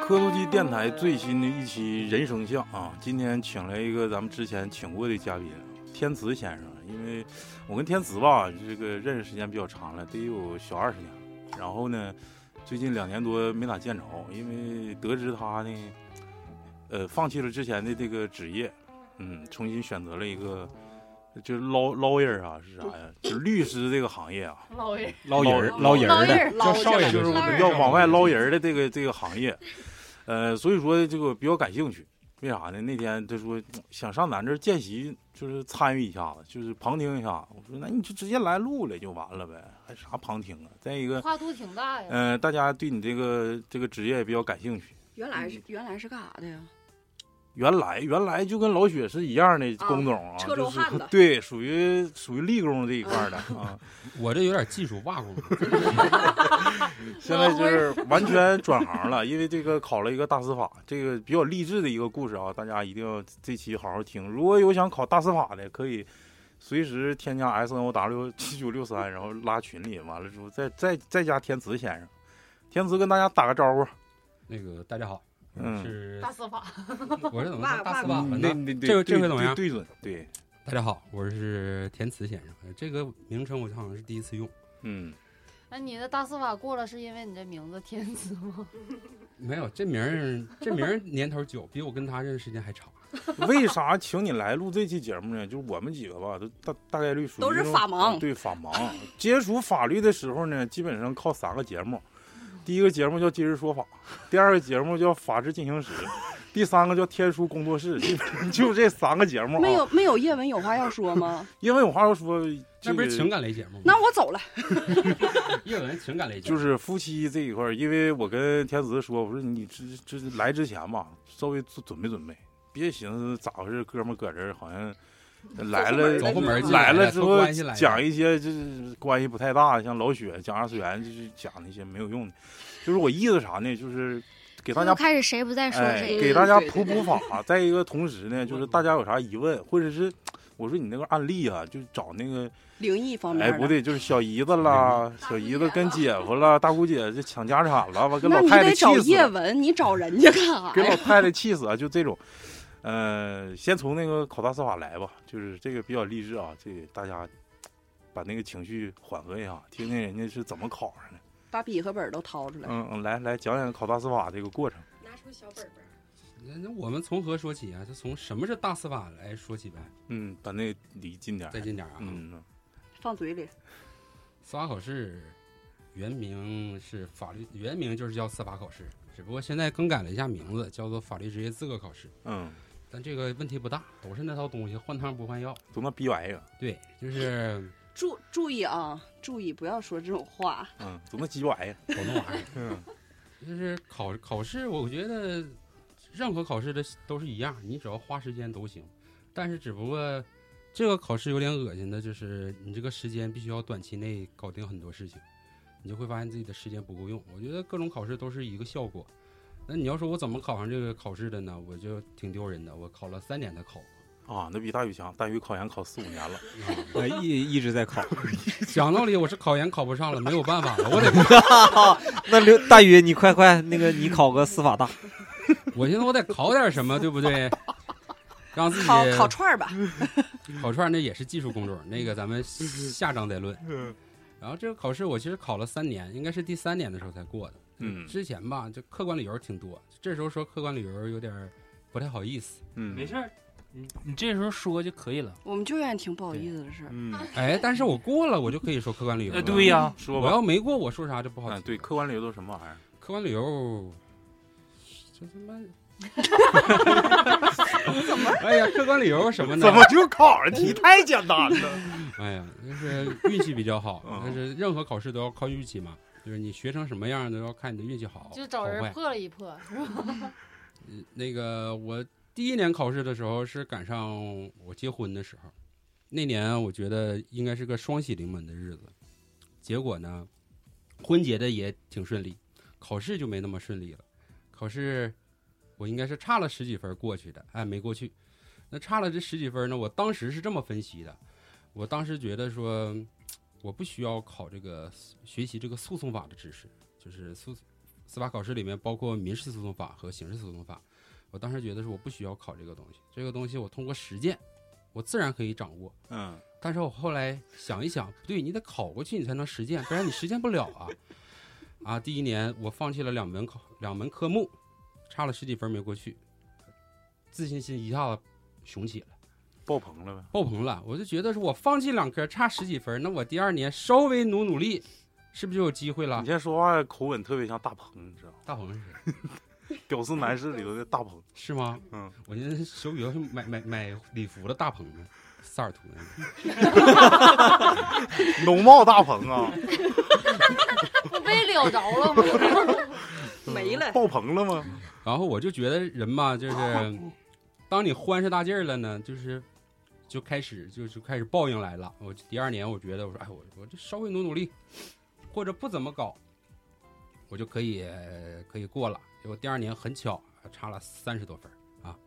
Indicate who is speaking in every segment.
Speaker 1: 科多基电台最新的一期《人生相》啊，今天请来一个咱们之前请过的嘉宾，天慈先生。因为我跟天慈吧，这个认识时间比较长了，得有小二十年了。然后呢，最近两年多没咋见着，因为得知他呢，呃，放弃了之前的这个职业，嗯，重新选择了一个，就是捞捞人啊，是啥呀？就律师这个行业啊，
Speaker 2: 老人
Speaker 3: 捞人儿
Speaker 1: 捞
Speaker 3: 人
Speaker 2: 捞
Speaker 3: 儿
Speaker 2: 人
Speaker 3: 的，
Speaker 2: 儿
Speaker 3: 叫少爷
Speaker 1: 就
Speaker 3: 就是行
Speaker 2: 捞人儿
Speaker 1: 要往外捞人儿的这个这个行业，呃，所以说这个比较感兴趣。为啥呢？那天他说想上咱这儿见习，就是参与一下子，就是旁听一下。我说那你就直接来录了就完了呗，还啥旁听啊？再一个，
Speaker 2: 跨度挺大呀。
Speaker 1: 呃，大家对你这个这个职业也比较感兴趣。
Speaker 4: 原来
Speaker 1: 嗯
Speaker 4: 是原来是干啥的呀？
Speaker 1: 原来原来就跟老雪是一样的工种啊，
Speaker 4: 车
Speaker 1: 就
Speaker 4: 轴
Speaker 1: 是
Speaker 4: 汉子
Speaker 1: 对，属于属于力工这一块 儿的啊。
Speaker 3: 我这有点技术挖工，
Speaker 1: 现在就是完全转行了，因为这个考了一个大司法，这个比较励志的一个故事啊，大家一定要这期好好听。如果有想考大司法的，可以随时添加 S N O W 七九六三，然后拉群里，完了之后再再再加天慈先生，天慈跟大家打个招呼。
Speaker 3: 那个大家好，
Speaker 1: 嗯
Speaker 3: 是
Speaker 2: 大司法，
Speaker 3: 我是怎么
Speaker 4: 哇
Speaker 3: 说大
Speaker 4: 哇
Speaker 3: 司法了
Speaker 1: 那
Speaker 3: 呢？
Speaker 1: 那
Speaker 3: 这个这回怎么
Speaker 1: 嗯
Speaker 3: 样
Speaker 1: 对对准，对，
Speaker 3: 大家好，我是田慈先生，这个名称我好像是第一次用，
Speaker 1: 嗯，
Speaker 2: 那你的大司法过了是因为你这名字天子吗？
Speaker 3: 没有这名儿，这名儿年头久，比我跟他认识时间还长。啊
Speaker 1: 为啥请你来录这期节目呢？就是我们几个吧，都大大概率属于
Speaker 4: 都是
Speaker 1: 那种啊
Speaker 4: 法盲
Speaker 1: 对法 盲。接触法律的时候呢，基本上靠三个节目，第一个节目叫《今日说法》，第二个节目叫《法治进行 时》，第三个叫《天书工作室》，基本上就这三个节目、啊。
Speaker 4: 没，有没有叶文有话要说 吗？
Speaker 1: 因为有话要说，这
Speaker 3: 这不
Speaker 1: 个
Speaker 3: 是情感类节目吗？
Speaker 4: 那我走了。
Speaker 3: 叶文情感类节
Speaker 1: 就
Speaker 3: 目，
Speaker 1: 是夫妻这一块儿，因为我跟天子说，我说你这这来之前吧，稍微做准备准备，别寻思咋回事，哥们儿搁这儿好像来了
Speaker 3: 走后门儿进
Speaker 1: 来
Speaker 3: 来
Speaker 1: 了
Speaker 3: 了
Speaker 1: 之后
Speaker 3: 托关系来的
Speaker 1: 讲一些就是关系不太大，像老雪讲二次元，就是讲那些没有用的。就是我意思啥呢？就是给大家
Speaker 5: 就开始谁不再说
Speaker 1: 哎，
Speaker 5: 谁，
Speaker 1: 给大家
Speaker 4: 对对
Speaker 1: 普普法。再一个，同时呢，就是大家有啥疑问，或者是我说你那个案例啊，就找那个
Speaker 4: 灵异方面
Speaker 1: 哎，
Speaker 4: 的，
Speaker 1: 不对，就是小姨子啦，
Speaker 4: 嗯
Speaker 1: 小姨子跟姐夫啦，大姑姐这抢家产了，完跟
Speaker 4: 那
Speaker 1: 老
Speaker 4: 你
Speaker 1: 太太
Speaker 4: 得找
Speaker 1: 气死
Speaker 4: 叶哎
Speaker 1: 了，
Speaker 4: 文，你找人家干啥
Speaker 1: 给
Speaker 4: 呀？
Speaker 1: 老太太气死啊！就这种，呃，先从那个考大司法来吧，就是这个比较励志啊，这个大家把那个情绪缓和一下，听听人家是怎么考上的。
Speaker 4: 把笔和本儿都掏出来。
Speaker 1: 嗯嗯，来来讲讲考大司法这个过程。
Speaker 4: 拿出小本本。
Speaker 3: 那那我们从何说起啊？就从什么是大司法来说起呗，
Speaker 1: 嗯，把那个离近点儿。
Speaker 3: 再近点儿啊。
Speaker 1: 嗯，
Speaker 4: 放嘴里，
Speaker 3: 司法考试原名是法律，原名就是叫司法考试，只不过现在更改了一下名字，叫做法律职业资格考试。
Speaker 1: 嗯，
Speaker 3: 但这个问题不大，都是那套东西，换汤不换药。
Speaker 1: 都那逼玩意儿，
Speaker 3: 对， 就是
Speaker 4: 注注意啊，注意不要说这种话。
Speaker 1: 嗯，都那鸡玩意儿，
Speaker 3: 搞那玩意儿。
Speaker 1: 嗯
Speaker 3: 就是考考试，我觉得任何考试的都是一样，你只要花时间都行。但是只不过这个考试有点恶心的，就是你这个时间必须要短期内搞定很多事情，你就会发现自己的时间不够用。我觉得各种考试都是一个效果。那你要说我怎么考上这个考试的呢？我就挺丢人的，我考了三年才考。
Speaker 1: 啊，那比大宇强，大宇考研考四五年了，
Speaker 6: 我 一一直在考。
Speaker 3: 讲道理，我是考研考不上了，没有办法了，我得
Speaker 6: 那刘大宇，你快快那个，你考个司法大，
Speaker 3: 我寻思我得考点什么，对不对？让
Speaker 1: 嗯
Speaker 3: 自己
Speaker 4: 烤烤串儿吧，
Speaker 3: 烤串儿那也是技术工种，那个咱们下章再论。然后这个考试我其实考了三年，应该是第三年的时候才过的。
Speaker 1: 嗯
Speaker 3: 之前吧，就客观理由挺多，这时候说客观理由有点儿不太好意思。
Speaker 1: 嗯，
Speaker 7: 没事儿，你你这时候说就可以了。
Speaker 4: 我们就愿意听不好意思的事儿。
Speaker 1: 嗯，
Speaker 3: 哎，但是我过了，我就可以说客观理由了。
Speaker 7: 呃，对呀，
Speaker 1: 说
Speaker 3: 嗯我
Speaker 1: 吧。
Speaker 3: 要没过，我说啥就不好
Speaker 1: 哎啊，
Speaker 3: 听。
Speaker 1: 对，客观理由都什么玩意儿？
Speaker 3: 客观理由，这他妈。 怎么？哎呀，客观理由什么呢？
Speaker 1: 就考上 题？太简单了。
Speaker 3: 哎呀，就是运气比较好
Speaker 1: 嗯，
Speaker 3: 但是任何考试都要靠运气嘛。就是你学成什么样都要看你的运气好，
Speaker 2: 就找
Speaker 3: 好
Speaker 2: 人
Speaker 3: 坏
Speaker 2: 破了一破，是吧？
Speaker 3: 嗯那个我第一年考试的时候是赶上我结婚的时候，那年我觉得应该是个双喜临门的日子，结果呢，婚结的也挺顺利，考试就没那么顺利了。考试我应该是差了十几分过去的，哎，没过去。那差了这十几分呢，我当时是这么分析的，我当时觉得说，我不需要考这个学习这个诉讼法的知识，就是诉司法考试里面包括民事诉讼法和刑事诉讼法。我当时觉得是我不需要考这个东西，这个东西我通过实践，我自然可以掌握。
Speaker 1: 嗯
Speaker 3: 但是我后来想一想，不对，你得考过去你才能实践，不然你实践不了啊。啊，第一年我放弃了两门考两门科目，差了十几分没过去，自信心一下子雄起了，
Speaker 1: 爆棚了呗。
Speaker 3: 爆棚了。我就觉得是我放弃两科差十几分，那我第二年稍微努努力，是不是就有机会了
Speaker 1: 你？现在说话口吻特别像大鹏，你知道吗？
Speaker 3: 大鹏是谁？
Speaker 1: 屌丝男士里头的大 鹏。
Speaker 3: 是吗？
Speaker 1: 嗯，
Speaker 3: 我现在手里头是买买买礼服的大鹏呢，萨尔图那个。
Speaker 1: 农贸大棚啊，
Speaker 2: 不被撩着了吗？
Speaker 4: 没了。
Speaker 1: 嗯爆棚了吗？
Speaker 3: 然后我就觉得人嘛，就是当你欢上大劲儿了呢，就是就开始就就开始报应来了。我第二年我觉得我说哎我我这稍微努努力，或者不怎么搞，我就可以可以过了。结果第二年很巧差了三十多分儿啊，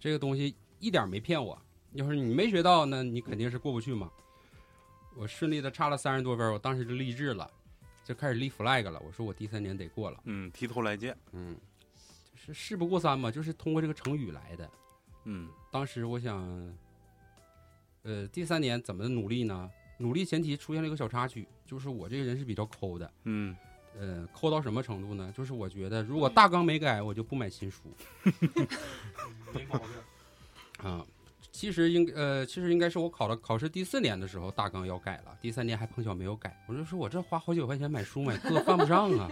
Speaker 3: 这个东西一点儿没骗我。要是你没学到，那你肯定是过不去嘛。我顺利的差了三十多分儿，我当时就立志了，就开始立 flag 了。我说我第三年得过了。
Speaker 1: 嗯，提头来见。
Speaker 3: 嗯，就是事不过三嘛，就是通过这个成语来的。
Speaker 1: 嗯
Speaker 3: 当时我想，呃，第三年怎么努力呢？努力前提出现了一个小插曲，就是我这个人是比较抠的，
Speaker 1: 嗯，
Speaker 3: 呃，抠到什么程度呢？就是我觉得如果大纲没改，我就不买新书。
Speaker 7: 没毛病。
Speaker 3: 啊，其实应呃，其实应该是我考了考试第四年的时候大纲要改了，第三年还碰巧没有改。我就说我这花好几百块钱买书买课犯不上啊。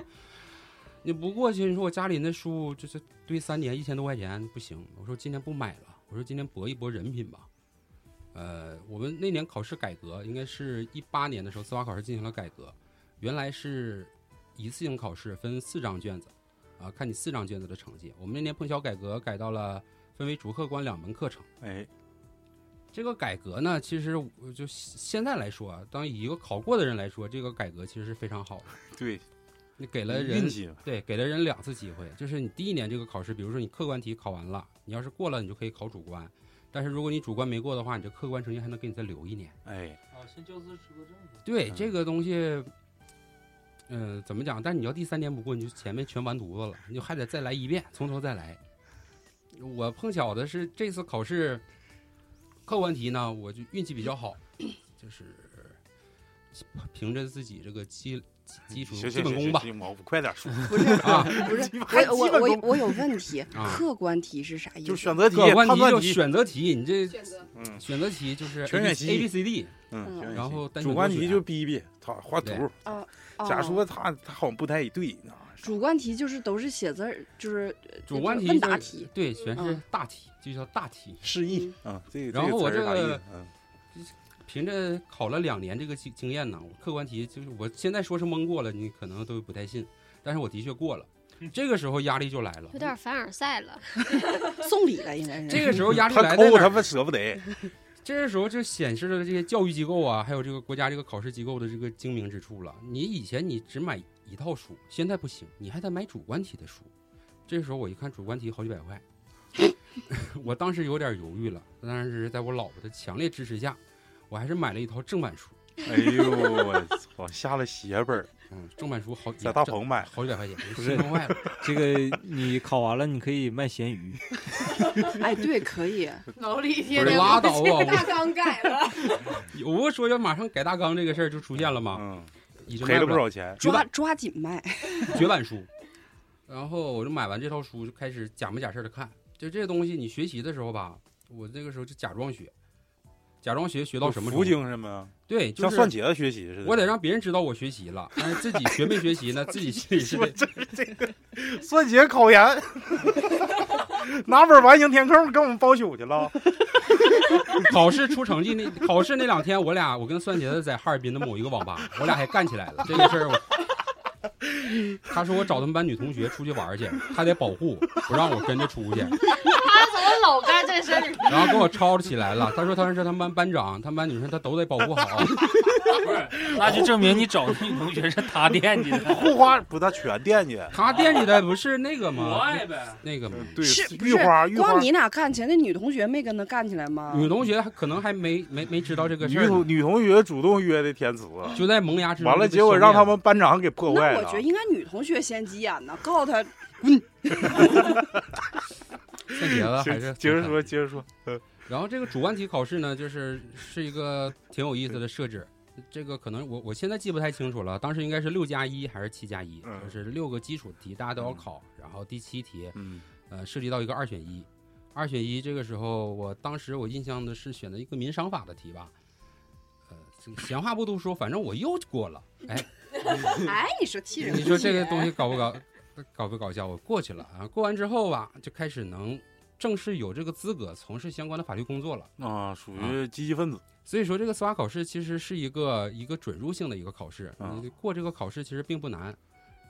Speaker 3: 你不过去，你说我家里那书就是堆三年一千多块钱不行。我说今年不买了，我说今年搏一搏人品吧。呃，我们那年考试改革，应该是一八年的时候，司法考试进行了改革，原来是一次性考试分四张卷子，啊、看你四张卷子的成绩。我们那年碰巧改革改到了分为主客观两门课程。
Speaker 1: 哎，
Speaker 3: 这个改革呢，其实我就现在来说啊，当以一个考过的人来说，这个改革其实是非常好的。
Speaker 1: 对，
Speaker 3: 你给了人
Speaker 1: 运气嘛。
Speaker 3: 对，给了人两次机会，就是你第一年这个考试，比如说你客观题考完了，你要是过了，你就可以考主观；但是如果你主观没过的话，你这客观成绩还能给你再留一年。
Speaker 1: 哎，
Speaker 7: 啊，先教资资格证 呗。
Speaker 3: 对、
Speaker 1: 嗯
Speaker 3: 这个东西，嗯、怎么讲？但你要第三年不过，你就前面全完犊子了，你就还得再来一遍，从头再来。我碰巧的是这次考试客观题呢，我就运气比较好，就是凭着自己这个基基础
Speaker 1: 行
Speaker 3: 基
Speaker 1: 行行
Speaker 3: 本功
Speaker 1: 行
Speaker 3: 吧
Speaker 1: 行，毛快点说，，
Speaker 4: 不是
Speaker 3: 啊，
Speaker 4: 不是
Speaker 1: 还
Speaker 4: 我
Speaker 1: 基
Speaker 4: 我
Speaker 1: 本功
Speaker 4: 我有我有 问题，
Speaker 3: 啊
Speaker 4: 客观题是啥意思？
Speaker 1: 就选择题、
Speaker 3: 客观
Speaker 1: 判
Speaker 3: 题
Speaker 1: 断
Speaker 3: 就
Speaker 1: 题，
Speaker 3: 选择题，你这
Speaker 2: 选择
Speaker 1: 嗯
Speaker 3: 选择题就是
Speaker 1: 全
Speaker 3: A
Speaker 1: 选
Speaker 3: B
Speaker 1: 题
Speaker 3: A B C D，
Speaker 1: 嗯，行
Speaker 3: 然后单选
Speaker 1: 主观
Speaker 3: 多
Speaker 1: 题
Speaker 3: 选
Speaker 1: 就逼逼他画图
Speaker 3: 对，
Speaker 4: 哦
Speaker 1: 假说他他好像不太对，那
Speaker 4: 主观题就是都是写字儿，就是
Speaker 3: 主观题
Speaker 4: 问
Speaker 3: 就
Speaker 4: 答
Speaker 3: 是
Speaker 4: 题，
Speaker 3: 对，全是
Speaker 4: 嗯
Speaker 3: 大题，就叫大题。
Speaker 1: 示意啊，这个
Speaker 3: 然后我
Speaker 1: 这个词儿
Speaker 3: 这
Speaker 1: 啥意
Speaker 3: 个
Speaker 1: 思？嗯
Speaker 3: 凭着考了两年这个经经验呢，我客观题就是我现在说是蒙过了，你可能都不太信，但是我的确过了。这个时候压力就来了，
Speaker 5: 有点凡尔赛了。
Speaker 4: 送礼了应该是。
Speaker 3: 这个时候压力
Speaker 1: 他
Speaker 3: 来在
Speaker 1: 抠
Speaker 3: 哪
Speaker 1: 他
Speaker 3: 儿？
Speaker 1: 们舍不 得，
Speaker 3: 这个时候就显示了这些教育机构啊，还有这个国家这个考试机构的这个精明之处了。你以前你只买一套书，现在不行，你还得买主观题的书。这时候我一看主观题好几百块， 我当时有点犹豫了，但是在我老婆的强烈支持下，我还是买了一套正版书。
Speaker 1: 哎呦 我操，下了血本儿，
Speaker 3: 嗯，正版书好
Speaker 1: 在大棚买，
Speaker 3: 好几百块钱，
Speaker 6: 不是
Speaker 3: 心疼坏了。
Speaker 6: 这个你考完了，你可以卖咸鱼。
Speaker 4: 哎，对，可以。
Speaker 1: 哦
Speaker 2: 老李天天
Speaker 3: 拉倒吧
Speaker 2: 过去
Speaker 3: 我
Speaker 2: 大纲改了，
Speaker 3: 我不说要马上改大纲这个事儿就出现 了嘛，
Speaker 1: 嗯，
Speaker 3: 已经
Speaker 1: 赔
Speaker 3: 啊卖
Speaker 1: 了
Speaker 3: 不
Speaker 1: 不少钱，
Speaker 3: 绝
Speaker 4: 抓
Speaker 3: 版
Speaker 4: 抓紧卖，
Speaker 3: 绝版书。然后我就买完这套书，就开始假模假式的看。就这东西，你学习的时候吧，我那个时候就假装学，假装学学到什么程
Speaker 1: 福
Speaker 3: 度？
Speaker 1: 精神吗？
Speaker 3: 对，就
Speaker 1: 像算
Speaker 3: 是
Speaker 1: 茄子学习似的，
Speaker 3: 我得让别人知道我学习了，但是自己学没学习 呢，自己心里是
Speaker 1: 说
Speaker 3: 得
Speaker 1: 这这个 算节考研， 拿本完形填空给我们包宿去了。
Speaker 3: 考试出成绩那考试那两天，我俩我跟酸茄子在哈尔滨的某一个网吧，我俩还干起来了。这个事儿我， 他说我找他们班女同学出去玩去，他得保护我，不让我跟着出去。
Speaker 2: 他怎么老干这事儿？
Speaker 3: 然后给我抄起来了。他说他是他们班班长，他们班女生他都得保护好。啊
Speaker 7: 不是，那就证明你找的女同学是他惦记 的，
Speaker 1: 护花不大全惦记，
Speaker 3: 他惦记的不是那个
Speaker 7: 我
Speaker 3: 吗？
Speaker 7: 爱呗。
Speaker 3: 那个吗？
Speaker 1: 对
Speaker 4: 是，不
Speaker 1: 玉
Speaker 4: 是
Speaker 1: 花玉花嗯
Speaker 4: 光你俩干起来，那女同学没跟他干起来吗？
Speaker 3: 女同学可能还没没没知道这个事
Speaker 1: 女
Speaker 3: 儿
Speaker 1: 同
Speaker 3: 呢，
Speaker 1: 女同学主动约的天慈，
Speaker 3: 就在萌芽之中
Speaker 1: 完
Speaker 3: 就被消灭了。
Speaker 1: 了结果让他们班长给破坏
Speaker 4: 那我
Speaker 1: 了
Speaker 4: 觉得。应该女同学先急眼呢，告 诉他
Speaker 3: 这节了还是
Speaker 1: 接着说，接着说，
Speaker 3: 然后这个主观题考试呢，就是是一个挺有意思的设置。这个可能我我现在记不太清楚了，当时应该是六加一还是七加一，
Speaker 1: 嗯
Speaker 3: 就是六个基础题大家都要考。然后第七题，
Speaker 1: 嗯
Speaker 3: 呃，涉及到一个二选一。二选一这个时候，我当时我印象的是选的一个民商法的题吧。呃，这个闲话不多说，反正我又过了。哎，
Speaker 4: 哎，你说气人不
Speaker 3: 你
Speaker 4: 气
Speaker 3: 说
Speaker 4: 人？
Speaker 3: 这个东西搞不搞， 搞不搞笑？我过去了啊，过完之后吧，就开始能正式有这个资格从事相关的法律工作了。
Speaker 1: 啊，属于积极分子，
Speaker 3: 所以说，这个司法考试其实是一个一个准入性的一个考试，
Speaker 1: 嗯
Speaker 3: 你过这个考试其实并不难。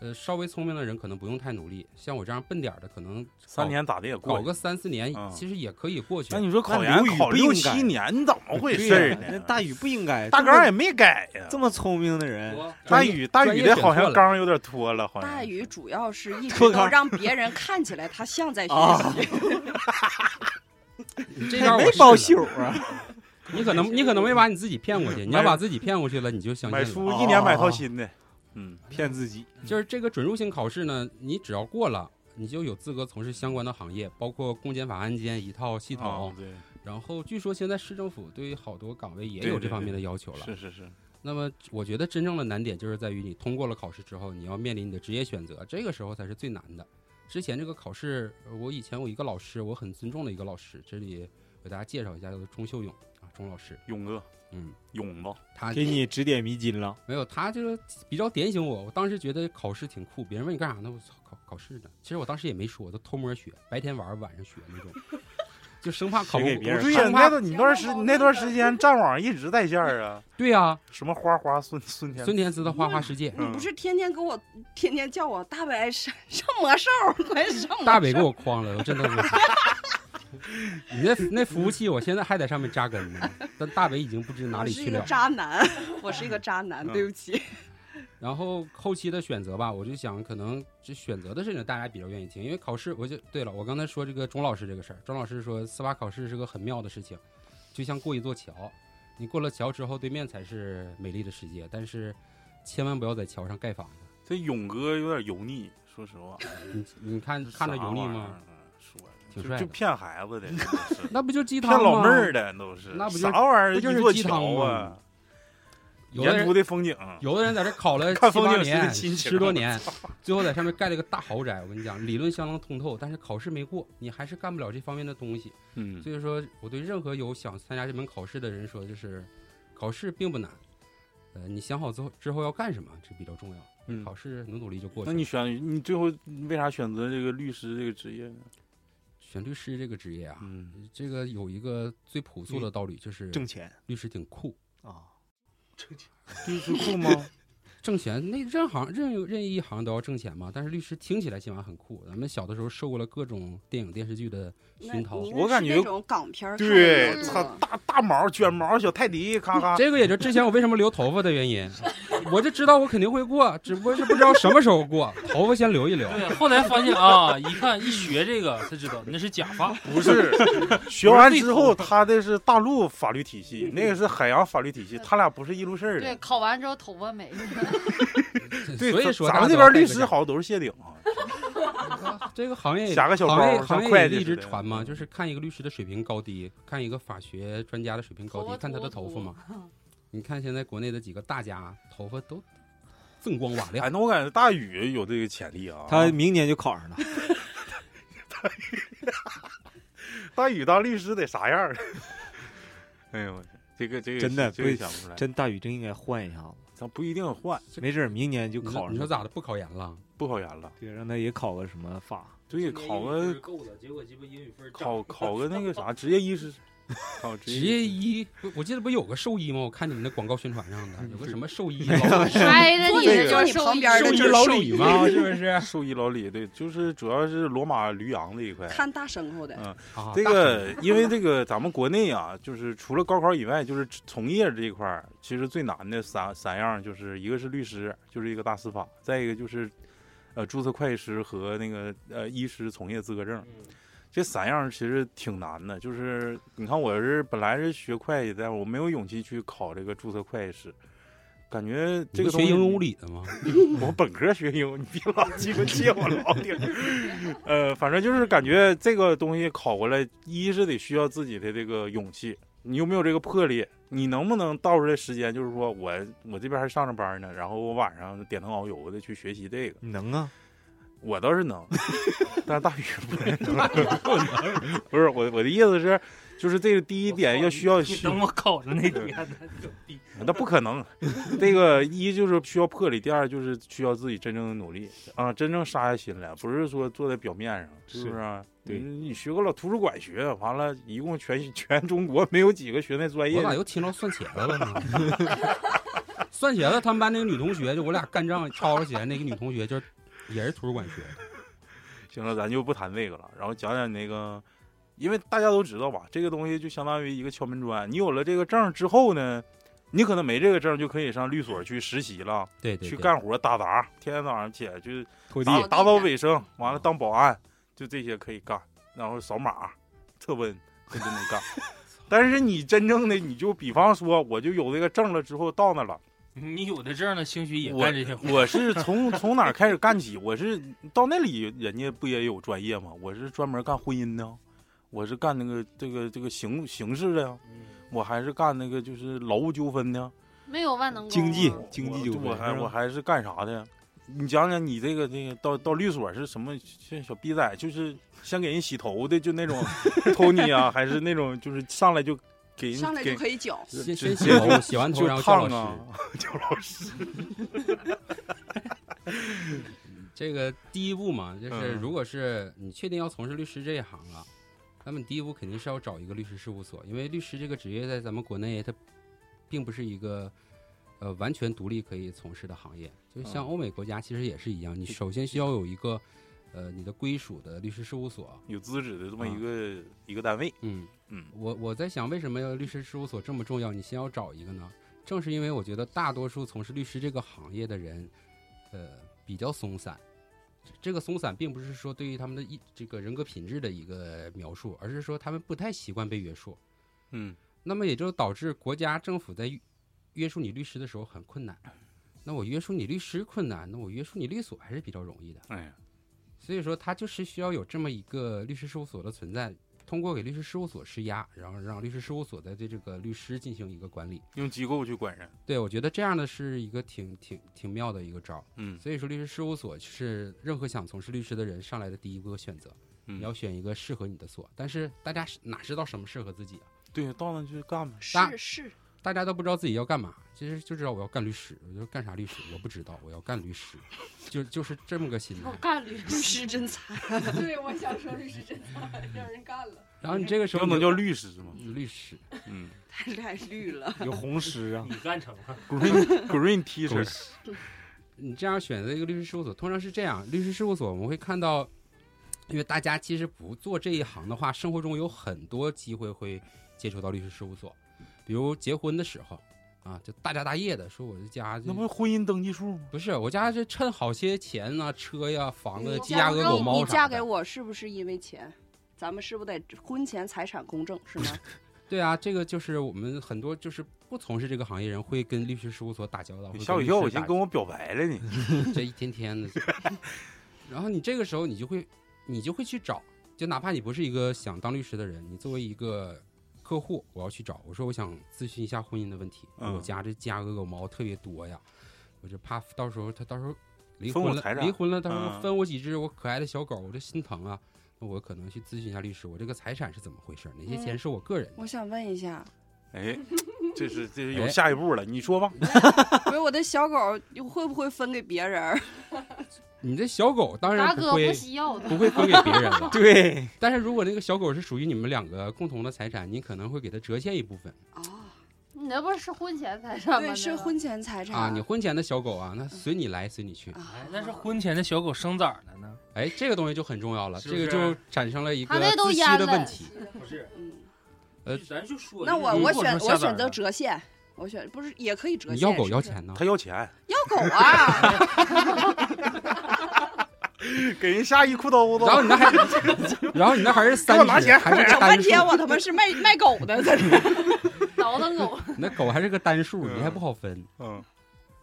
Speaker 3: 呃，稍微聪明的人可能不用太努力，像我这样笨点儿的，可能
Speaker 1: 三年咋的也
Speaker 3: 搞
Speaker 1: 过去。
Speaker 3: 个三四年
Speaker 1: 嗯，
Speaker 3: 其实也可以过去
Speaker 1: 那。你说考
Speaker 6: 那
Speaker 1: 研
Speaker 6: 刘宇
Speaker 1: 考
Speaker 6: 不应
Speaker 1: 六
Speaker 6: 该
Speaker 1: 七年，你怎么回
Speaker 6: 对
Speaker 1: 事儿
Speaker 6: 呀那
Speaker 1: 呢？
Speaker 6: 大宇不应该，
Speaker 1: 大
Speaker 6: 这么
Speaker 1: 纲也没改呀，
Speaker 6: 这么聪明的人，
Speaker 1: 大
Speaker 3: 专业
Speaker 1: 宇大
Speaker 3: 专
Speaker 1: 宇
Speaker 3: 业
Speaker 1: 的
Speaker 3: 选
Speaker 1: 好
Speaker 3: 错
Speaker 1: 像
Speaker 3: 了
Speaker 1: 纲有点脱了，好像啊
Speaker 4: 大宇主要是一直
Speaker 6: 脱
Speaker 4: 都
Speaker 6: 杆
Speaker 4: 让别人看起来他 像在学
Speaker 6: 啊
Speaker 4: 习，
Speaker 3: 你这招
Speaker 6: 还
Speaker 3: 我
Speaker 6: 没
Speaker 3: 试
Speaker 6: 包
Speaker 3: 了
Speaker 6: 宿 啊，
Speaker 3: 你可能你可能没把你自己骗 过去，你要把自己骗过去了，你就相
Speaker 1: 买
Speaker 3: 信了。
Speaker 1: 书一年买套新的，哦嗯，
Speaker 6: 骗自己。
Speaker 3: 就是这个准入性考试呢，你只要过了，你就有资格从事相关的行业，包括公检法案件一套系
Speaker 1: 啊
Speaker 3: 统。
Speaker 1: 对，
Speaker 3: 然后据说现在市政府对于好多岗位也
Speaker 1: 对
Speaker 3: 有
Speaker 1: 对
Speaker 3: 这方
Speaker 1: 对
Speaker 3: 面的要求了。
Speaker 1: 是是是，
Speaker 3: 那么我觉得真正的难点就是在于你通过了考试之后，你要面临你的职业选择，这个时候才是最难的。之前这个考试，呃我以前我一个老师，我很尊重的一个老师，这里给大家介绍一下，叫做钟秀勇啊，钟老师，
Speaker 1: 勇哥，
Speaker 3: 嗯，
Speaker 1: 勇吧，
Speaker 3: 他
Speaker 6: 给你指点迷津了，
Speaker 3: 没有，他就是比较点醒我。我当时觉得考试挺酷，别人问你干啥呢？我操，考考试呢。其实我当时也没说，我都偷摸学，白天玩，晚上学那种， 就生怕考不
Speaker 6: 谁给别人
Speaker 1: 对呀，
Speaker 3: 生
Speaker 1: 那
Speaker 3: 怕
Speaker 1: 段你那段时你那段时间战网一直在线儿啊，
Speaker 3: 对呀、
Speaker 1: 什么花花孙孙天
Speaker 3: 孙天姿的《花花世界》
Speaker 1: 嗯
Speaker 4: 你不是天天给我天天叫我大白上上魔兽，快上魔兽！
Speaker 3: 大北给我诓了，我真的是。你那那服务器，我现在还在上面扎根呢，但大北已经不知哪里
Speaker 4: 我是
Speaker 3: 去
Speaker 4: 一个
Speaker 3: 了。
Speaker 4: 渣男，我是一个渣男，
Speaker 1: 嗯
Speaker 4: 对不起。
Speaker 3: 然后后期的选择吧，我就想可能这选择的事情大家比较愿意听，因为考试我就对了，我刚才说这个钟老师这个事儿，钟老师说司法考试是个很妙的事情，就像过一座桥，你过了桥之后，对面才是美丽的世界，但是千万不要在桥上盖房子，
Speaker 1: 这勇哥有点油腻，说实话，
Speaker 3: 你你看看着油腻
Speaker 1: 啥玩意儿
Speaker 3: 吗？
Speaker 1: 啊？说的
Speaker 3: 挺
Speaker 1: 就
Speaker 3: 帅
Speaker 1: 就
Speaker 3: 的
Speaker 1: 骗孩 子的，真的是
Speaker 3: 那不就鸡
Speaker 1: 骗
Speaker 3: 汤吗？
Speaker 1: 老妹儿的都是，
Speaker 3: 那不就是
Speaker 1: 啥玩意儿？
Speaker 3: 不就是
Speaker 1: 一座
Speaker 3: 鸡汤
Speaker 1: 桥啊
Speaker 3: 吗？有的
Speaker 1: 沿
Speaker 3: 人
Speaker 1: 途的风景，啊
Speaker 3: 有的人在这考 了
Speaker 1: 看
Speaker 3: 七
Speaker 1: 风景
Speaker 3: 八
Speaker 1: 时的
Speaker 3: 年、
Speaker 1: 亲情
Speaker 3: 十多年， 最后在上面盖了个大豪宅。我跟你讲，理论相当通透，但是考试没过，你还是干不了这方面的东西。
Speaker 1: 嗯，
Speaker 3: 所以说，我对任何有想参加这门考试的人说，就是考试并不难，呃，你想好之后之后要干什么，这比较重要。
Speaker 1: 嗯
Speaker 3: 考试努努力就过去
Speaker 1: 那
Speaker 3: 了。
Speaker 1: 你选你最后为啥选择这个律师这个职业呢？
Speaker 3: 选律师这个职业啊，
Speaker 1: 嗯，
Speaker 3: 这个有一个最朴素的道理，就是
Speaker 6: 挣钱
Speaker 3: 律师挺酷，
Speaker 6: 啊，
Speaker 1: 律师酷吗？
Speaker 3: 挣钱。那任行任任意一行都要挣钱嘛，但是律师听起来起码很酷。咱们小的时候受过了各种电影电视剧的
Speaker 4: 那
Speaker 3: 熏陶
Speaker 4: 你，应该
Speaker 1: 嗯我感觉
Speaker 4: 是那种港片儿看的
Speaker 1: 对，
Speaker 4: 那种
Speaker 1: 操大大毛卷毛小泰迪，咔咔，
Speaker 3: 这个也就之前我为什么留头发的 原因，我就知道我肯定会过，只不过是不知道什么时候过，头发先留一留。
Speaker 7: 对，后来发现 啊，一看一学这个才知道那是假发，
Speaker 1: 不是， 学完之后他的是大陆法律体系，那个是海洋法律体系，他俩不是一路事儿
Speaker 2: 对，
Speaker 1: 的。
Speaker 2: 考完之后头发没了，
Speaker 1: 对，
Speaker 3: 所以说
Speaker 1: 咱咱们这边
Speaker 3: 大家都要
Speaker 1: 律
Speaker 3: 戴
Speaker 1: 师
Speaker 3: 个
Speaker 1: 好像都是谢顶啊，
Speaker 3: 这个行 业
Speaker 1: 夹个小包
Speaker 3: 行业
Speaker 1: 像
Speaker 3: 行
Speaker 1: 会
Speaker 3: 业
Speaker 1: 计
Speaker 3: 也一直
Speaker 1: 似的嗯
Speaker 3: 传嘛，就是看一个律师的水平高低，看一个法学专家的水平高
Speaker 2: 头
Speaker 3: 低
Speaker 2: 发，
Speaker 3: 看他的头
Speaker 2: 秃
Speaker 3: 发嘛。你看现在国内的几个大家头发都锃光瓦
Speaker 1: 哎，
Speaker 3: 亮，
Speaker 1: 那我感觉大宇有这个潜力啊。
Speaker 6: 他明年就考上了。
Speaker 1: 大宇当律师得啥样儿？ 哎呦，我去这个这个
Speaker 6: 真的
Speaker 1: 这个
Speaker 6: 不
Speaker 1: 想不出来，
Speaker 6: 真大宇真应该换一下子，
Speaker 1: 咱不一定换，
Speaker 6: 没准儿明年就
Speaker 3: 你
Speaker 6: 考
Speaker 3: 说
Speaker 6: 上。
Speaker 3: 你说咋的？？不考研了？
Speaker 1: 不考研了，
Speaker 6: 对，让他也考个什么法？
Speaker 1: 对，考个
Speaker 7: 够了，结果鸡巴英语分
Speaker 1: 考考个那个啥职业医师，靠，职
Speaker 3: 职业医，我我记得不有个兽医吗？我看你们的广告宣传上
Speaker 1: 嗯
Speaker 3: 的有个什么兽 医老
Speaker 2: 挨着你
Speaker 1: 这
Speaker 2: 的
Speaker 1: 个
Speaker 2: 就是
Speaker 4: 你
Speaker 2: 兽
Speaker 4: 旁
Speaker 2: 医
Speaker 4: 边
Speaker 3: 兽
Speaker 4: 的
Speaker 3: 医
Speaker 4: 就是
Speaker 3: 老
Speaker 4: 兽
Speaker 3: 李 吗？是不是？
Speaker 1: 兽医老李，对，就是主要是罗马驴羊这一块。
Speaker 4: 看大牲口的，
Speaker 1: 嗯
Speaker 3: 啊
Speaker 1: 这
Speaker 3: 大
Speaker 1: 个， 因为这个咱们国内啊，就是除了高考以外，就是从业这一块儿，其实最难的三三样，就是一个是律师，就是一个大司法，再一个就是，呃，注册会计师和那个呃医师从业资格证。
Speaker 3: 嗯
Speaker 1: 这三样其实挺难的，就是你看我是本来是学会计的，我没有勇气去考这个注册会计师，感觉这
Speaker 3: 你不
Speaker 1: 个东
Speaker 3: 学
Speaker 1: 西
Speaker 3: 应用物理的吗？
Speaker 1: 我本科学英语，你别老鸡巴借我老顶。呃，反正就是感觉这个东西考过来，一是得需要自己的这个勇气，你有没有这个魄力？你能不能倒出来时间？就是说我我这边还上着班呢，然后我晚上点灯熬油的去学习这个，
Speaker 6: 你能啊？
Speaker 1: 我倒是能， 但是大宇不能。 不是我我的意思是，就是这个第一点要需要
Speaker 7: 你等我考上那天呢，
Speaker 1: 那不可能。这个一就是需要魄力，第二就是需要自己真正的努力啊，真正杀下心来，不是说坐在表面上，是不是啊？
Speaker 6: 对
Speaker 1: 你你学个老图书馆学，完了，一共全全中国没有几个学那专业
Speaker 3: 我咋
Speaker 1: 的。
Speaker 3: 又听到蒜茄子了呢？ 蒜茄子他们班那个女同学，就我俩干仗吵吵起来那个女同学，就是也是图书馆学的。
Speaker 1: 行了，咱就不谈这个了，然后讲讲那个，因为大家都知道吧，这个东西就相当于一个敲门砖。你有了这个证之后呢，你可能没这个证就可以上律所去实习了，
Speaker 3: 对对，
Speaker 1: 去
Speaker 3: 对
Speaker 1: 干活打杂，天天早上起来就
Speaker 6: 拖
Speaker 1: 打
Speaker 4: 哦地
Speaker 1: 打扫卫生，完
Speaker 7: 嗯
Speaker 1: 了当保安，就这些可以干，然后扫码、测温，这都能 干。但是你真正的，你就比方说，我就有这个证了之后到那了，
Speaker 7: 你有的证呢，兴许也
Speaker 1: 我
Speaker 7: 干这些活。
Speaker 1: 我是从从哪儿开始干起？我是到那里，人家不也有专业吗？我是专门干婚姻的，我是干那个这个这个刑刑事的呀，
Speaker 7: 嗯
Speaker 1: 我还是干那个就是劳务纠纷的呀，
Speaker 2: 没有万能
Speaker 6: 经济
Speaker 2: 功啊
Speaker 6: 经济
Speaker 1: 我
Speaker 6: 纠
Speaker 1: 我
Speaker 6: 纷
Speaker 1: 还
Speaker 6: 是
Speaker 1: 我
Speaker 6: 吧
Speaker 1: 还是干啥的呀？你讲讲你这个这个到到律所是什么？像小逼崽，就是先给人洗头的，就那 种偷你啊，还是那种就是上来就给人
Speaker 4: 上来就
Speaker 1: 给
Speaker 4: 可以搅。
Speaker 3: 先先洗头，洗完头
Speaker 1: 就
Speaker 3: 然后叫
Speaker 1: 烫
Speaker 3: 老
Speaker 1: 啊
Speaker 3: 师。，
Speaker 1: 叫老师。
Speaker 3: 这个第一步嘛，就是
Speaker 1: 嗯
Speaker 3: 如果是你确定要从事律师这一行了，那么你第一步肯定是要找一个律师事务所，因为律师这个职业在咱们国内它并不是一个呃完全独立可以从事的行业，就像
Speaker 1: 嗯
Speaker 3: 欧美国家其实也是一样，你首先需要有一个呃你的归属的律师事务所。
Speaker 1: 有资质的这么
Speaker 3: 啊
Speaker 1: 一个一个单位，
Speaker 3: 嗯
Speaker 1: 嗯，
Speaker 3: 我我在想为什么要律师事务所这么重要？你先要找一个呢？正是因为我觉得大多数从事律师这个行业的人，呃，比较松散。这这个松散并不是说对于他们的一这个人格品质的一个描述，而是说他们不太习惯被约束。
Speaker 1: 嗯，
Speaker 3: 那么也就导致国家政府在约约束你律师的时候很困难。那我约束你律师困难，那我约束你律所还是比较容易的。
Speaker 1: 哎呀，
Speaker 3: 所以说，他就是需要有这么一个律师事务所的存在，通过给律师事务所施压，然后让律师事务所在对这个律师进行一个管理。
Speaker 1: 用机构去管人，
Speaker 3: 对我觉得这样的是一个挺挺挺妙的一个招儿。
Speaker 1: 嗯，
Speaker 3: 所以说，律师事务所是任何想从事律师的人上来的第一个选择。
Speaker 1: 嗯
Speaker 3: 你要选一个适合你的所，但是大家是哪知道什么适合自己啊？
Speaker 1: 对，到那去干呗，
Speaker 3: 大
Speaker 4: 是是，
Speaker 3: 大家都不知道自己要干嘛，其实就知道我要干律师，我就干啥律师我不知道，我要干律师，就就是这么个心态
Speaker 2: 我。干律
Speaker 4: 律
Speaker 2: 师，
Speaker 4: 师真惨。
Speaker 5: 对，我想说律师真的让人干了。
Speaker 3: 然后你这个时
Speaker 1: 这
Speaker 3: 候
Speaker 1: 不能
Speaker 3: 你就
Speaker 1: 叫律师吗？
Speaker 3: 律师，
Speaker 1: 嗯
Speaker 4: 太太绿了，
Speaker 6: 有红师啊，，
Speaker 7: 你干成了，
Speaker 1: ，green green T
Speaker 3: 狗
Speaker 1: 恤，
Speaker 3: 你这样选择一个律师事务所，通常是这样，律师事务所我们会看到，因为大家其实不做这一行的话，生活中有很多机会会接触到律师事务所，比如结婚的时候啊，就大家大业的说我这家就
Speaker 1: 那不是婚姻登记处吗？
Speaker 3: 不是我家是趁好些钱呐、车呀、房子、
Speaker 4: 你
Speaker 3: 鸡鸭鹅狗猫
Speaker 4: 你
Speaker 3: 啥
Speaker 4: 嫁给
Speaker 3: 的。
Speaker 4: 我是不是因为钱？咱们是不是得婚前财产公证 是吗？
Speaker 3: 对啊，这个就是我们很多就是不从事这个行业人会跟律师事务所打交道。
Speaker 1: 你
Speaker 3: 会
Speaker 1: 吓我
Speaker 3: 跟
Speaker 1: 一
Speaker 3: 律
Speaker 1: 跳，
Speaker 3: 师
Speaker 1: 我
Speaker 3: 打
Speaker 1: 先跟我表白了你，
Speaker 3: 这一天天的。然后你这个时候你就会，你就会去找，就哪怕你不是一个想当律师的人，你作为一个客户，我要去找，我说我想咨询一下婚姻的问题，
Speaker 1: 嗯
Speaker 3: 我家这家鹅狗猫特别多呀，我就怕到时候他到时候离
Speaker 1: 分
Speaker 3: 婚
Speaker 1: 我财
Speaker 3: 了，
Speaker 1: 产
Speaker 3: 离婚了，到时候
Speaker 1: 嗯
Speaker 3: 分我几只我可爱的小狗，我这心疼啊。那我可能去咨询一下律师，我这个财产是怎么回事？哪些钱是我个人的？
Speaker 4: 我想问一下，
Speaker 1: 哎，这是这是有
Speaker 3: 哎
Speaker 1: 下一步了，你说吧。
Speaker 4: 不是我的小狗会不会分给别人儿？
Speaker 3: 你这小狗
Speaker 2: 达
Speaker 3: 当然不
Speaker 2: 哥
Speaker 3: 会
Speaker 2: 不需要的，
Speaker 3: 不会分给别人了
Speaker 6: 对，
Speaker 3: 但是如果那个小狗是属于你们两个共同的财产，你可能会给它折现一部分
Speaker 4: 啊，
Speaker 2: 你那不是婚前财产吗？
Speaker 4: 对，是婚前财产
Speaker 3: 啊。你婚前的小狗啊，那随你来随你去。
Speaker 4: 啊
Speaker 7: 哎，，那是婚前的小狗生崽儿了呢？
Speaker 3: 哎，这个东西就很重要了，
Speaker 7: 是
Speaker 3: 这
Speaker 7: 不
Speaker 3: 个
Speaker 7: 是
Speaker 3: 就产生了一个
Speaker 2: 它那都
Speaker 3: 自息
Speaker 2: 淹
Speaker 3: 的
Speaker 2: 了
Speaker 3: 问题。
Speaker 7: 不是，
Speaker 4: 嗯
Speaker 3: 呃
Speaker 7: 咱就说
Speaker 4: 那我
Speaker 7: 就是
Speaker 4: 我
Speaker 7: 如果
Speaker 4: 选
Speaker 7: 说
Speaker 4: 我
Speaker 7: 下崽
Speaker 4: 选
Speaker 7: 儿
Speaker 4: 择
Speaker 7: 了
Speaker 4: 折现，我选不是也可以折现？
Speaker 3: 你要狗
Speaker 4: 是
Speaker 3: 要
Speaker 4: 不是？
Speaker 3: 钱呢？
Speaker 1: 他要钱，
Speaker 4: 要狗 啊！
Speaker 1: 给人吓一裤兜子
Speaker 3: 然。后你那还，然后你那还是 三
Speaker 1: 给我拿
Speaker 3: 只
Speaker 1: 钱
Speaker 3: 还是个
Speaker 4: 整半
Speaker 3: 单数
Speaker 4: 天，我他妈是卖卖狗的，在这儿
Speaker 2: 倒腾狗，
Speaker 3: 你那狗还是个单数，
Speaker 1: 嗯
Speaker 3: 你还不好分。
Speaker 1: 嗯，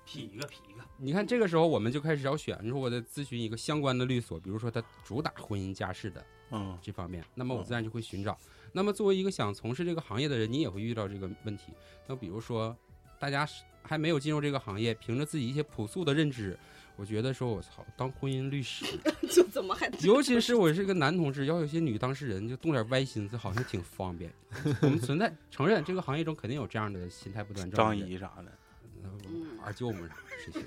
Speaker 7: 劈一个劈一个，
Speaker 3: 你看这个时候我们就开始要选，你说我得咨询一个相关的律所，比如说它主打婚姻家事的
Speaker 1: 嗯，
Speaker 3: 这方面，那么我
Speaker 1: 嗯
Speaker 3: 自然就会寻找。那么作为一个想从事这个行业的人，你也会遇到这个问题。那比如说，大家是还没有进入这个行业，凭着自己一些朴素的认知，我觉得说我操，当婚姻 律师，
Speaker 4: 就怎么还
Speaker 3: 尤其是我是个男同志，要有些女当事人就动点歪心思，好像挺方便。 我们存在承认这个行业中肯定有这样的心态不端正的
Speaker 1: 张
Speaker 3: 人。
Speaker 1: 仪啥的，
Speaker 4: 嗯
Speaker 3: 二舅母啥这些。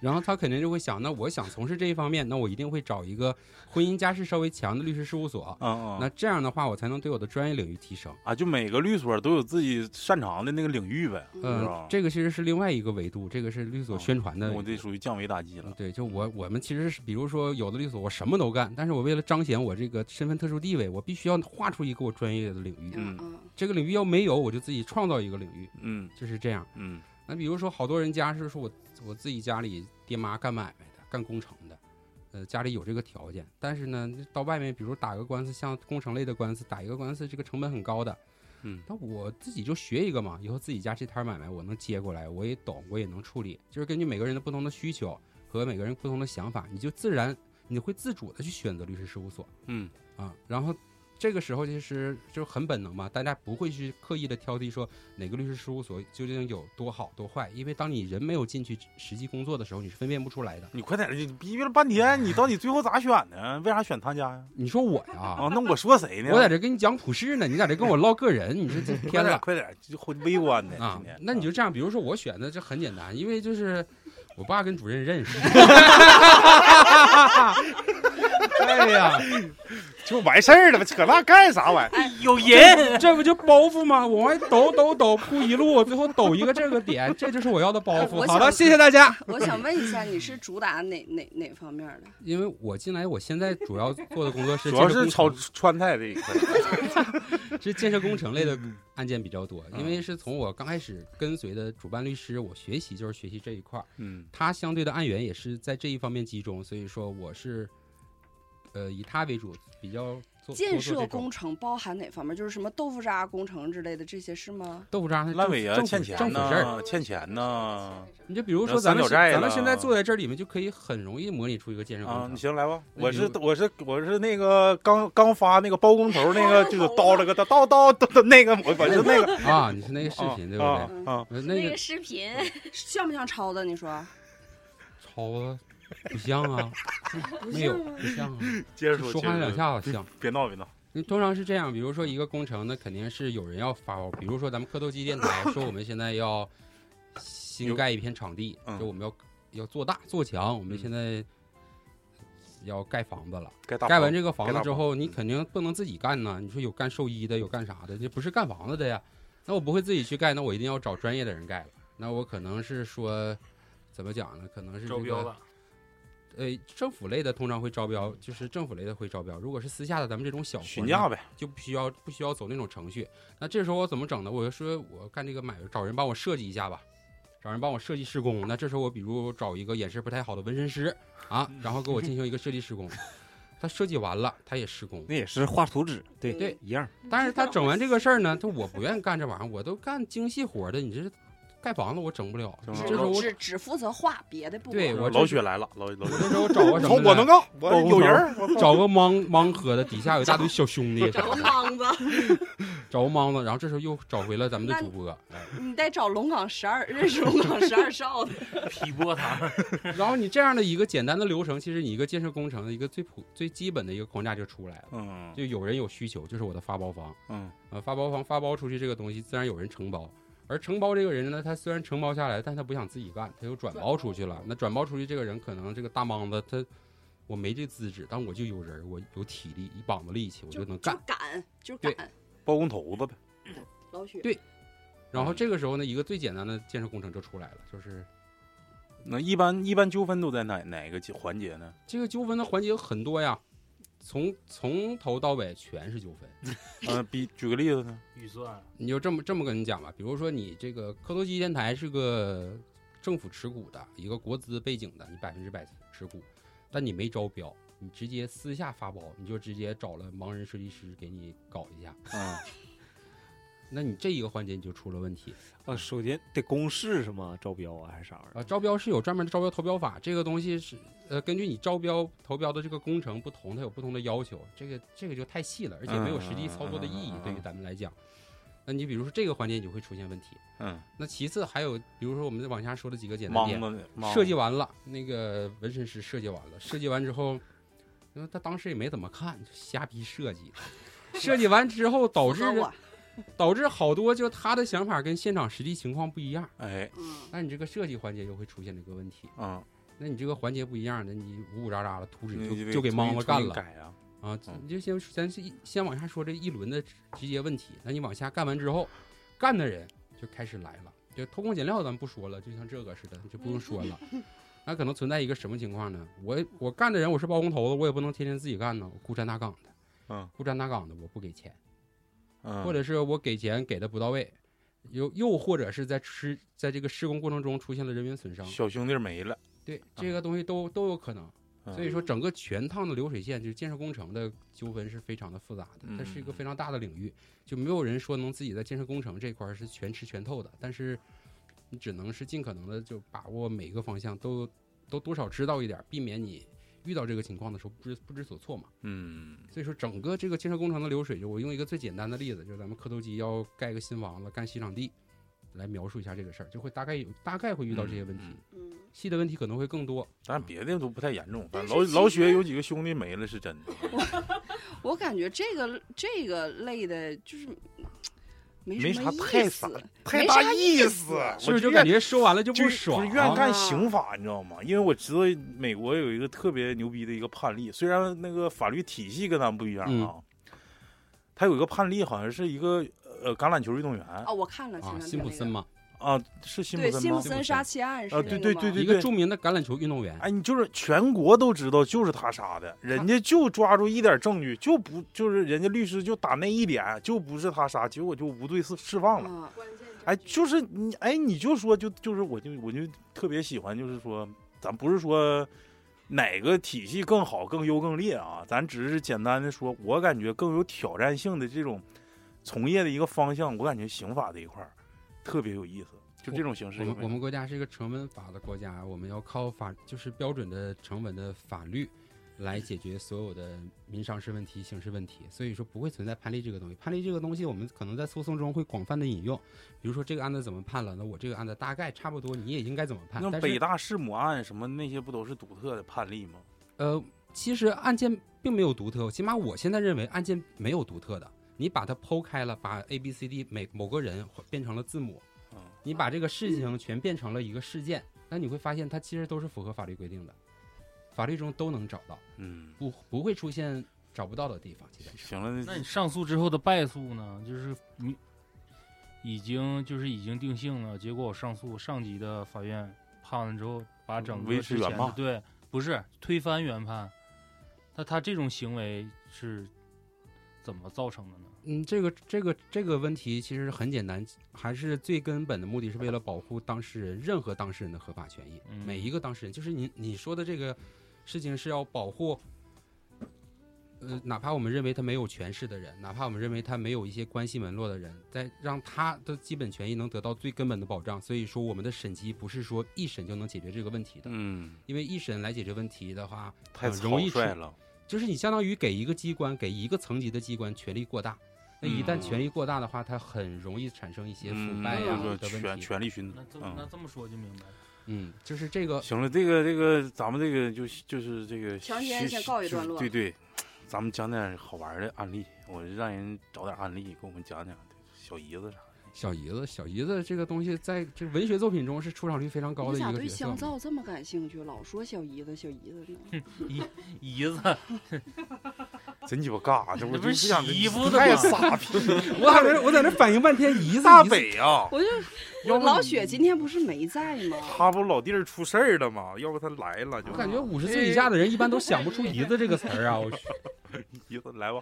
Speaker 3: 然后他肯定就会想，那我想从事这一方面，那我一定会找一个婚姻家事稍微强的律师事务所。
Speaker 1: 嗯
Speaker 3: 那
Speaker 1: 嗯，
Speaker 3: 这样的话，我才能对我的专业领域提升。
Speaker 1: 啊，就每个律所都有自己擅长的那个领域呗。是啊吧
Speaker 3: 嗯，这个其实是另外一个维度，这个是律所
Speaker 1: 嗯
Speaker 3: 宣传的。呃
Speaker 1: 我这属于降维打击了。
Speaker 3: 对，就我我们其实是，比如说有的律所我什么都干，但是我为了彰显我这个身份特殊地位，我必须要画出一个我专业的领域。
Speaker 1: 嗯
Speaker 4: 嗯
Speaker 3: 这个领域要没有，我就自己创造一个领域，
Speaker 1: 嗯
Speaker 3: 就是这样。
Speaker 1: 嗯
Speaker 3: 那比如说，好多人家是说我我自己家里爹妈干买卖的，干工程的，呃，家里有这个条件，但是呢，到外面比如打个官司，像工程类的官司，打一个官司这个成本很高的，
Speaker 1: 嗯
Speaker 3: 那我自己就学一个嘛，以后自己家这摊儿买卖我能接过来，我也懂，我也能处理，就是根据每个人的不同的需求和每个人不同的想法，你就自然你会自主的去选择律师事务所
Speaker 1: 嗯
Speaker 3: 啊，然后。这个时候其实就很本能嘛，大家不会去刻意的挑剔说哪个律师事务所究竟有多好多坏，因为当你人没有进去实际工作的时候，你是分辨不出来的。
Speaker 1: 你快点儿，你逼逼了半天，你到底最后咋选的？为啥选他家呀？
Speaker 3: 你说我呀，
Speaker 1: 啊，那我说谁呢？
Speaker 3: 我在这跟你讲普世呢，你在这跟我唠个人，你这 这
Speaker 1: 快
Speaker 3: 偏
Speaker 1: 点儿，
Speaker 3: 了
Speaker 1: 快点儿，就会微观的
Speaker 3: 啊
Speaker 1: 今天。！
Speaker 3: 那你就这样，比如说我选的这很简单，因为就是我爸跟主任认识。 哎呀，
Speaker 1: 就完事儿了吧？扯那干啥玩意儿？
Speaker 7: 有人
Speaker 3: 这不就包袱吗？我还抖抖抖铺一路，我最后抖一个这个点，这就是我要的包袱。
Speaker 4: 我
Speaker 3: 好了，
Speaker 4: 想
Speaker 3: 谢谢大家。
Speaker 4: 我想问一下，你是主打哪哪哪方面的？
Speaker 3: 因为我进来，我现在主要做的工作是
Speaker 1: 主要
Speaker 3: 建设
Speaker 1: 是
Speaker 3: 工
Speaker 1: 炒
Speaker 3: 程
Speaker 1: 川菜这一块。
Speaker 3: 是建设工程类的
Speaker 1: 嗯
Speaker 3: 案件比较多，因为是从我刚开始跟随的主办律师，我学习就是学习这一块儿，
Speaker 1: 嗯
Speaker 3: 他相对的案源也是在这一方面集中，所以说我是，呃，以他为主，比较做
Speaker 4: 建设
Speaker 3: 多做这种
Speaker 4: 工程包含哪方面？就是什么豆腐渣工程之类的这些是吗？
Speaker 3: 豆腐渣是
Speaker 1: 烂尾啊，
Speaker 3: 政府
Speaker 1: 欠钱
Speaker 3: 政府事儿。
Speaker 1: 呢，欠钱呢。
Speaker 3: 你就比如
Speaker 1: 那
Speaker 3: 说咱们
Speaker 1: 三角
Speaker 3: 现
Speaker 1: 债
Speaker 3: 咱们
Speaker 1: 了
Speaker 3: 现在坐在这里面，就可以很容易模拟出一个建设工
Speaker 1: 啊，
Speaker 3: 程
Speaker 1: 你。行来吧，
Speaker 3: 那
Speaker 1: 我
Speaker 3: 你
Speaker 1: 是
Speaker 3: 就
Speaker 1: 我是我是那个刚刚发那个包工头那个， 就是叨了个叨叨叨叨叨那个，我我就那个
Speaker 3: 啊，你是那个 视频对不
Speaker 1: 啊
Speaker 3: 对？
Speaker 1: 啊啊，
Speaker 3: 呃
Speaker 5: 那
Speaker 3: 那
Speaker 5: 个
Speaker 3: 个
Speaker 5: 视频，
Speaker 4: 像不像抄的？你说
Speaker 3: 超啊，不像啊，没有不像啊，
Speaker 1: 接着说，
Speaker 3: 说
Speaker 1: 接
Speaker 3: 话
Speaker 1: 着
Speaker 3: 两
Speaker 1: 说，
Speaker 3: 下子像。啊
Speaker 1: 别闹别闹，
Speaker 3: 你嗯通常是这样，比如说一个工程，那肯定是有人要发包。比如说咱们磕头机电台说我们现在要新盖一片场地
Speaker 1: 嗯，
Speaker 3: 就我们要要做大做强，我们
Speaker 1: 嗯
Speaker 3: 现在要盖房子了。
Speaker 1: 该打
Speaker 3: 盖
Speaker 1: 包
Speaker 3: 完这个房
Speaker 1: 该
Speaker 3: 子
Speaker 1: 打
Speaker 3: 之
Speaker 1: 包
Speaker 3: 后，
Speaker 1: 嗯
Speaker 3: 你肯定不能自己干呐。你说有干兽医的，有干啥的，这不是干房子的呀。那我不会自己去盖，那我一定要找专业的人盖了。那我可能是说，怎么讲呢？可能是这
Speaker 7: 招
Speaker 3: 个
Speaker 7: 标了，
Speaker 3: 呃，政府类的通常会招标，就是政府类的会招标。如果是私下的，咱们这种小活
Speaker 1: 询
Speaker 3: 呢
Speaker 1: 价呗，
Speaker 3: 就不需要不需要走那种程序。那这时候我怎么整呢？我就说我干这个买，找人帮我设计一下吧，找人帮我设计施工。那这时候我比如找一个眼神不太好的纹身师啊，然后给我进行一个设计施工。他设计完了，他也施工，
Speaker 6: 那也是画图纸，对
Speaker 4: 对
Speaker 6: 一样。
Speaker 3: 但是他整完这个事儿呢，他我不愿意干这玩意儿，我都干精细活儿的，你这盖房子我整不了，
Speaker 1: 整不了
Speaker 3: 这时候嗯我
Speaker 4: 只只负责画，别的不管。
Speaker 3: 哎对我这
Speaker 1: 老雪来了，老老
Speaker 3: 我
Speaker 1: 雪
Speaker 3: 那时候找个什
Speaker 1: 瞅
Speaker 3: 么
Speaker 1: 我能
Speaker 3: 呢？
Speaker 1: 干，我有人儿，我
Speaker 3: 找个盲盲盒的，底下有一大堆小兄弟，
Speaker 4: 找莽子，
Speaker 3: 找个盲子，然后这时候又找回了咱们的主播，哎
Speaker 4: 你得找龙岗十二，认识龙岗十二少的。
Speaker 7: 劈波他们，
Speaker 3: 然后你这样的一个简单的流程，其实你一个建设工程的一个最普最基本的一个框架就出来了，
Speaker 1: 嗯
Speaker 3: 就有人有需求，就是我的发包方。
Speaker 1: 嗯
Speaker 3: 呃，发包方发包出去这个东西，自然有人承包。而承包这个人呢，他虽然承包下来，但他不想自己干，他又转包出去了。那转包出去这个人，可能这个大莽子他，我没这资质，但我就有人儿，我有体力，一膀子力气，我
Speaker 4: 就
Speaker 3: 就能
Speaker 4: 就
Speaker 3: 干。
Speaker 4: 敢，就
Speaker 3: 对
Speaker 4: 敢。
Speaker 1: 包工头子呗，
Speaker 4: 老许
Speaker 3: 对然后这个时候呢，一个最简单的建设工程就出来了，就是
Speaker 1: 那一般一般纠纷都在哪哪个环节呢？
Speaker 3: 这个纠纷的环节有很多呀，从从头到尾全是纠纷。
Speaker 1: 嗯，比举个例子呢？
Speaker 7: 预算
Speaker 3: 你就这么这么跟你讲吧，比如说你这个科多基电台是个政府持股的一个国资背景的，你百分之百持股，但你没招标，你直接私下发包，你就直接找了盲人设计师给你搞一下，
Speaker 1: 嗯，
Speaker 3: 那你这一个环节你就出了问题
Speaker 6: 啊，首先得公示是吗？招标啊还是啥玩意
Speaker 3: 啊、
Speaker 6: 儿？
Speaker 3: 招标是有专门的招标投标法，这个东西是呃根据你招标投标的这个工程不同，它有不同的要求，这个这个就太细了，而且没有实际操作的意
Speaker 1: 嗯嗯
Speaker 3: 义
Speaker 1: 嗯嗯嗯
Speaker 3: 对于咱们来讲。那你比如说这个环节你就会出现问题，
Speaker 1: 嗯，
Speaker 3: 那其次还有，比如说我们往下说的几个简单
Speaker 1: 忙
Speaker 3: 点，
Speaker 1: 的呢忙
Speaker 3: 设计完了，那个纹身师设计完了，设计完之后，因为他当时也没怎么看，就瞎逼 设计，设计完之后导致
Speaker 4: 和我，
Speaker 3: 导致好多就他的想法跟现场实际情况不一样，
Speaker 1: 哎，
Speaker 4: 嗯，
Speaker 3: 那你这个设计环节就会出现这个问题，
Speaker 1: 嗯，
Speaker 3: 那你这个环节不一样，那你五五渣渣的图纸
Speaker 1: 你
Speaker 3: 就
Speaker 1: 得
Speaker 3: 就给
Speaker 1: 嗯重新
Speaker 3: 莽子干
Speaker 1: 重新
Speaker 3: 了
Speaker 1: 改啊，
Speaker 3: 啊
Speaker 1: 嗯！
Speaker 3: 你就先咱是一先往下说这一轮的集结问题，那你往下干完之后，干的人就开始来了，就偷工减料咱不说了，就像这个似的就不用说了。 那可能存在一个什么情况呢？我我干的人我是包工头子，我也不能天天自己干呢，我雇站大岗的，
Speaker 1: 嗯，
Speaker 3: 雇站大岗的我不给钱，
Speaker 1: 嗯，
Speaker 3: 或者是我给钱给的不到位，又又或者是在施在这个施工过程中出现了人员损伤，
Speaker 1: 小兄弟没了，
Speaker 3: 对这个东西都都有可能。
Speaker 1: 啊嗯
Speaker 3: 所以说，整个全趟的流水线，就是建设工程的纠纷是非常的复杂的
Speaker 1: 嗯，
Speaker 3: 它是一个非常大的领域，就没有人说能自己在建设工程这块儿是全吃全透的，但是你只能是尽可能的就把握每个方向都都多少知道一点儿，避免你遇到这个情况的时候不知不知所措嘛。
Speaker 1: 嗯
Speaker 3: 所以说，整个这个建设工程的流水，就我用一个最简单的例子，就是咱们磕头机要盖个新房子，干洗场地，来描述一下这个事儿，就会大概有大概会遇到这些问题
Speaker 1: 嗯，
Speaker 4: 嗯，
Speaker 3: 细的问题可能会更多。
Speaker 1: 但别的都不太严重，反
Speaker 4: 但
Speaker 1: 正老
Speaker 4: 是其
Speaker 1: 老
Speaker 4: 实
Speaker 1: 雪有几个兄弟没了是真 的，
Speaker 4: 我感觉这个这个类的，就是没
Speaker 1: 没
Speaker 4: 什
Speaker 1: 啥
Speaker 4: 么
Speaker 1: 太
Speaker 4: 意
Speaker 1: 啥
Speaker 4: 思。
Speaker 1: 太
Speaker 4: 没
Speaker 1: 大
Speaker 4: 啥
Speaker 1: 意
Speaker 4: 意
Speaker 1: 思
Speaker 4: 思，啊
Speaker 3: 是不
Speaker 1: 我
Speaker 3: 是就
Speaker 1: 愿
Speaker 3: 感觉说完了就
Speaker 1: 就
Speaker 3: 不
Speaker 1: 是
Speaker 3: 爽、
Speaker 1: 愿意
Speaker 3: 啊？
Speaker 1: 干刑法，你知道吗？因为我知道美国有一个特别牛逼的一个判例，虽然那个法律体系跟咱们不一样啊，他有一个判例，好像是一个呃橄榄球运动员
Speaker 4: 哦，我看了前
Speaker 3: 啊，
Speaker 4: 两天
Speaker 3: 辛普
Speaker 4: 那个
Speaker 3: 森嘛，
Speaker 1: 啊，是辛普
Speaker 4: 对，
Speaker 1: 森
Speaker 4: 辛
Speaker 1: 吗
Speaker 4: 普？
Speaker 3: 辛普
Speaker 4: 森
Speaker 3: 森
Speaker 4: 杀妻案是
Speaker 1: 啊对
Speaker 4: 那个
Speaker 1: 对
Speaker 4: 吗
Speaker 1: 对对
Speaker 3: 一个著名的橄榄球运动员，
Speaker 1: 哎，你就是全国都知道，就是他杀的，人家就抓住一点证据，就不就是人家律师就打那一点，就不是他杀，结果就无罪释释放了。
Speaker 4: 嗯，
Speaker 5: 关键证
Speaker 1: 哎，
Speaker 5: 据
Speaker 1: 就是你，哎，你就说就就是，我就我就特别喜欢，就是说，咱不是说哪个体系更好、更优、更劣啊，咱只是简单的说，我感觉更有挑战性的这种从业的一个方向，我感觉刑法这一块儿特别有意思，就这种形式
Speaker 3: 我
Speaker 1: 有
Speaker 3: 们
Speaker 1: 没有。
Speaker 3: 我们国家是一个成文法的国家，我们要靠法就是标准的成文的法律来解决所有的民商事问题、刑事问题，所以说不会存在判例这个东西。判例这个东西，我们可能在诉讼中会广泛的引用，比如说这个案子怎么判了，那我这个案子大概差不多，你也应该怎么判。
Speaker 1: 那
Speaker 3: 但
Speaker 1: 北
Speaker 3: 是
Speaker 1: 大弑母案什么那些不都是独特的判例吗？
Speaker 3: 呃，其实案件并没有独特，起码我现在认为案件没有独特的。你把它剖开了，把 A、B、C、D 每某个人变成了字母，
Speaker 1: 嗯，
Speaker 3: 你把这个事情全变成了一个事件，那你会发现它其实都是符合法律规定的，法律中都能找到，
Speaker 1: 嗯，
Speaker 3: 不不会出现找不到的地方。基本上
Speaker 1: 行了，
Speaker 7: 那你上诉之后的败诉呢？就是你已经就是已经定性了，结果我上诉上级的法院判完之后，把整个
Speaker 1: 维持
Speaker 7: 之
Speaker 1: 原
Speaker 7: 前的
Speaker 1: 判
Speaker 7: 对，不是推翻原判。那他这种行为是怎么造成的呢？
Speaker 3: 嗯，这个这个这个问题其实很简单，还是最根本的目的是为了保护当事人任何当事人的合法权益。
Speaker 7: 嗯
Speaker 3: 每一个当事人，就是你你说的这个事情是要保护呃，哪怕我们认为他没有权势的人，哪怕我们认为他没有一些关系门络的人，在让他的基本权益能得到最根本的保障。所以说，我们的审级不是说一审就能解决这个问题的，
Speaker 1: 嗯，
Speaker 3: 因为一审来解决问题的话，
Speaker 1: 太
Speaker 3: 呃
Speaker 1: 草
Speaker 3: 容易出
Speaker 1: 率了，
Speaker 3: 就是你相当于给一个机关、给一个层级的机关权力过大。那一旦
Speaker 1: 嗯
Speaker 3: 权力过大的话，它很容易产生一些腐
Speaker 1: 嗯，
Speaker 3: 败呀、
Speaker 1: 就是
Speaker 3: 的
Speaker 1: 权
Speaker 3: 问题。
Speaker 1: 权力熏
Speaker 7: 那这么那
Speaker 1: 嗯。
Speaker 7: 这么说就明白了。
Speaker 3: 嗯，就是这个
Speaker 1: 行了，这个这个，咱们这个就就是这个
Speaker 4: 强奸
Speaker 1: 学
Speaker 4: 先告一
Speaker 1: 就是
Speaker 4: 段落
Speaker 1: 对对，咱们讲点好玩的案例，我让人找点案例给我们讲讲，小姨子啥的。
Speaker 3: 小姨子，小姨子这个东西在这文学作品中是出场率非常高的
Speaker 4: 你
Speaker 3: 一
Speaker 4: 咋
Speaker 3: 个
Speaker 4: 对
Speaker 3: 角色
Speaker 4: 香
Speaker 3: 嘛。
Speaker 4: 皂这么感兴趣？老说小姨子小姨子呢？
Speaker 1: 嗯
Speaker 7: 姨子，
Speaker 1: 真鸡巴尬，这我
Speaker 7: 那
Speaker 1: 就
Speaker 7: 不是洗
Speaker 1: 想
Speaker 7: 衣服的
Speaker 1: 太
Speaker 7: 吗
Speaker 1: 傻逼了，
Speaker 3: 我在那我在那反应半天，姨子
Speaker 1: 大
Speaker 3: 姨子
Speaker 1: 北啊！
Speaker 4: 我就
Speaker 1: 要不
Speaker 4: 老
Speaker 1: 你
Speaker 4: 雪今天不是没在吗？
Speaker 1: 他不老弟儿出事儿了吗？要不他来了就
Speaker 3: 我感觉五十岁以下的人一般都想不出“姨子”这个词儿啊！我去，
Speaker 1: 意思来吧，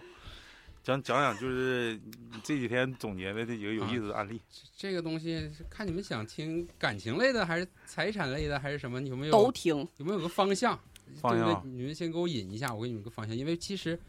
Speaker 1: 讲讲讲就是你这几天总结的这几个有意思的案例。
Speaker 3: 这个东西是看你们想听感情类的，还是财产类的，还是什么？你有没
Speaker 4: 都
Speaker 3: 有
Speaker 4: 听，
Speaker 3: 有没有个方向？
Speaker 1: 方
Speaker 3: 对不
Speaker 1: 向
Speaker 3: 对？你们先给我引一下，我给你们个方向。因为其实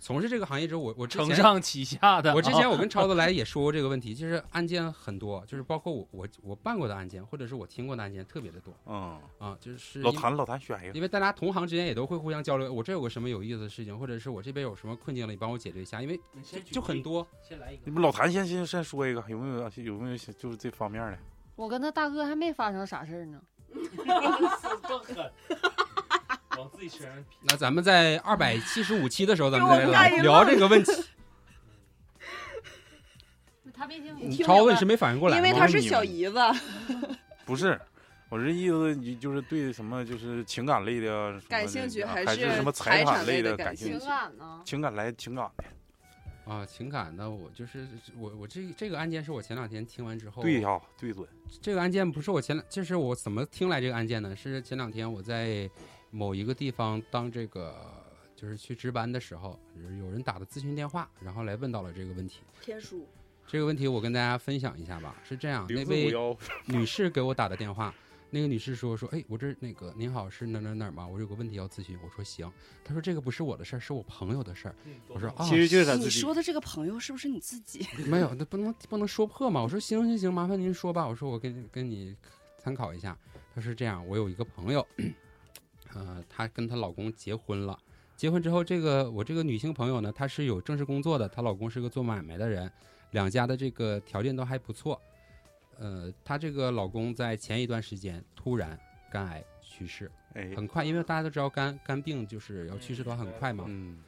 Speaker 3: 从事这个行业之后，我我之
Speaker 7: 承
Speaker 3: 前
Speaker 7: 上启下的啊。
Speaker 3: 我之前我跟超 子来也说过这个问题，就是案件很多，就是包括我我我办过的案件，或者是我听过的案件特别的多
Speaker 1: 嗯，
Speaker 3: 啊，就是
Speaker 1: 老
Speaker 3: 因为
Speaker 1: 谭老谭选一个，
Speaker 3: 因为大家同行之间也都会互相交流，我这有个什么有意思的事情，或者是我这边有什么困境了，你帮我解决一下，因为就就很，多。
Speaker 7: 先来一
Speaker 1: 你们老谭先先先说一个，有没有有没有就是这方面的？
Speaker 2: 我跟他大哥还没发生啥事儿呢。
Speaker 7: 更狠，往自己身上
Speaker 3: 那咱们在二百七十五期的时 候，咱们
Speaker 4: 哎给
Speaker 3: 再
Speaker 4: 我看
Speaker 3: 来
Speaker 4: 一愣
Speaker 3: 聊这个问题。
Speaker 2: 他没听
Speaker 4: 你
Speaker 2: 你
Speaker 4: 听
Speaker 3: 超问是没反应过来吗，
Speaker 4: 因为
Speaker 1: 我
Speaker 4: 她
Speaker 1: 说
Speaker 4: 是
Speaker 1: 你
Speaker 4: 小
Speaker 1: 们
Speaker 4: 姨子，
Speaker 1: 不是，我这意思你就是对什么就是情感类的啊什么的
Speaker 4: 感兴趣
Speaker 1: 还
Speaker 4: 还
Speaker 1: 是
Speaker 4: 是
Speaker 1: 什么
Speaker 4: 财
Speaker 1: 产
Speaker 4: 产类
Speaker 1: 的
Speaker 4: 的感
Speaker 1: 兴
Speaker 2: 情
Speaker 1: 趣？
Speaker 2: 感呢？
Speaker 1: 情感来情感的，
Speaker 3: 啊，情感呢，我就是我我这这个案件是我前两天听完之后，
Speaker 1: 对呀，对准，
Speaker 3: 这个案件不是我前两，就是我怎么听来这个案件呢？是前两天我在某一个地方当这个就是去值班的时候，有人打的咨询电话，然后来问到了这个问题。
Speaker 4: 天书
Speaker 3: 这个问题我跟大家分享一下吧，是这样，那
Speaker 1: 零四五
Speaker 3: 位
Speaker 1: 幺，
Speaker 3: 女士给我打的电话，那个女士说说，哎，我这那个您好，是哪哪哪儿吗？我有个问题要咨询。我说行，她说这个不是我的事儿，是我朋友的事儿。我说啊，
Speaker 6: 其实就是他
Speaker 4: 你
Speaker 6: 自己。
Speaker 4: 说的这个朋友是不是你自 己？
Speaker 3: 没有，那不能不能说破嘛。我说行行行，麻烦您说吧。我说我跟跟你参考一下。她说这样，我有一个朋友， 呃，她跟她老公结婚了。结婚之后，这个我这个女性朋友呢，她是有正式工作的，她老公是个做买卖的人，两家的这个条件都还不错。呃，她这个老公在前一段时间突然肝癌去世，
Speaker 1: 哎，
Speaker 3: 很快，因为大家都知道肝肝病就是要去世的话很快嘛。
Speaker 1: 嗯，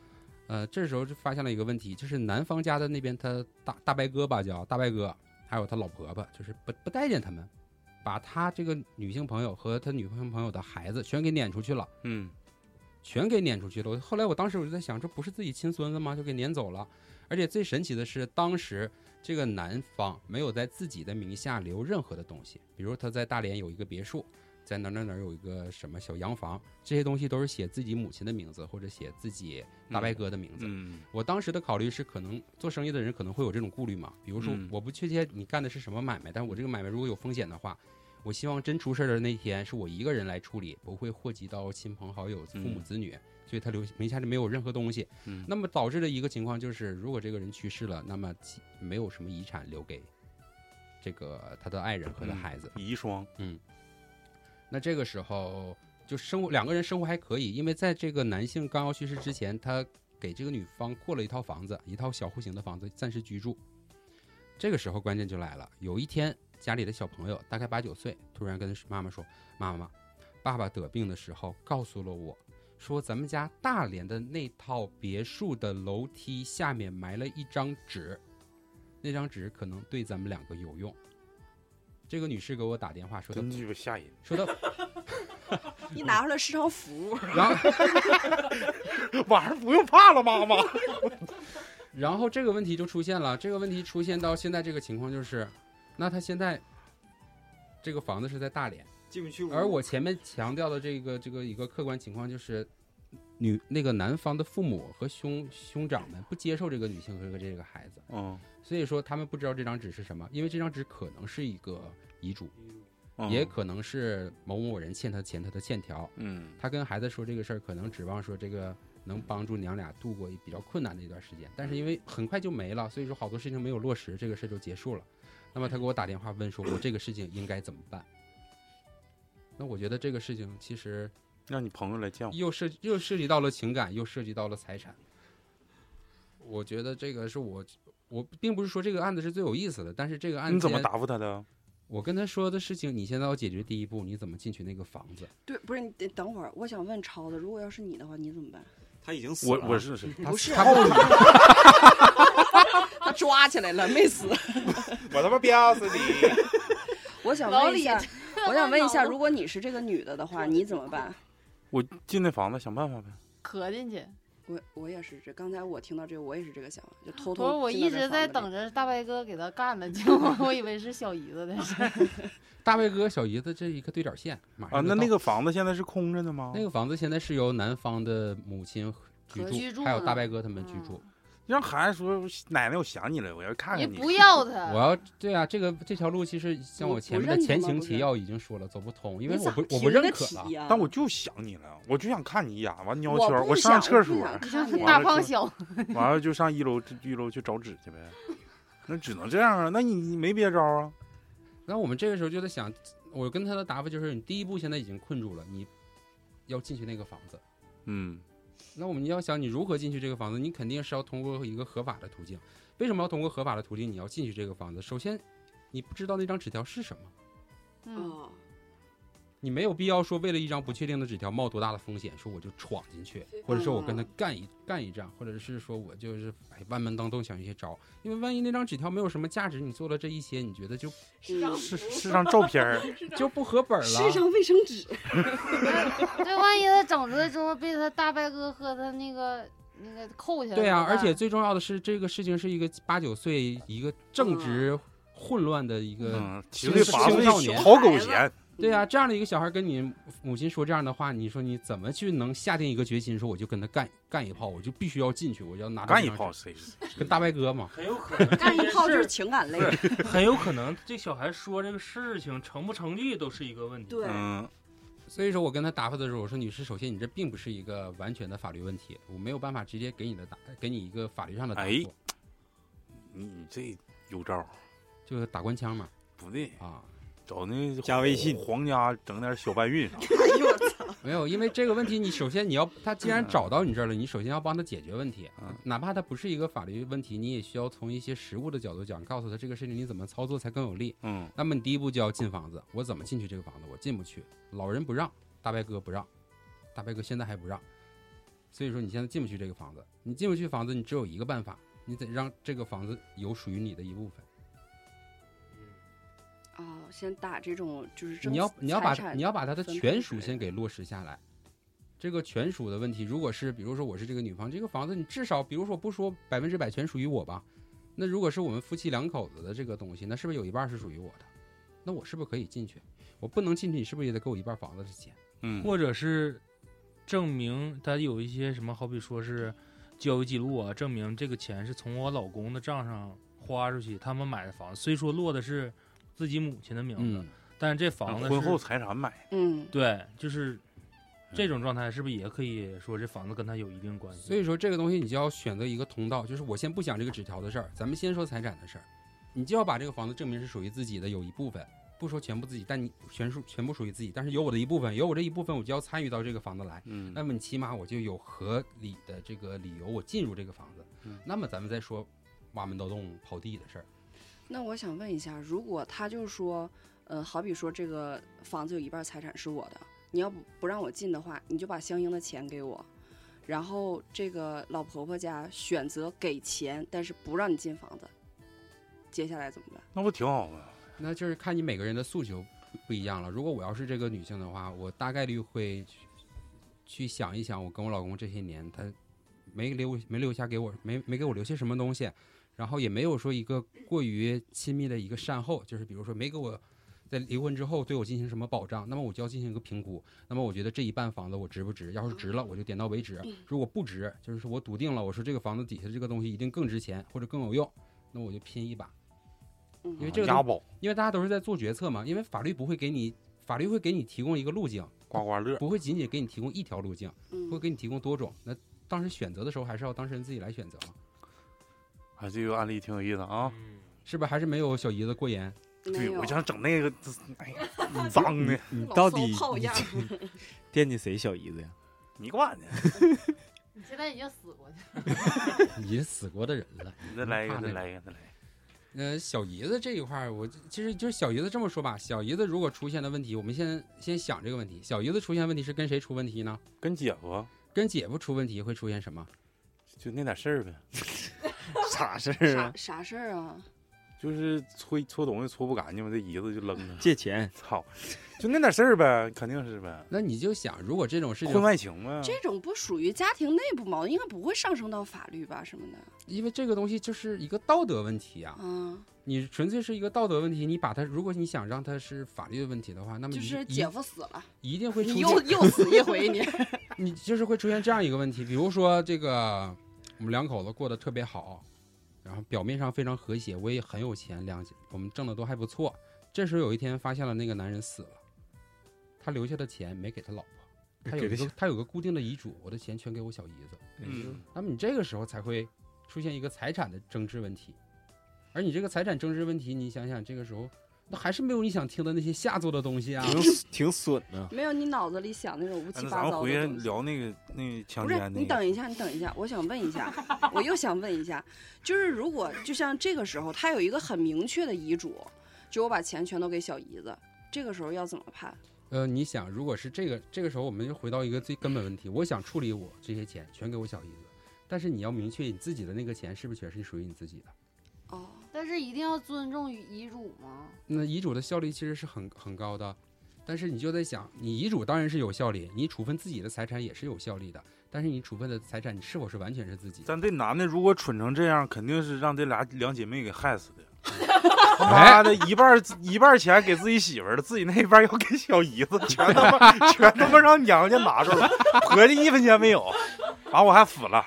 Speaker 3: 呃，这时候就发现了一个问题，就是男方家的那边他大大伯哥吧叫大伯哥，还有他老婆婆，就是不不待见他们，把他这个女性朋友和他女性朋友的孩子全给撵出去了，
Speaker 1: 嗯，
Speaker 3: 全给撵出去了。我后来我当时我就在想，这不是自己亲孙子吗？就给撵走了。而且最神奇的是，当时这个男方没有在自己的名下留任何的东西，比如他在大连有一个别墅，在哪儿哪儿哪儿有一个什么小洋房，这些东西都是写自己母亲的名字或者写自己大伯哥的名字。
Speaker 1: 嗯，
Speaker 3: 我当时的考虑是，可能做生意的人可能会有这种顾虑嘛，比如说
Speaker 1: 嗯
Speaker 3: 我不确切你干的是什么买卖，但我这个买卖如果有风险的话，我希望真出事儿的那天是我一个人来处理，不会祸及到亲朋好友、父母
Speaker 1: 嗯
Speaker 3: 子女，所以他留名下是没有任何东西。
Speaker 1: 嗯
Speaker 3: 那么导致的一个情况就是，如果这个人去世了，那么其没有什么遗产留给这个他的爱人和他
Speaker 1: 嗯
Speaker 3: 孩子，
Speaker 1: 遗孀，
Speaker 3: 那这个时候就生活两个人生活还可以，因为在这个男性刚要去世之前，他给这个女方过了一套房子，一套小户型的房子暂时居住。这个时候关键就来了，有一天家里的小朋友大概八九岁，突然跟妈妈说：“妈妈，爸爸得病的时候告诉了我。”说咱们家大连的那套别墅的楼梯下面埋了一张纸，那张纸可能对咱们两个有用。这个女士给我打电话说她
Speaker 1: 真鸡巴吓人，
Speaker 3: 说她
Speaker 4: 一拿出来是张符，
Speaker 3: 然后
Speaker 1: 晚上不用怕了，妈妈。
Speaker 3: 然后这个问题就出现了，这个问题出现到现在这个情况就是，那他现在这个房子是在大连，
Speaker 6: 进不去
Speaker 3: 而我前面强调的这个这个一个客观情况就是，女那个男方的父母和兄兄长们不接受这个女性和这个孩子，
Speaker 1: 嗯
Speaker 3: 所以说他们不知道这张纸是什么，因为这张纸可能是一个遗嘱，
Speaker 1: 嗯
Speaker 3: 也可能是某某人欠他钱，他的欠条。
Speaker 1: 嗯
Speaker 3: 他跟孩子说这个事儿，可能指望说这个能帮助娘俩度过一比较困难的一段时间，但是因为很快就没了，所以说好多事情没有落实，这个事儿就结束了。那么他给我打电话问说，我这个事情应该怎么办？那我觉得这个事情其实
Speaker 1: 让你朋友来见我，
Speaker 3: 又涉又涉及到了情感，又涉及到了财产。我觉得这个是我，我并不是说这个案子是最有意思的，但是这个案子
Speaker 1: 你怎么？答复他的？
Speaker 3: 我跟他说的事情，你现在要解决第一步，你怎么进去那个房子？
Speaker 4: 对，不是你得等会儿，我想问超子，如果要是你的话，你怎么办？
Speaker 6: 他已经死
Speaker 1: 我
Speaker 6: 了。
Speaker 1: 我是是，
Speaker 3: 他
Speaker 4: 不是
Speaker 3: 他
Speaker 4: 啊
Speaker 3: 不
Speaker 4: 他抓起来了，没死。
Speaker 6: 我他妈憋死你！
Speaker 4: 我想
Speaker 2: 老
Speaker 4: 问一
Speaker 2: 李
Speaker 4: 下， 我想问一 下，
Speaker 2: 脑子
Speaker 4: 如果你是这个女的的 话，你怎么办？
Speaker 1: 我进那房子想办法呗。
Speaker 2: 磕进去。
Speaker 4: 我我也是这，刚才我听到这个，我也是这个想法，就偷
Speaker 2: 不是，
Speaker 4: 偷。
Speaker 2: 我一直在等。着大白哥给他干 了，结果我以为是小姨子 的事儿。
Speaker 3: 大卫哥、小姨子这一个对角线，马上
Speaker 1: 啊，
Speaker 3: 就
Speaker 1: 那
Speaker 3: 到
Speaker 1: 那个房子现在是空着的吗？
Speaker 3: 那个房子现在是由男方的母亲居
Speaker 4: 和
Speaker 3: 住，
Speaker 2: 居住
Speaker 3: 还有
Speaker 2: 呢
Speaker 3: 大白哥他们居住。
Speaker 1: 让孩子说奶奶，我想你了，我要看
Speaker 2: 你
Speaker 1: 看你。
Speaker 2: 不要他，
Speaker 3: 我要对啊，这个这条路其实像
Speaker 4: 我
Speaker 3: 我前
Speaker 4: 嗯不
Speaker 3: 面的
Speaker 4: 认
Speaker 3: 前
Speaker 4: 他吗
Speaker 3: 情
Speaker 4: 不
Speaker 3: 提
Speaker 4: 是
Speaker 3: 要已经说了，走不通，因为
Speaker 4: 你
Speaker 3: 我
Speaker 4: 咋
Speaker 3: 不我不
Speaker 4: 评
Speaker 3: 认
Speaker 4: 个
Speaker 3: 可了
Speaker 4: 题。呀
Speaker 1: 但我就想你了，我就想看你一眼。完尿
Speaker 4: 我
Speaker 1: 圈儿，
Speaker 4: 不
Speaker 1: 我上
Speaker 4: 想
Speaker 1: 厕
Speaker 4: 我不
Speaker 1: 所，
Speaker 3: 啊
Speaker 4: 想
Speaker 2: 你像
Speaker 4: 看见
Speaker 2: 大
Speaker 1: 了
Speaker 2: 胖
Speaker 1: 就
Speaker 2: 小
Speaker 1: 完了就上一楼一楼去找纸去呗。那只能这样啊，那你你没别招啊？
Speaker 3: 那我们这个时候就在想，我跟他的答复就是，你第一步现在已经困住了，你要进去那个房子。
Speaker 1: 嗯，
Speaker 3: 那我们要想你如何进去这个房子，你肯定是要通过一个合法的途径。为什么要通过合法的途径？你要进去这个房子，首先你不知道那张纸条是什么，
Speaker 2: 嗯，
Speaker 4: 哦，
Speaker 3: 你没有必要说为了一张不确定的纸条冒多大的风险，说我就闯进去，或者说
Speaker 1: 嗯
Speaker 3: 我跟他干一干一仗，或者是说我就是哎万门当中想一些招，因为万一那张纸条没有什么价值，你做了这一些，你觉得就
Speaker 4: 啊
Speaker 5: 是
Speaker 1: 是是张照片儿，
Speaker 3: 就不合本
Speaker 4: 是
Speaker 3: 了。
Speaker 4: 张卫生 纸。
Speaker 2: 对，万一他整出来之后被他大白哥和他那个那个扣下来，
Speaker 3: 对啊，
Speaker 2: 怎么
Speaker 3: 而且
Speaker 2: 办
Speaker 3: 最重要的是，这个事情是一个八九岁一个正值混乱的一个
Speaker 1: 嗯，七岁八
Speaker 3: 青少
Speaker 1: 岁
Speaker 3: 年
Speaker 1: 好狗钱，
Speaker 3: 对啊，这样的一个小孩跟你母亲说这样的话，你说你怎么去能下定一个决心，说我就跟他干干一炮，我就必须要进去，我要拿到
Speaker 1: 干一
Speaker 3: 这张
Speaker 1: 炮
Speaker 3: 纸，
Speaker 1: 谁？
Speaker 3: 跟大白哥嘛。
Speaker 7: 很有可
Speaker 3: 嗯
Speaker 7: 能
Speaker 4: 干一炮就是情感类 的，
Speaker 7: 很有可能这小孩说这个事情成不成立都是一个问题。
Speaker 4: 对，
Speaker 1: 嗯，
Speaker 3: 所以说我跟他答复的时候，我说女士，首先你这并不是一个完全的法律问题，我没有办法直接给你的答，给你一个法律上的答复，
Speaker 1: 哎你你这有招儿
Speaker 3: 就是打官腔嘛
Speaker 1: 不对？
Speaker 3: 啊，
Speaker 1: 找那
Speaker 6: 加微信
Speaker 1: 皇家整点小搬运啥的。
Speaker 4: 哎呦我操！
Speaker 3: 没有，因为这个问题你首先你要他既然找到你这儿了，你首先要帮他解决问题
Speaker 1: 嗯，
Speaker 3: 哪怕他不是一个法律问题，你也需要从一些实物的角度讲，告诉他这个事情你怎么操作才更有利。
Speaker 1: 嗯
Speaker 3: 那么你第一步就要进房子，我怎么进去这个房子？我进不去，老人不让，大白哥不让，大白哥现在还不让，所以说你现在进不去这个房子。你进不去房子，你只有一个办法，你得让这个房子有属于你的一部分。
Speaker 4: 啊，先打这种就是这种
Speaker 3: 你要你要把
Speaker 4: 财产
Speaker 3: 你要把他的
Speaker 4: 分配
Speaker 3: 权
Speaker 4: 之
Speaker 3: 属
Speaker 4: 类
Speaker 3: 先
Speaker 4: 的
Speaker 3: 给落实下来。这个权属的问题，如果是比如说我是这个女方，这个房子你至少比如说不说百分之百全属于我吧，那如果是我们夫妻两口子的这个东西，那是不是有一半是属于我的？那我是不是可以进去？我不能进去，你是不是也得给我一半房子的钱？
Speaker 1: 嗯，
Speaker 7: 或者是证明他有一些什么，好比说是交易记录啊，证明这个钱是从我老公的账上花出去，他们买的房子，虽说落的是自己母亲的名字，
Speaker 3: 嗯，
Speaker 7: 但是这
Speaker 1: 然
Speaker 7: 房
Speaker 1: 后
Speaker 7: 子
Speaker 1: 婚
Speaker 7: 是
Speaker 1: 后财产买，
Speaker 4: 嗯，
Speaker 7: 对，就是这种状态，是不是也可以说这房子跟他有一定关系？
Speaker 3: 所以说这个东西你就要选择一个通道，就是我先不想这个纸条的事儿，咱们先说财产的事儿，你就要把这个房子证明是属于自己的，有一部分不说全部自己，但你全属全部属于自己，但是有我的一部分，有我这一部分，我就要参与到这个房子来。
Speaker 1: 嗯
Speaker 3: 那么你起码我就有合理的这个理由，我进入这个房子。
Speaker 1: 嗯
Speaker 3: 那么咱们再说挖门盗洞刨地的事儿。
Speaker 4: 那我想问一下，如果他就说，呃，好比说这个房子有一半财产是我的，你要不不让我进的话，你就把相应的钱给我。然后这个老婆婆家选择给钱，但是不让你进房子，接下来怎么办？
Speaker 1: 那不挺好吗？
Speaker 3: 那就是看你每个人的诉求不不一样了。如果我要是这个女性的话，我大概率会去去想一想，我跟我老公这些年他没留没留下给我没没给我留下什么东西，然后也没有说一个过于亲密的一个善后，就是比如说没给我。在离婚之后对我进行什么保障？那么我就要进行一个评估。那么我觉得这一半房子我值不值？要是值了，我就点到为止；如果不值，就是说我笃定了，我说这个房子底下这个东西一定更值钱或者更有用，那我就拼一把。
Speaker 4: 嗯
Speaker 3: 因为这个
Speaker 8: 押
Speaker 3: 东
Speaker 8: 宝
Speaker 3: 因为大家都是在做决策嘛，因为法律不会给你，法律会给你提供一个路径，
Speaker 1: 刮刮乐，
Speaker 3: 不会仅仅给你提供一条路径，会
Speaker 4: 嗯，
Speaker 3: 给你提供多种。那当时选择的时候，还是要当事人自己来选择嘛，
Speaker 1: 啊，这个案例挺有意思啊。
Speaker 7: 嗯
Speaker 3: 是不是？还是没有小姨子过 严。
Speaker 4: 没
Speaker 1: 对，
Speaker 4: 有
Speaker 1: 我，想整那个，哎呀，脏的，
Speaker 3: 嗯
Speaker 6: 你
Speaker 4: 老
Speaker 6: 到
Speaker 4: 骚
Speaker 6: 底
Speaker 4: 炮样
Speaker 6: 你惦记谁小姨子 呀？
Speaker 1: 你管呢？
Speaker 5: 你现在已经死过去了，
Speaker 3: 你是死过的人了。
Speaker 1: 你再来一个，再来一个，再来一个。
Speaker 3: 呃，小姨子这一块儿，我其实就是小姨子这么说吧。小姨子如果出现了问题，我们先先想这个问题。小姨子出现问题是跟谁出问题呢？
Speaker 1: 跟姐夫
Speaker 3: 跟姐夫出问题会出现什么？
Speaker 1: 就那点事儿呗，
Speaker 6: 啥事儿
Speaker 4: 啥
Speaker 6: 啊？
Speaker 4: 啥事儿啊？
Speaker 3: 嗯
Speaker 1: 就是搓搓东西搓不干净嘛，这姨子就扔了。
Speaker 6: 借钱，
Speaker 1: 操，就那点事儿呗，肯定是呗，
Speaker 3: 那你就想，如果这种事
Speaker 1: 婚
Speaker 3: 情，
Speaker 1: 外情嘛。
Speaker 4: 这种不属于家庭内部矛盾，应该不会上升到法律吧什么的。
Speaker 3: 因为这个东西就是一个道德问题啊，
Speaker 4: 嗯，
Speaker 3: 你纯粹是一个道德问题，你把它，如果你想让它是法律的问题的话，那么
Speaker 4: 就是
Speaker 3: 一
Speaker 4: 姐夫死了，
Speaker 3: 一一定会出现，
Speaker 4: 你又又死一回你。
Speaker 3: 你就是会出现这样一个问题，比如说这个我们两口子过得特别好，然后表面上非常和谐，我也很有钱，两我们挣的都还不错。这时候有一天发现了那个男人死了，他留下的钱没给他老婆，他有
Speaker 6: 给
Speaker 3: 一
Speaker 6: 他
Speaker 3: 个他有个固定的遗嘱，我的钱全给我小姨子。
Speaker 1: 嗯，
Speaker 3: 那么你这个时候才会出现一个财产的争执问题，而你这个财产争执问题，你想想这个时候，那还是没有你想听的那些下作的东西啊。
Speaker 6: 哎挺挺损呢。
Speaker 4: 没有，你脑子里想那种乌
Speaker 1: 哎那
Speaker 4: 七
Speaker 1: 咱
Speaker 4: 八
Speaker 1: 们
Speaker 4: 糟
Speaker 1: 回
Speaker 4: 的
Speaker 1: 来
Speaker 4: 东西。
Speaker 1: 聊那个那个强
Speaker 4: 不是，
Speaker 1: 奸
Speaker 4: 你
Speaker 1: 那个。
Speaker 4: 等一下，你等一下，我想问一下，我又想问一下，就是如果就像这个时候，他有一个很明确的遗嘱，就我把钱全都给小姨子，这个时候要怎么判？
Speaker 3: 呃，你想，如果是这个这个时候，我们就回到一个最根本问题，我想处理我这些钱全给我小姨子，但是你要明确你自己的那个钱是不是全是属于你自己的。
Speaker 4: 哦，
Speaker 2: 但是一定要尊重遗嘱 吗？
Speaker 3: 那遗嘱的效力其实是很很高的，但是你就在想，你遗嘱当然是有效力，你处分自己的财产也是有效力的，但是你处分的财产你是否是完全是自己的？
Speaker 1: 咱这男的如果蠢成这样，肯定是让这俩两姐妹给害死 的。他
Speaker 3: 哎
Speaker 1: 妈的，一半儿一半儿钱给自己媳妇儿了，自己那一半儿要给小姨子，全他妈全他妈让娘家拿着了，婆家一分钱没有，完我还死了，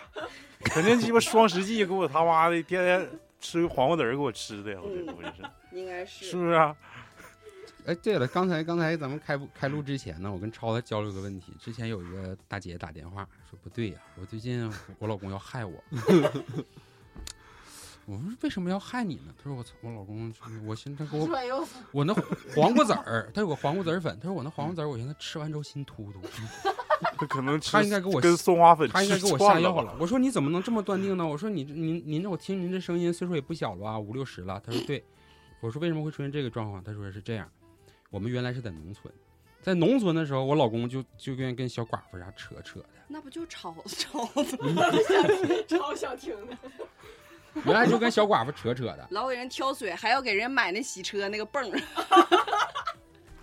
Speaker 1: 肯定鸡巴双十记给我他妈的天天吃黄瓜子儿给我吃的，我
Speaker 4: 嗯
Speaker 1: 这我这是
Speaker 4: 应该
Speaker 1: 是不是啊？
Speaker 3: 哎，对了，刚才刚才咱们开不开录之前呢，我跟超子交流个问题。之前有一个大姐打电话说不对呀、我最近我老公要害我。 我说为什么要害你呢？她说我操，我老公就是，我寻思他给我
Speaker 5: 转悠
Speaker 3: 我那黄瓜籽儿，他有个黄瓜籽儿粉，他说我那黄瓜籽儿，我寻思吃完之后心突突，
Speaker 1: 他可能
Speaker 3: 他应
Speaker 1: 吃
Speaker 3: 该给我
Speaker 1: 跟松花粉
Speaker 3: 他应该
Speaker 1: 吃
Speaker 3: 给我
Speaker 1: 串
Speaker 3: 下药
Speaker 1: 吧
Speaker 3: 了。我说你怎么能这么断定呢？我说你您您这我听您这声音岁数也不小了吧，五六十了。他说对，我说为什么会出现这个状况？他说是这样，我们原来是在农村，在农村的时候，我老公就就愿意跟小寡妇啥扯扯的，
Speaker 4: 那不就吵 吵的，
Speaker 5: 超想听的，
Speaker 3: 原来就跟小寡妇扯扯的，
Speaker 4: 老给人挑水，还要给人买那洗车那个泵儿。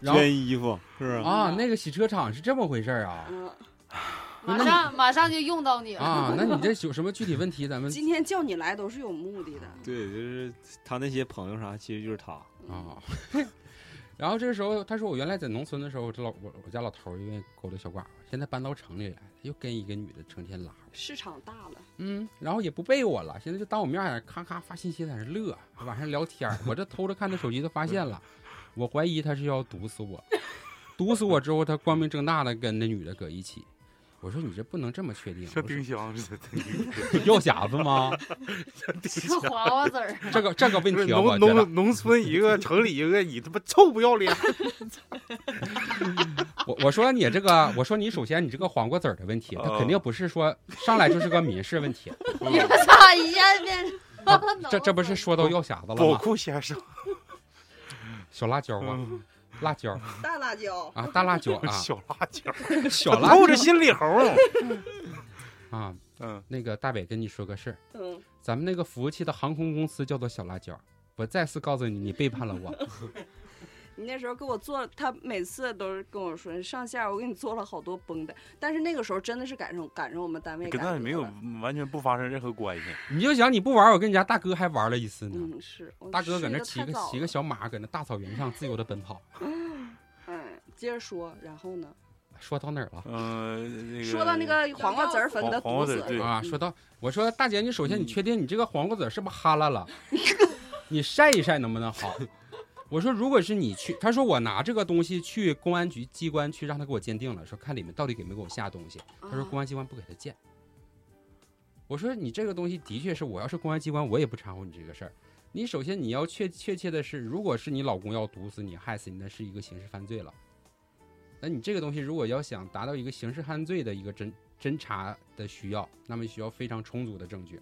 Speaker 3: 然后
Speaker 6: 捐衣服是不是？
Speaker 3: 啊那个洗车场是这么回事儿啊
Speaker 4: 嗯，
Speaker 2: 马上马上就用到你了。
Speaker 3: 啊， 那你这有什么具体问题？咱们
Speaker 4: 今天叫你来都是有目的的。
Speaker 6: 对，就是他那些朋友啥，其实就是他。
Speaker 3: 啊。 然后这个时候，他说我原来在农村的时候，我这老我我家老头儿因为勾搭小寡妇，现在搬到城里来了，又跟一个女的成天拉我。
Speaker 4: 市场大 了，
Speaker 3: 嗯，然后也不背我了，现在就当我面儿咔咔发信息在那儿乐，晚上聊天儿，我这偷着看他手机，他发现了，我怀疑他是要毒死我，毒死我之后，他光明正大的跟那女的搁一起。我说你这不能这么确定，
Speaker 1: 像丁香似的，
Speaker 3: 我 说药匣子吗？
Speaker 2: 吃黄瓜籽 儿，
Speaker 3: 这个这个问
Speaker 1: 不是
Speaker 3: 题啊我
Speaker 1: 农
Speaker 3: 觉得
Speaker 1: 农农村一个，城里一个，你他妈臭不要脸！
Speaker 3: 我我说你这个，我说你首先你这个黄瓜籽儿的问题，它
Speaker 1: 哦
Speaker 3: 肯定不是说上来就是个民事问题，
Speaker 2: 我操，一下子变成
Speaker 3: 这这不是说到药匣子了
Speaker 1: 宝
Speaker 3: 吗？
Speaker 1: 库先生，
Speaker 3: 小辣椒啊，
Speaker 1: 嗯
Speaker 3: 辣椒
Speaker 4: 大辣 椒。
Speaker 3: 啊，大辣椒 啊，
Speaker 1: 小辣椒，
Speaker 3: 小辣
Speaker 1: 透着心里红。
Speaker 3: 啊，
Speaker 1: 嗯，
Speaker 3: 那个大伟跟你说个事儿，
Speaker 4: 嗯，
Speaker 3: 咱们那个服务器的航空公司叫做小辣椒，我再次告诉你，你背叛了 我。
Speaker 4: 你那时候给我做，他每次都是跟我说你上线，我给你做了好多绷带。但是那个时候真的是赶上赶上我们单 位
Speaker 1: 跟
Speaker 4: 赶
Speaker 1: 那也
Speaker 4: 集
Speaker 1: 没有
Speaker 4: 了
Speaker 1: 完全不发生任何关系。
Speaker 3: 你就想你不玩，我跟你家大哥还玩了一次呢。
Speaker 4: 嗯，是我
Speaker 3: 大哥搁
Speaker 4: 睡
Speaker 3: 那
Speaker 4: 得
Speaker 3: 骑
Speaker 4: 太
Speaker 3: 个
Speaker 4: 早
Speaker 3: 骑个
Speaker 4: 了
Speaker 3: 小马，搁那大草原上自由的奔跑。
Speaker 4: 嗯，接着说，然后呢？
Speaker 3: 说到哪儿了？
Speaker 1: 嗯，那个
Speaker 4: 说到那个黄瓜籽儿粉的
Speaker 1: 黄黄瓜
Speaker 4: 毒
Speaker 1: 籽儿，
Speaker 3: 啊
Speaker 4: 死
Speaker 1: 对
Speaker 3: 啊，说到我说大姐，你首先你确定你这个黄瓜籽儿是不是哈喇了？你晒一晒能不能好？我说如果是你去，他说我拿这个东西去公安局机关去让他给我鉴定了，说看里面到底给没给我下东西。他
Speaker 4: 嗯啊
Speaker 3: 说公安机关不给他鉴。我说你这个东西的确是我要是公安机关我也不掺和你这个事儿。你首先你要确确切的是，如果是你老公要毒死你、害死你，那是一个刑事犯罪了。那你这个东西如果要想达到一个刑事犯罪的一个侦侦查的需要，那么需要非常充足的证据。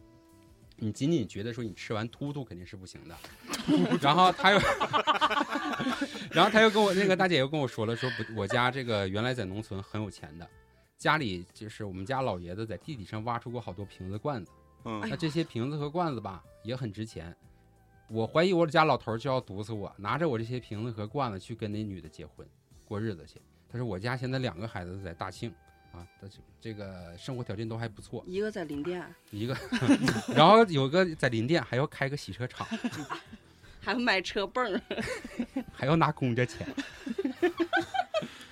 Speaker 3: 你仅仅觉得说你吃完突突肯定是不行的， 然后他又，然后他又跟我那个大姐又跟我说了，说不，我家这个原来在农村很有钱的，家里就是我们家老爷子在地底上挖出过好多瓶子罐子，
Speaker 1: 嗯
Speaker 3: 那这些瓶子和罐子吧也很值钱，我怀疑我家老头儿就要毒死我，拿着我这些瓶子和罐子去跟那女的结婚过日子去。他说我家现在两个孩子都在大庆啊，但是这个生活条件都还不错，
Speaker 4: 一个在林甸，
Speaker 3: 一个， 然后有个在林甸还要开个洗车场，
Speaker 4: 还要买车泵儿，
Speaker 3: 还要拿公家钱。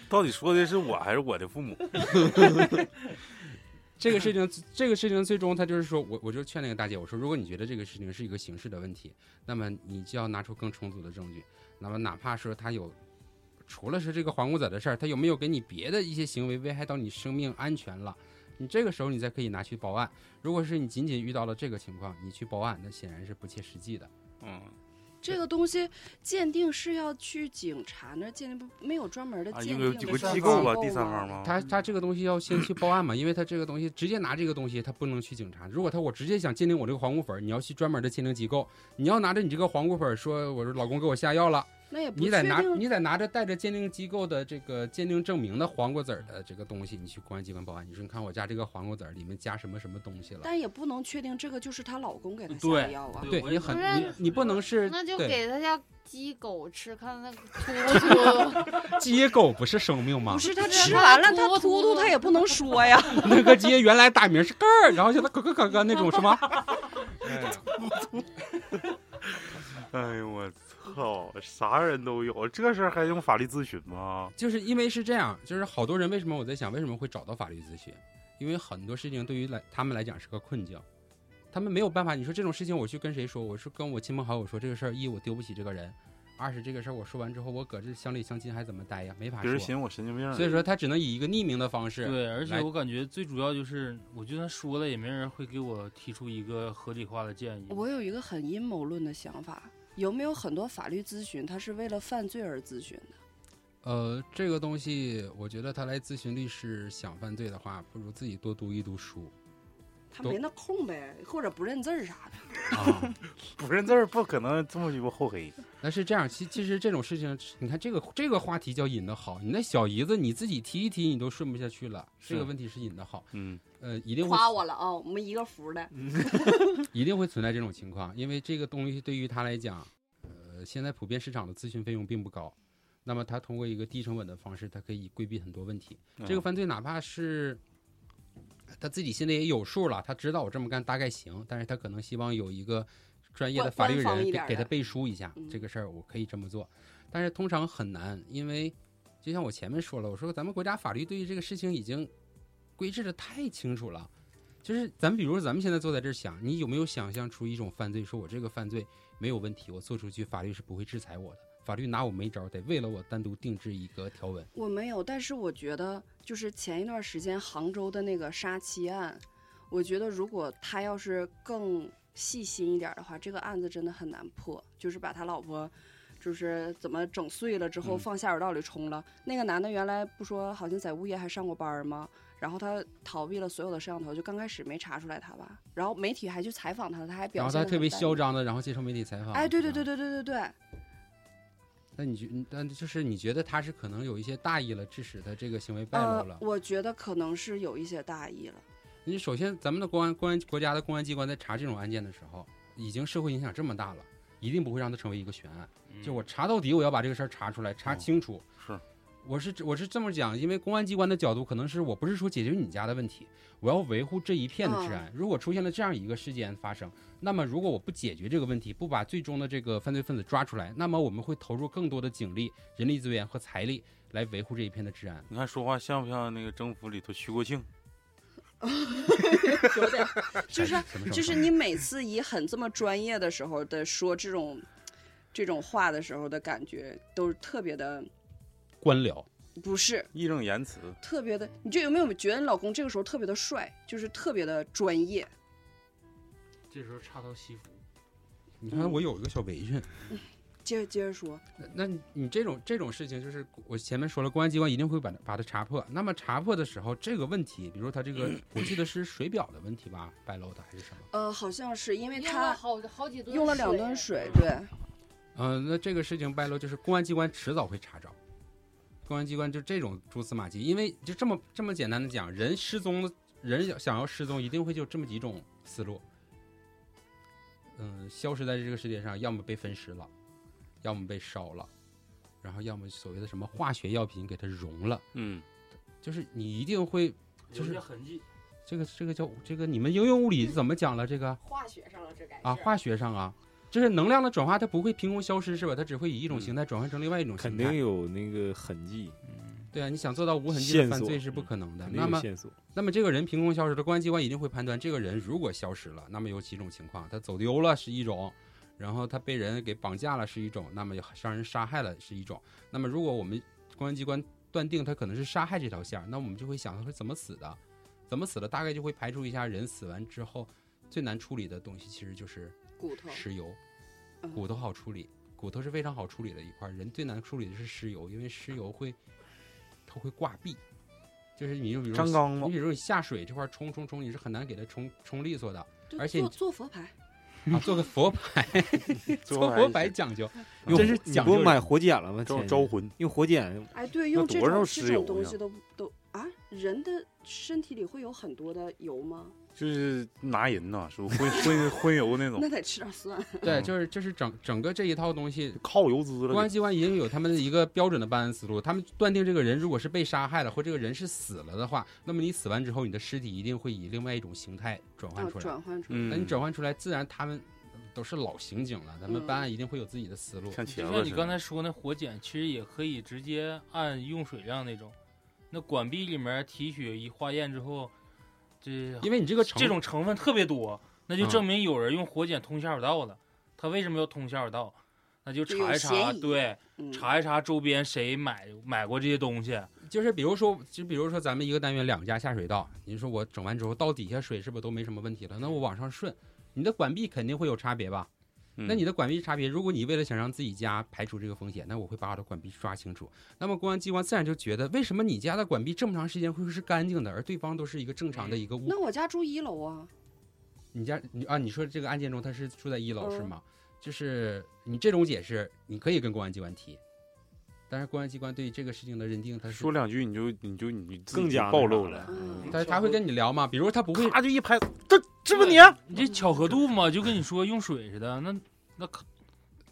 Speaker 1: 到底说的是我还是我的父母？
Speaker 3: 这个事情，这个事情最终他就是说我，我就劝那个大姐，我说，如果你觉得这个事情是一个形式的问题，那么你就要拿出更充足的证据。那么哪怕说他有，除了是这个皇姑仔的事儿，他有没有给你别的一些行为危害到你生命安全了？你这个时候你再可以拿去报案。如果是你仅仅遇到了这个情况，你去报案，那显然是不切实际的。
Speaker 1: 嗯，
Speaker 4: 这个东西鉴定是要去警察那儿鉴定，不没有专门的
Speaker 1: 啊，
Speaker 4: 鉴
Speaker 1: 应该有
Speaker 4: 定
Speaker 1: 几
Speaker 4: 的
Speaker 1: 个
Speaker 4: 这个
Speaker 1: 机
Speaker 4: 机
Speaker 1: 构吧，
Speaker 4: 构
Speaker 1: 第三方吗？
Speaker 3: 他他这个东西要先去报案嘛，因为他这个东西直接拿这个东西，他不能去警察。如果他我直接想鉴定我这个黄骨粉儿，你要去专门的鉴定机构，你要拿着你这个黄骨粉儿说，我说老公给我下药了，
Speaker 4: 那也不
Speaker 3: 你
Speaker 4: 确
Speaker 3: 得拿
Speaker 4: 定
Speaker 3: 你得拿着带着鉴定机构的这个鉴定证明的黄瓜籽儿的这个东西，你去公安机关报案。你说你看我家这个黄瓜籽儿里面加什么什么东西了？
Speaker 4: 但也不能确定这个就是她老公给她下
Speaker 7: 对
Speaker 4: 的药啊。
Speaker 3: 对
Speaker 7: 我
Speaker 3: 你
Speaker 7: 也
Speaker 3: 很
Speaker 2: 不是
Speaker 3: 你你不能是
Speaker 2: 那就
Speaker 3: 对
Speaker 2: 给他家鸡狗吃，看那个 秃秃。
Speaker 3: 鸡狗不是生命吗
Speaker 4: 不？是她
Speaker 2: 不是
Speaker 4: 吃
Speaker 2: 她
Speaker 4: 完了，
Speaker 2: 突
Speaker 4: 她
Speaker 2: 突
Speaker 4: 突突
Speaker 2: 的
Speaker 4: 她也不能说呀。
Speaker 3: 那个鸡原来大名是个儿，然后现在咯咯咯咯那种是吗？哎呀
Speaker 1: 哎呦我操，啥人都有，这事儿还用法律咨询吗？
Speaker 3: 就是因为是这样，就是好多人为什么我在想为什么会找到法律咨询，因为很多事情对于来他们来讲是个困境，他们没有办法。你说这种事情我去跟谁说？我是跟我亲朋好友说这个事儿，一我丢不起这个人，二是这个事儿我说完之后，我搁这乡里乡亲还怎么待呀？没法
Speaker 1: 别人
Speaker 3: 说。
Speaker 1: 寻我神经病呢。
Speaker 3: 所以说他只能以一个匿名的方式，
Speaker 7: 对，而且
Speaker 3: 来
Speaker 7: 我感觉最主要就是，我就算说了，也没人会给我提出一个合理化的建议。
Speaker 4: 我有一个很阴谋论的想法，有没有很多法律咨询，它是为了犯罪而咨询的？
Speaker 3: 呃，这个东西我觉得他来咨询律师想犯罪的话，不如自己多读一读书
Speaker 4: 他
Speaker 3: 都
Speaker 4: 没那空呗，或者不认字儿啥的。
Speaker 3: 啊。
Speaker 1: 不认字儿不可能这么鸡巴厚黑。
Speaker 3: 那是这样，其其实这种事情，你看这个这个话题叫引的好，你那小姨子你自己提一提，你都顺不下去了。
Speaker 1: 是
Speaker 3: 这个问题是引的好，
Speaker 1: 嗯，
Speaker 3: 呃，一定会
Speaker 4: 夸我了啊、我们一个服的。
Speaker 3: 一定会存在这种情况，因为这个东西对于他来讲，呃，现在普遍市场的咨询费用并不高，那么他通过一个低成本的方式，他可以规避很多问题。
Speaker 1: 嗯
Speaker 4: 嗯
Speaker 3: 这个犯罪哪怕是他自己心里也有数了，他知道我这么干大概行，但是他可能希望有一个专业的法
Speaker 4: 官
Speaker 3: 律
Speaker 4: 官方
Speaker 3: 人
Speaker 4: 一
Speaker 3: 给
Speaker 4: 点
Speaker 3: 给他
Speaker 4: 的
Speaker 3: 背书一下，
Speaker 4: 嗯
Speaker 3: 这个事儿我可以这么做，但是通常很难，因为就像我前面说了，我说咱们国家法律对于这个事情已经规制的太清楚了。就是咱们，比如咱们现在坐在这儿想，你有没有想象出一种犯罪？说我这个犯罪没有问题，我做出去，法律是不会制裁我的，法律拿我没招儿，得为了我单独定制一个条文。
Speaker 4: 我没有，但是我觉得就是前一段时间杭州的那个杀妻案，我觉得如果他要是更细心一点的话，这个案子真的很难破。就是把他老婆，就是怎么整碎了之后
Speaker 1: 嗯
Speaker 4: 放下水道里冲了。那个男的原来不说好像在物业还上过班儿吗？然后他逃避了所有的摄像头，就刚开始没查出来他吧。然后媒体还去采访他，他还
Speaker 3: 然
Speaker 4: 表
Speaker 3: 后
Speaker 4: 现
Speaker 3: 他
Speaker 4: 得
Speaker 3: 特别
Speaker 4: 很淡
Speaker 3: 嚣
Speaker 4: 定。
Speaker 3: 张的，然后接受媒体采访。
Speaker 4: 哎，对对对
Speaker 3: 啊。
Speaker 4: 对对对对，
Speaker 3: 那你觉，但就是你觉得他是可能有一些大意了，致使他这个行为败露
Speaker 4: 呃
Speaker 3: 了，。
Speaker 4: 我觉得可能是有一些大意了。
Speaker 3: 你首先，咱们的公安、公安国家的公安机关在查这种案件的时候，已经社会影响这么大了，一定不会让它成为一个悬案。就我查到底，我要把这个事儿查出来，查清楚。
Speaker 1: 是，
Speaker 3: 我嗯哦是我是这么讲，因为公安机关的角度，可能是我不是说解决你家的问题，我要维护这一片的治
Speaker 4: 嗯
Speaker 3: 安。如果出现了这样一个事件发生，那么如果我不解决这个问题，不把最终的这个犯罪分子抓出来，那么我们会投入更多的警力、人力资源和财力来维护这一片的治安。
Speaker 1: 你看说话像不像那个《征服》里头徐国庆？
Speaker 4: 有点儿，
Speaker 3: 哎
Speaker 4: 就是
Speaker 3: 什么
Speaker 4: 就是你每次以很这么专业的时候的说这种这种话的时候的感觉，都是特别的，
Speaker 3: 官僚，
Speaker 4: 不是
Speaker 1: 义正言辞，
Speaker 4: 特别的。你就有没有觉得你老公这个时候特别的帅，就是特别的专业？
Speaker 7: 这时候插到西服，
Speaker 3: 你看我有一个小围裙，
Speaker 4: 接着接着说，
Speaker 3: 那你你这种这种事情，就是我前面说了，公安机关一定会把它把它查破。那么查破的时候，这个问题，比如说他这个，我记得是水表的问题吧，败露的还是什么？
Speaker 4: 呃，好像是因为
Speaker 5: 用了
Speaker 4: 他
Speaker 5: 好好几吨，啊
Speaker 4: 用了两吨水，，啊对，
Speaker 3: 嗯、那这个事情败露，就是公安机关迟早会查着。公安机关就这种蛛丝马迹，因为就这么这么简单的讲，人失踪的，人想想要失踪，一定会就这么几种思路。嗯、消失在这个世界上，要么被分尸了，要么被烧了，然后要么所谓的什么化学药品给它溶了。
Speaker 1: 嗯，
Speaker 3: 就是你一定会，就
Speaker 7: 留
Speaker 3: 是
Speaker 7: 下痕迹。
Speaker 3: 这个这个叫这个你们应用物理怎么讲了？这个
Speaker 5: 化学上了这该
Speaker 3: 啊，
Speaker 5: 是
Speaker 3: 化学上啊，就是能量的转化，它不会凭空消失是吧？它只会以一种形态转换成另外一种
Speaker 6: 嗯肯
Speaker 3: 形态。
Speaker 6: 定有那个痕迹，
Speaker 3: 对啊，你想做到无痕迹的
Speaker 6: 线
Speaker 3: 犯
Speaker 6: 索
Speaker 3: 罪是不可能的。
Speaker 6: 肯定
Speaker 3: 那
Speaker 6: 有
Speaker 3: 么
Speaker 6: 线索。
Speaker 3: 那么这个人凭空消失了，公安机关一定会判断这个人如果消失了，那么有几种情况：他走丢了是一种，然后他被人给绑架了是一种，那么让人杀害了是一种。那么如果我们公安机关断定他可能是杀害这条线儿，那我们就会想他是怎么死的，怎么死的，大概就会排除一下人死完之后最难处理的东西，其实就是
Speaker 4: 骨头，
Speaker 3: 石油
Speaker 4: 嗯，
Speaker 3: 骨头好处理，骨头是非常好处理的一块儿。人最难处理的是石油，因为石油会，它会挂壁，就是你就比如说
Speaker 1: 张刚 吗
Speaker 3: 你比如说你下水这块儿冲冲冲，你是很难给它冲冲利索的。
Speaker 4: 就
Speaker 3: 而且
Speaker 4: 做做佛牌，
Speaker 3: 啊，做个佛牌，做
Speaker 1: 佛
Speaker 3: 佛 牌讲究，
Speaker 6: 用
Speaker 3: 真是
Speaker 6: 你
Speaker 3: 讲
Speaker 6: 不
Speaker 3: 究
Speaker 6: 买火碱了吗？
Speaker 1: 招
Speaker 6: 前
Speaker 1: 招魂，
Speaker 6: 用火碱，
Speaker 4: 哎，对，用
Speaker 1: 多
Speaker 4: 这
Speaker 1: 少
Speaker 4: 种
Speaker 1: 石
Speaker 4: 这
Speaker 1: 油呀
Speaker 4: 种东西都都啊，人的身体里会有很多的油吗？
Speaker 1: 就是拿人呐， 是不是荤荤荤油那种
Speaker 4: 那，得吃点蒜。
Speaker 3: 对，就是就是整整个这一套东西。
Speaker 1: 靠油脂
Speaker 3: 公
Speaker 1: 了
Speaker 3: 安。机关一定有他们的一个标准的办案思路，他们断定这个人如果是被杀害了，或这个人是死了的话，那么你死完之后，你的尸体一定会以另外一种形态转换
Speaker 4: 啊，
Speaker 3: 出来。
Speaker 4: 转换出来。
Speaker 1: 嗯，
Speaker 3: 那你转换出来，自然他们都是老刑警了，咱们
Speaker 4: 嗯
Speaker 3: 办案一定会有自己的思路。
Speaker 1: 像茄
Speaker 7: 就
Speaker 1: 子
Speaker 7: 像你
Speaker 1: 似
Speaker 7: 刚
Speaker 1: 的，
Speaker 7: 才说那火碱，其实也可以直接按用水量那种，那管壁里面提取一化验之后，这
Speaker 3: 因为你这个成
Speaker 7: 这种成分特别多，那就
Speaker 3: 嗯
Speaker 7: 证明有人用火碱通下水道了。他为什么要通下水道？那就
Speaker 4: 就
Speaker 7: 查
Speaker 4: 有
Speaker 7: 一查，
Speaker 4: 嫌疑
Speaker 7: 对，
Speaker 4: 嗯，
Speaker 7: 查一查周边谁买买过这些东西。
Speaker 3: 就是比如说，就比如说咱们一个单元两家下水道，你说我整完之后到底下水是不是都没什么问题了？那我往上顺，你的管壁肯定会有差别吧？
Speaker 1: 嗯
Speaker 3: 那你的管壁差别，如果你为了想让自己家排除这个风险，那我会把我的管壁抓清楚。那么公安机关自然就觉得，为什么你家的管壁这么长时间会是干净的，而对方都是一个正常的一个物
Speaker 4: 那我家住一楼啊，
Speaker 3: 你家你啊，你说这个案件中他是住在一楼、是
Speaker 4: 嗯
Speaker 3: 吗？就是你这种解释，你可以跟公安机关提，但是公安机关对这个事情的认定，他是
Speaker 1: 说两句你就你就你自己
Speaker 6: 更加
Speaker 1: 暴露
Speaker 6: 那啥
Speaker 1: 了
Speaker 6: 了，
Speaker 4: 嗯
Speaker 3: 他他会跟你聊吗？比如他不会，
Speaker 1: 咔就一拍，这这不你？啊
Speaker 3: 啊
Speaker 7: 你这巧合度嘛，就跟你说用水似的。那那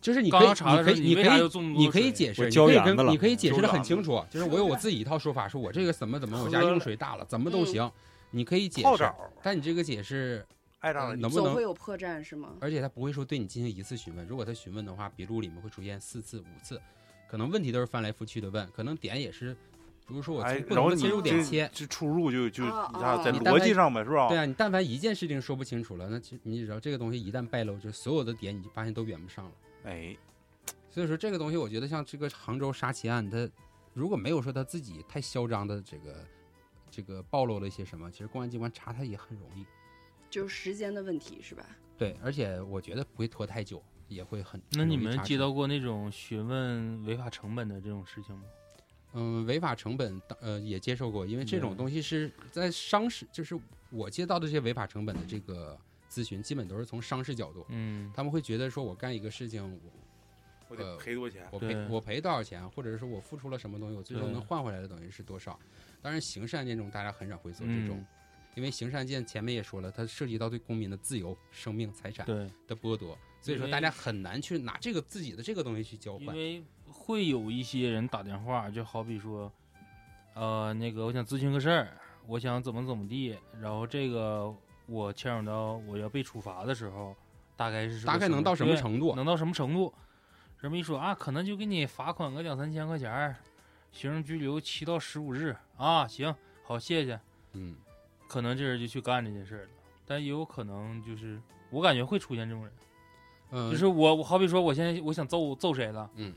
Speaker 3: 就是你可
Speaker 7: 刚
Speaker 3: 以
Speaker 7: 刚查的时候，
Speaker 3: 你可
Speaker 7: 为
Speaker 3: 以
Speaker 7: 啥
Speaker 3: 你
Speaker 7: 又
Speaker 3: 可以
Speaker 7: 这
Speaker 3: 你可以
Speaker 7: 么多水
Speaker 3: 解释，
Speaker 6: 我
Speaker 3: 你
Speaker 6: 胶
Speaker 3: 可以
Speaker 6: 原子
Speaker 3: 跟
Speaker 6: 了
Speaker 3: 你可以解释的
Speaker 1: 胶
Speaker 3: 很
Speaker 1: 原子
Speaker 3: 清楚，就是我有我自己一套说法，说我这个怎么怎么，我家用水大了，怎么
Speaker 7: 嗯
Speaker 3: 都行，你可以解
Speaker 1: 泡
Speaker 3: 释
Speaker 1: 澡，
Speaker 3: 但你这个解释
Speaker 1: 爱
Speaker 3: 呃
Speaker 1: 咋咋地
Speaker 3: 能不
Speaker 4: 总
Speaker 3: 能
Speaker 4: 会有破绽是吗？
Speaker 3: 而且他不会说对你进行一次询问，如果他询问的话，笔录里面会出现四次、五次，可能问题都是翻来覆去的问，可能点也是，比如说我
Speaker 1: 哎
Speaker 3: 从，不
Speaker 1: 然
Speaker 3: 同
Speaker 1: 后
Speaker 3: 的
Speaker 1: 你
Speaker 3: 切入点
Speaker 1: 这
Speaker 3: 切，
Speaker 1: 这出入就就
Speaker 4: 啊
Speaker 1: 你看在
Speaker 4: 啊
Speaker 3: 啊
Speaker 1: 逻辑上呗，是吧？
Speaker 3: 对啊，你但凡一件事情说不清楚了，那其实你只要这个东西一旦败露，就所有的点你就发现都圆不上了。
Speaker 1: 哎，
Speaker 3: 所以说这个东西，我觉得像这个杭州杀妻案，它如果没有说他自己太嚣张的这个这个暴露了一些什么，其实公安机关查他也很容易。
Speaker 4: 就是时间的问题是吧？
Speaker 3: 对，而且我觉得不会拖太久，也会很。
Speaker 7: 那
Speaker 3: 很
Speaker 7: 你
Speaker 3: 容易
Speaker 7: 们
Speaker 3: 查
Speaker 7: 接
Speaker 3: 出
Speaker 7: 到过那种询问违法成本的这种事情吗？
Speaker 3: 嗯，违法成本当呃也接受过，因为这种
Speaker 7: 嗯
Speaker 3: 东西是在商事，就是我接到的这些违法成本的这个咨询，基本都是从商事角度，
Speaker 7: 嗯，
Speaker 3: 他们会觉得说我干一个事情，我
Speaker 1: 我得
Speaker 3: 呃
Speaker 1: 赔多少钱？啊
Speaker 3: 我赔
Speaker 7: 对
Speaker 3: 我赔多少钱，或者是说我付出了什么东西，我最后
Speaker 7: 对
Speaker 3: 能换回来的东西是多少。当然，刑事案件中大家很少会做这种，
Speaker 7: 嗯
Speaker 3: 因为刑事案件前面也说了，它涉及到对公民的自由、生命、财产
Speaker 7: 对，
Speaker 3: 的剥夺，所以说
Speaker 7: 因为
Speaker 3: 大家很难去拿这个自己的这个东西去交
Speaker 7: 因
Speaker 3: 换。
Speaker 7: 为会有一些人打电话，就好比说，呃，那个我想咨询个事儿，我想怎么怎么地，然后这个我牵扯到我要被处罚的时候，大概是个
Speaker 3: 大概能到什么
Speaker 7: 对
Speaker 3: 程度？啊
Speaker 7: 能到什么程度？人们一说啊，可能就给你罚款个两三千块钱儿，行政拘留七到十五日啊，行，好，谢谢。
Speaker 3: 嗯，
Speaker 7: 可能这人就去干这件事儿了。但也有可能就是，我感觉会出现这种人，
Speaker 3: 嗯，
Speaker 7: 就是我，我好比说，我现在我想揍揍谁了，
Speaker 3: 嗯，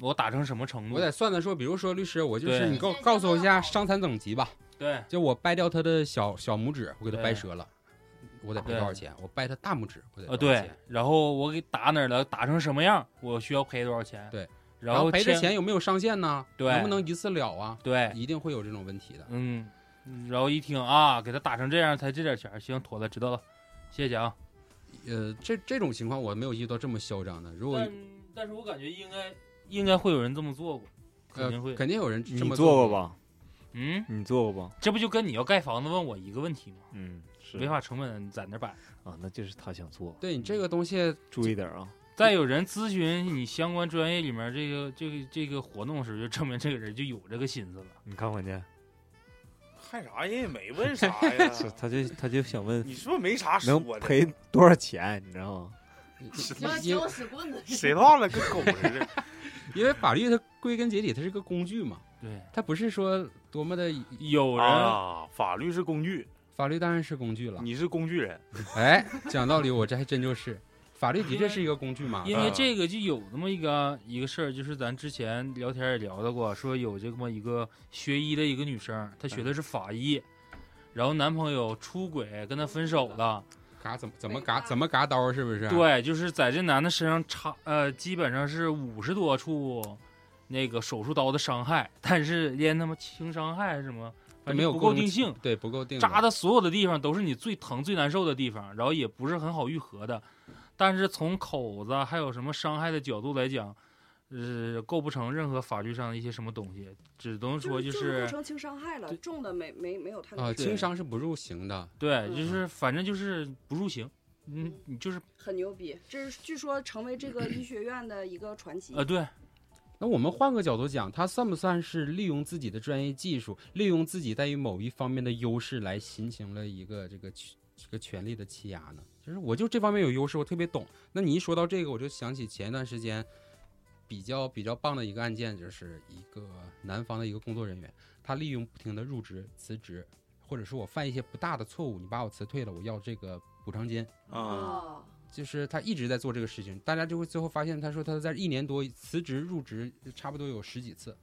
Speaker 7: 我打成什么程度，
Speaker 3: 我得算算说，比如说律师，我就是
Speaker 7: 对
Speaker 3: 你给我告诉我一下伤残等级吧，
Speaker 7: 对
Speaker 3: 就我掰掉他的小小拇指，我给他
Speaker 7: 对
Speaker 3: 掰折了，我得赔多少钱？我掰他大拇指，我得
Speaker 7: 呃
Speaker 3: 多少
Speaker 7: 对
Speaker 3: 钱？，
Speaker 7: 然后我给打哪儿了，打成什么样，我需要赔多少钱，
Speaker 3: 对，
Speaker 7: 然
Speaker 3: 后赔的
Speaker 7: 签
Speaker 3: 钱有没有上限呢？
Speaker 7: 对
Speaker 3: 能不能一次了啊？
Speaker 7: 对，
Speaker 3: 一定会有这种问题的。
Speaker 7: 嗯，然后一听啊，给他打成这样才这点钱，行，妥了，知道了，谢谢啊。
Speaker 3: 呃，这这种情况我没有遇到这么嚣张的，如果
Speaker 7: 但但是我感觉应该应该会有人这么做过，肯定会
Speaker 3: 呃、肯定有人
Speaker 6: 你
Speaker 3: 这么
Speaker 6: 做
Speaker 3: 过
Speaker 6: 过？吧？
Speaker 7: 嗯，
Speaker 6: 你做过吧？
Speaker 7: 这不就跟你要盖房子问我一个问题吗？
Speaker 6: 嗯，是
Speaker 7: 违法成本在那儿摆。
Speaker 6: 啊，那就是他想做，
Speaker 3: 对你这个东 西，
Speaker 6: 注意点啊。
Speaker 7: 再有人咨询你相关专业里面这个这个这个活动时，就证明这个人就有这个心思了。
Speaker 6: 你看看去，
Speaker 1: 害啥人也 没问啥呀
Speaker 6: 是他就他就想问
Speaker 1: 你是不是没啥
Speaker 6: 能赔多少钱，你知道吗？
Speaker 5: 要
Speaker 3: 因
Speaker 5: 请我使棍子，
Speaker 1: 谁到了跟狗似的？
Speaker 3: 因为法律它归根结底它是个工具嘛，
Speaker 7: 对，
Speaker 3: 它不是说多么的，
Speaker 7: 有人、
Speaker 1: 啊，法律是工具，
Speaker 3: 法律当然是工具
Speaker 6: 嗯
Speaker 3: 了。
Speaker 1: 你是工具人。
Speaker 3: 哎，讲道理，我这还真就是，法律的确是一个工具嘛。
Speaker 7: 因为这个就有那么一个一个事儿，就是咱之前聊天也聊到过，说有这么一个学医的一个女生，她学的是法医，然后男朋友出轨跟她分手了，
Speaker 3: 嘎怎么怎么嘎怎么嘎刀是不啊是？，
Speaker 7: 对，就是在这男的身上插呃，基本上是五十多处那个手术刀的伤害，但是连他妈轻伤害是什么，
Speaker 3: 都
Speaker 7: 反正
Speaker 3: 没有
Speaker 7: 不够
Speaker 3: 能
Speaker 7: 定性，
Speaker 3: 对，不够定
Speaker 7: 扎的所有的地方都是你最疼、最难受的地方，然后也不是很好愈合的。但是从口子还有什么伤害的角度来讲，呃，构不成任何法律上的一些什么东西，只能说
Speaker 4: 就构
Speaker 7: 是
Speaker 4: 成轻伤害了，
Speaker 7: 对
Speaker 4: 重的没没没有太多
Speaker 3: 啊，
Speaker 4: 事儿，
Speaker 3: 轻伤是不入刑的。
Speaker 7: 对，
Speaker 4: 嗯
Speaker 7: 就是反正就是不入刑。嗯，你就是
Speaker 4: 很牛逼。这是据说成为这个医学院的一个传奇。
Speaker 7: 呃，对，
Speaker 3: 那我们换个角度讲，他算不算是利用自己的专业技术，利用自己在于某一方面的优势来形成了一个这个权这个权力的欺压呢？就是我就这方面有优势，我特别懂。那你一说到这个，我就想起前一段时间比较比较棒的一个案件，就是一个南方的一个工作人员，他利用不停的入职、辞职，或者说我犯一些不大的错误，你把我辞退了，我要这个补偿金。
Speaker 1: 啊，
Speaker 3: 哦
Speaker 4: 啊，
Speaker 3: 就是他一直在做这个事情，大家就会最后发现，他说他在一年多辞职入职，差不多有十几次。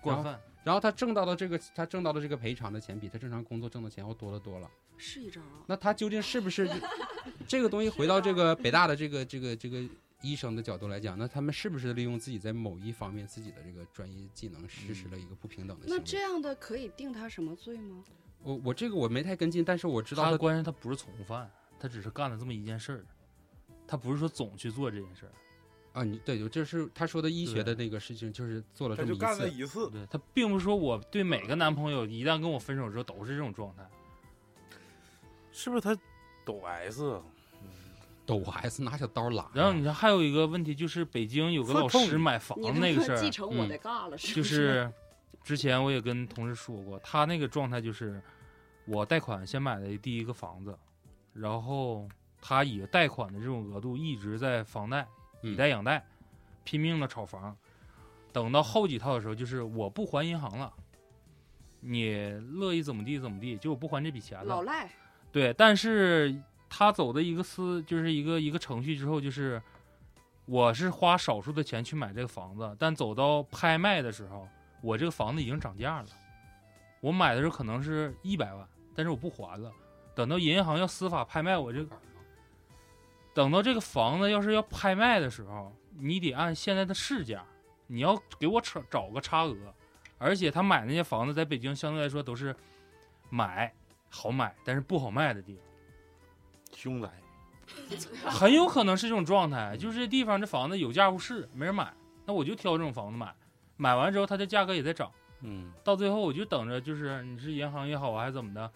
Speaker 7: 惯犯。
Speaker 3: 然后他挣到的这个，他挣到的这个赔偿的钱，比他正常工作挣的钱要多得多了。
Speaker 4: 是一招啊。
Speaker 3: 那他究竟是不是这个东西？回到这个北大的这个这个这个医生的角度来讲，那他们是不是利用自己在某一方面自己的这个专业技能，实施了一个不平等的行
Speaker 4: 嗯那
Speaker 3: 为？
Speaker 4: 这样的可以定他什么罪吗？
Speaker 3: 我我这个我没太跟进，但是我知道
Speaker 7: 他
Speaker 3: 他
Speaker 7: 关键他不是从犯，他只是干了这么一件事儿，他不是说总去做这件事儿，
Speaker 3: 啊，你对，这是他说的医学的那个事情，就是做了
Speaker 1: 啊他就
Speaker 3: 这么一
Speaker 1: 干了
Speaker 3: 次。
Speaker 1: 一次，
Speaker 7: 对他并不是说我对每个男朋友一旦跟我分手之后都是这种状态，
Speaker 1: 是不是他抖 S？
Speaker 3: 抖 S 拿小刀拉呀，
Speaker 4: 嗯
Speaker 7: 然后你看还有一个问题就是北京有个老师买房
Speaker 4: 你
Speaker 7: 哦那个事
Speaker 4: 继
Speaker 7: 儿，啊
Speaker 4: 承我的尬了，是
Speaker 7: 就
Speaker 4: 不是？
Speaker 7: 是之前我也跟同事说过，他那个状态就是我贷款先买的第一个房子，然后他以贷款的这种额度一直在房贷以
Speaker 3: 嗯
Speaker 7: 贷养贷，拼命的炒房，等到后几套的时候就是我不还银行了，你乐意怎么地怎么地，就我不还这笔钱了，
Speaker 4: 老赖
Speaker 7: 对，但是他走的一个思就是一个一个程序之后，就是我是花少数的钱去买这个房子，但走到拍卖的时候，我这个房子已经涨价了。我买的时候可能是一百万，但是我不还了。等到银行要司法拍卖我这个，等到这个房子要是要拍卖的时候，你得按现在的市价，你要给我找找个差额。而且他买那些房子在北京相对来说都是买好买，但是不好卖的地 方，
Speaker 1: 凶宅，
Speaker 7: 很有可能是这种状态，就是这地方这房子有价无市，没人买，那我就挑这种房子买，买完之后它的价格也在涨，
Speaker 1: 嗯，
Speaker 7: 到最后我就等着，就是你是银行也好啊，还是怎么的，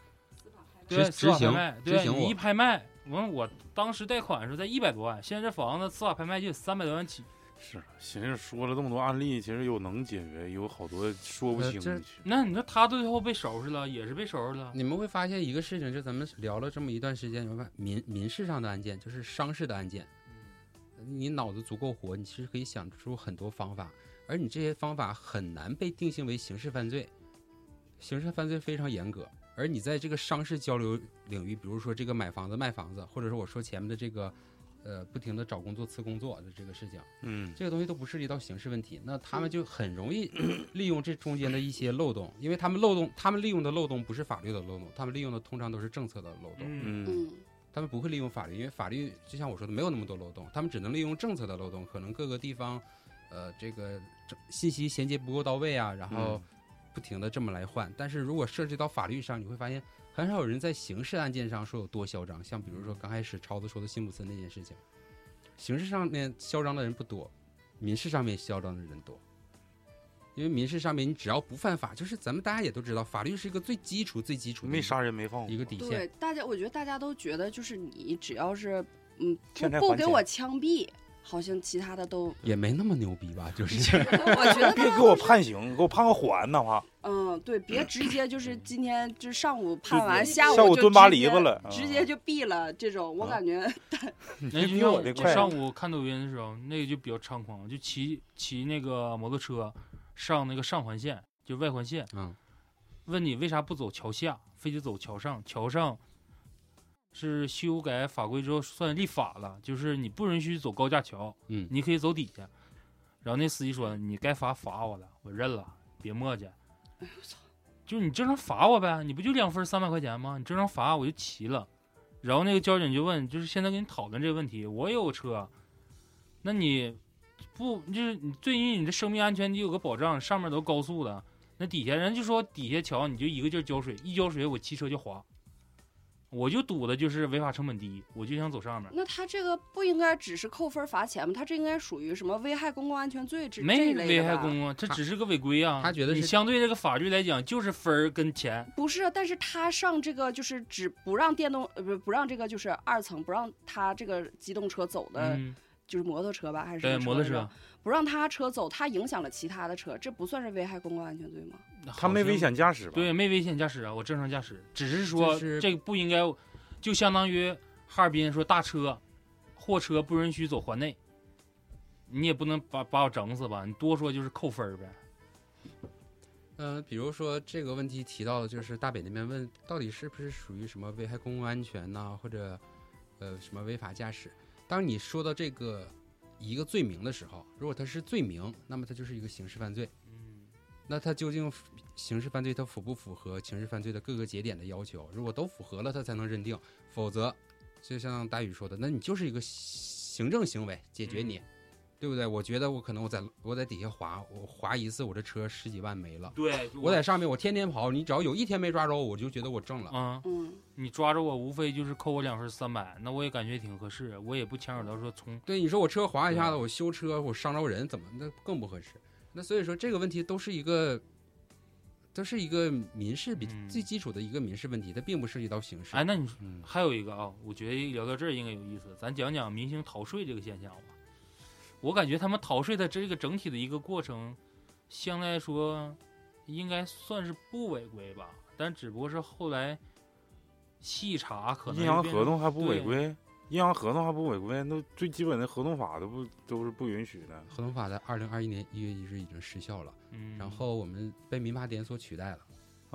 Speaker 3: 执
Speaker 7: 对，司法
Speaker 3: 执行
Speaker 7: 拍卖，
Speaker 3: 执
Speaker 7: 对
Speaker 3: 行
Speaker 7: 你
Speaker 3: 我
Speaker 7: 一拍卖，完我当时贷款的时候在一百多万，现在这房子司法拍卖就得三百多万起，
Speaker 1: 是。寻思说了这么多案例，其实有能解决，有好多说不
Speaker 3: 呃
Speaker 1: 清
Speaker 3: 这
Speaker 1: 的。
Speaker 7: 那你说他最后被收拾了，也是被收拾了，
Speaker 3: 你们会发现一个事情，就咱们聊了这么一段时间，你会发现民民事上的案件，就是商事的案件，你脑子足够活，你其实可以想出很多方法，而你这些方法很难被定性为刑事犯罪。刑事犯罪非常严格，而你在这个商事交流领域，比如说这个买房子、卖房子，或者说我说前面的这个，呃，不停的找工作、辞工作的这个事情，
Speaker 1: 嗯
Speaker 3: 这个东西都不涉及到刑事问题，那他们就很容易 利用这中间的一些漏洞，因为他们漏洞，他们利用的漏洞不是法律的漏洞，他们利用的通常都是政策的漏洞。
Speaker 7: 嗯，
Speaker 1: 嗯
Speaker 4: 嗯
Speaker 3: 他们不会利用法律，因为法律就像我说的，没有那么多漏洞，他们只能利用政策的漏洞，可能各个地方，呃，这个这信息衔接不够到位啊，然后不停的这么来换。但是如果涉及到法律上，你会发现很少有人在刑事案件上说有多嚣张，像比如说刚开始超子说的辛普森那件事情，刑事上面嚣张的人不多，民事上面嚣张的人多。因为民事上面，你只要不犯法，就是咱们大家也都知道，法律是一个最基础、最基础的
Speaker 1: 没
Speaker 3: 一
Speaker 1: 杀人没放火
Speaker 3: 嗯一个底线。
Speaker 4: 对，大家我觉得大家都觉得就是你只要是嗯不
Speaker 1: 欠债
Speaker 4: 不
Speaker 1: 还
Speaker 4: 给
Speaker 1: 钱
Speaker 4: 我枪毙，好像其他的都
Speaker 3: 也没那么牛逼吧，就是。
Speaker 4: 我觉得
Speaker 1: 别给我判刑，给我判个缓哪怕
Speaker 4: 嗯，对，别直接
Speaker 7: 嗯
Speaker 4: 就是今天就上午判完，
Speaker 1: 就
Speaker 4: 下
Speaker 1: 下午
Speaker 4: 就
Speaker 1: 蹲巴
Speaker 4: 直接
Speaker 1: 黎子了
Speaker 7: 啊
Speaker 4: 直接就毙了这种。我
Speaker 1: 啊
Speaker 4: 感觉
Speaker 3: 嗯
Speaker 1: 你
Speaker 7: 那
Speaker 1: 这
Speaker 7: 就
Speaker 1: 比
Speaker 7: 像
Speaker 1: 我的
Speaker 7: 我
Speaker 1: 快啊。
Speaker 7: 上午看抖音的时候，那个就比较猖狂，就骑骑那个摩托车上那个上环线，就外环线。
Speaker 3: 嗯，
Speaker 7: 问你为啥不走桥下，非得走桥上？桥上是修改法规之后算立法了，就是你不允许走高架桥，
Speaker 3: 嗯
Speaker 7: 你可以走底下。然后那司机说：“你该罚罚我了，我认了，别磨叽。”就是你正常罚我呗，你不就两分三百块钱吗？你正常罚我就骑了。然后那个交警就问，就是现在跟你讨论这个问题，我也有车，那你不就是你对于你的生命安全你有个保障，上面都高速的，那底下人就说底下桥你就一个劲儿浇水，一浇水我骑车就滑，我就赌的就是违法成本低，我就想走上面。
Speaker 4: 那他这个不应该只是扣分罚钱吗？他这应该属于什么危害公共安全罪这这
Speaker 7: 没
Speaker 4: 一类的
Speaker 7: 危害
Speaker 4: 吧
Speaker 7: 公共啊，这
Speaker 3: 他
Speaker 7: 只是个违规啊。
Speaker 3: 他觉得
Speaker 7: 你
Speaker 3: 是
Speaker 7: 相对这个法律来讲，就是分儿跟钱。
Speaker 4: 不是，但是他上这个就是只不让电动呃不不让这个就是二层不让他这个机动车走的，
Speaker 7: 嗯，
Speaker 4: 就是摩托车呃吧还是什
Speaker 7: 对，
Speaker 4: 么
Speaker 7: 摩托
Speaker 4: 来着
Speaker 7: 车
Speaker 4: 不让他车走，他影响了其他的车，这不算是危害公共安全罪吗？
Speaker 1: 他没危，
Speaker 7: 好像
Speaker 1: 险驾驶吧？
Speaker 7: 对，没危险驾驶啊，我正常驾驶，只是说
Speaker 3: 就是
Speaker 7: 这个不应该，就相当于哈尔滨说大车、货车不允许走环内，你也不能把把我整死吧？你多说就是扣分儿呗。
Speaker 3: 呃，比如说这个问题提到的，就是大北那边问，到底是不是属于什么危害公共安全呐、或者呃什么违法驾驶？当你说到这个一个罪名的时候，如果它是罪名，那么它就是一个刑事犯罪。
Speaker 7: 嗯，
Speaker 3: 那它究竟符刑事犯罪它符不符合刑事犯罪的各个节点的要求？如果都符合了，它才能认定，否则就像大宇说的，那你就是一个行政行为，解决你，对不对？我觉得我可能我在我在底下滑，我滑一次我这车十几万没了。
Speaker 7: 对，
Speaker 3: 我在上面，我天天跑，你只要有一天没抓着我，我就觉得我挣了。
Speaker 7: 啊、
Speaker 4: 嗯，
Speaker 7: 你抓着我，无非就是扣我两分三百，那我也感觉挺合适，我也不牵扯到说从
Speaker 3: 对，你说我车划一下子，
Speaker 7: 嗯
Speaker 3: 我修车，我伤着人，怎么那更不合适？那所以说这个问题都是一个，都是一个民事比
Speaker 7: 嗯
Speaker 3: 最基础的一个民事问题，它并不涉及到刑事。
Speaker 7: 哎，那你
Speaker 1: 嗯
Speaker 7: 还有一个啊，我觉得聊到这儿应该有意思，咱讲讲明星逃税这个现象吧。我感觉他们逃税的这个整体的一个过程，相对来说应该算是不违规吧，但只不过是后来细查可能
Speaker 1: 银行
Speaker 7: 就变成
Speaker 1: 合同还不违
Speaker 7: 对
Speaker 1: 规，银行合同还不违规，那最基本的合同法都不都是不允许的。
Speaker 3: 合同法在二零二一年一月一日已经失效了，
Speaker 7: 嗯，
Speaker 3: 然后我们被民法典所取代了。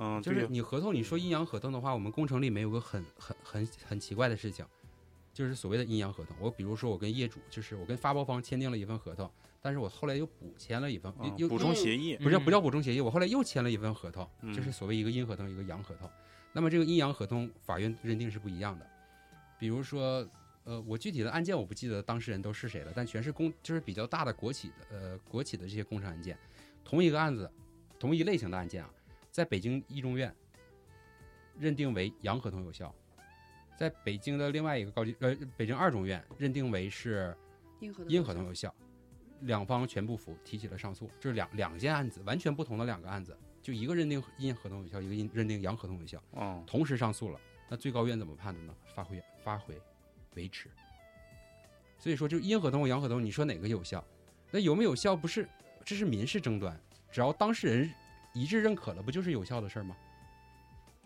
Speaker 1: 嗯，
Speaker 3: 就
Speaker 1: 对
Speaker 3: 是
Speaker 1: 呀
Speaker 3: 你合同，你说阴阳合同的话，我们工程里没有个很很很很奇怪的事情，就是所谓的阴阳合同。我比如说我跟业主，就是我跟发包方签订了一份合同，但是我后来又补签了一份，
Speaker 1: 啊
Speaker 3: 又
Speaker 1: 补
Speaker 3: 又
Speaker 1: 充协议，
Speaker 3: 不叫
Speaker 7: 嗯
Speaker 3: 不叫补充协议，我后来又签了一份合同，
Speaker 1: 嗯
Speaker 3: 就是所谓一个阴合同，一个阳合同。那么这个阴阳合同，法院认定是不一样的。比如说，呃，我具体的案件我不记得当事人都是谁了，但全是公，就是比较大的国企的，呃，国企的这些工程案件，同一个案子，同一类型的案件啊，在北京一中院认定为阳合同有效，在北京的另外一个高级，呃，北京二中院认定为是
Speaker 4: 因合同
Speaker 3: 因合同有效，两方全不服，提起了上诉。这是两两件案子，完全不同的两个案子，就一个认定因合同有效，一个因认定阳合同有效，
Speaker 1: 嗯，
Speaker 3: 同时上诉了。那最高院怎么判的呢？发回发回维持。所以说，就是因合同和阳合同，你说哪个有效？那有没有效不是，这是民事争端，只要当事人一致认可了，不就是有效的事儿吗？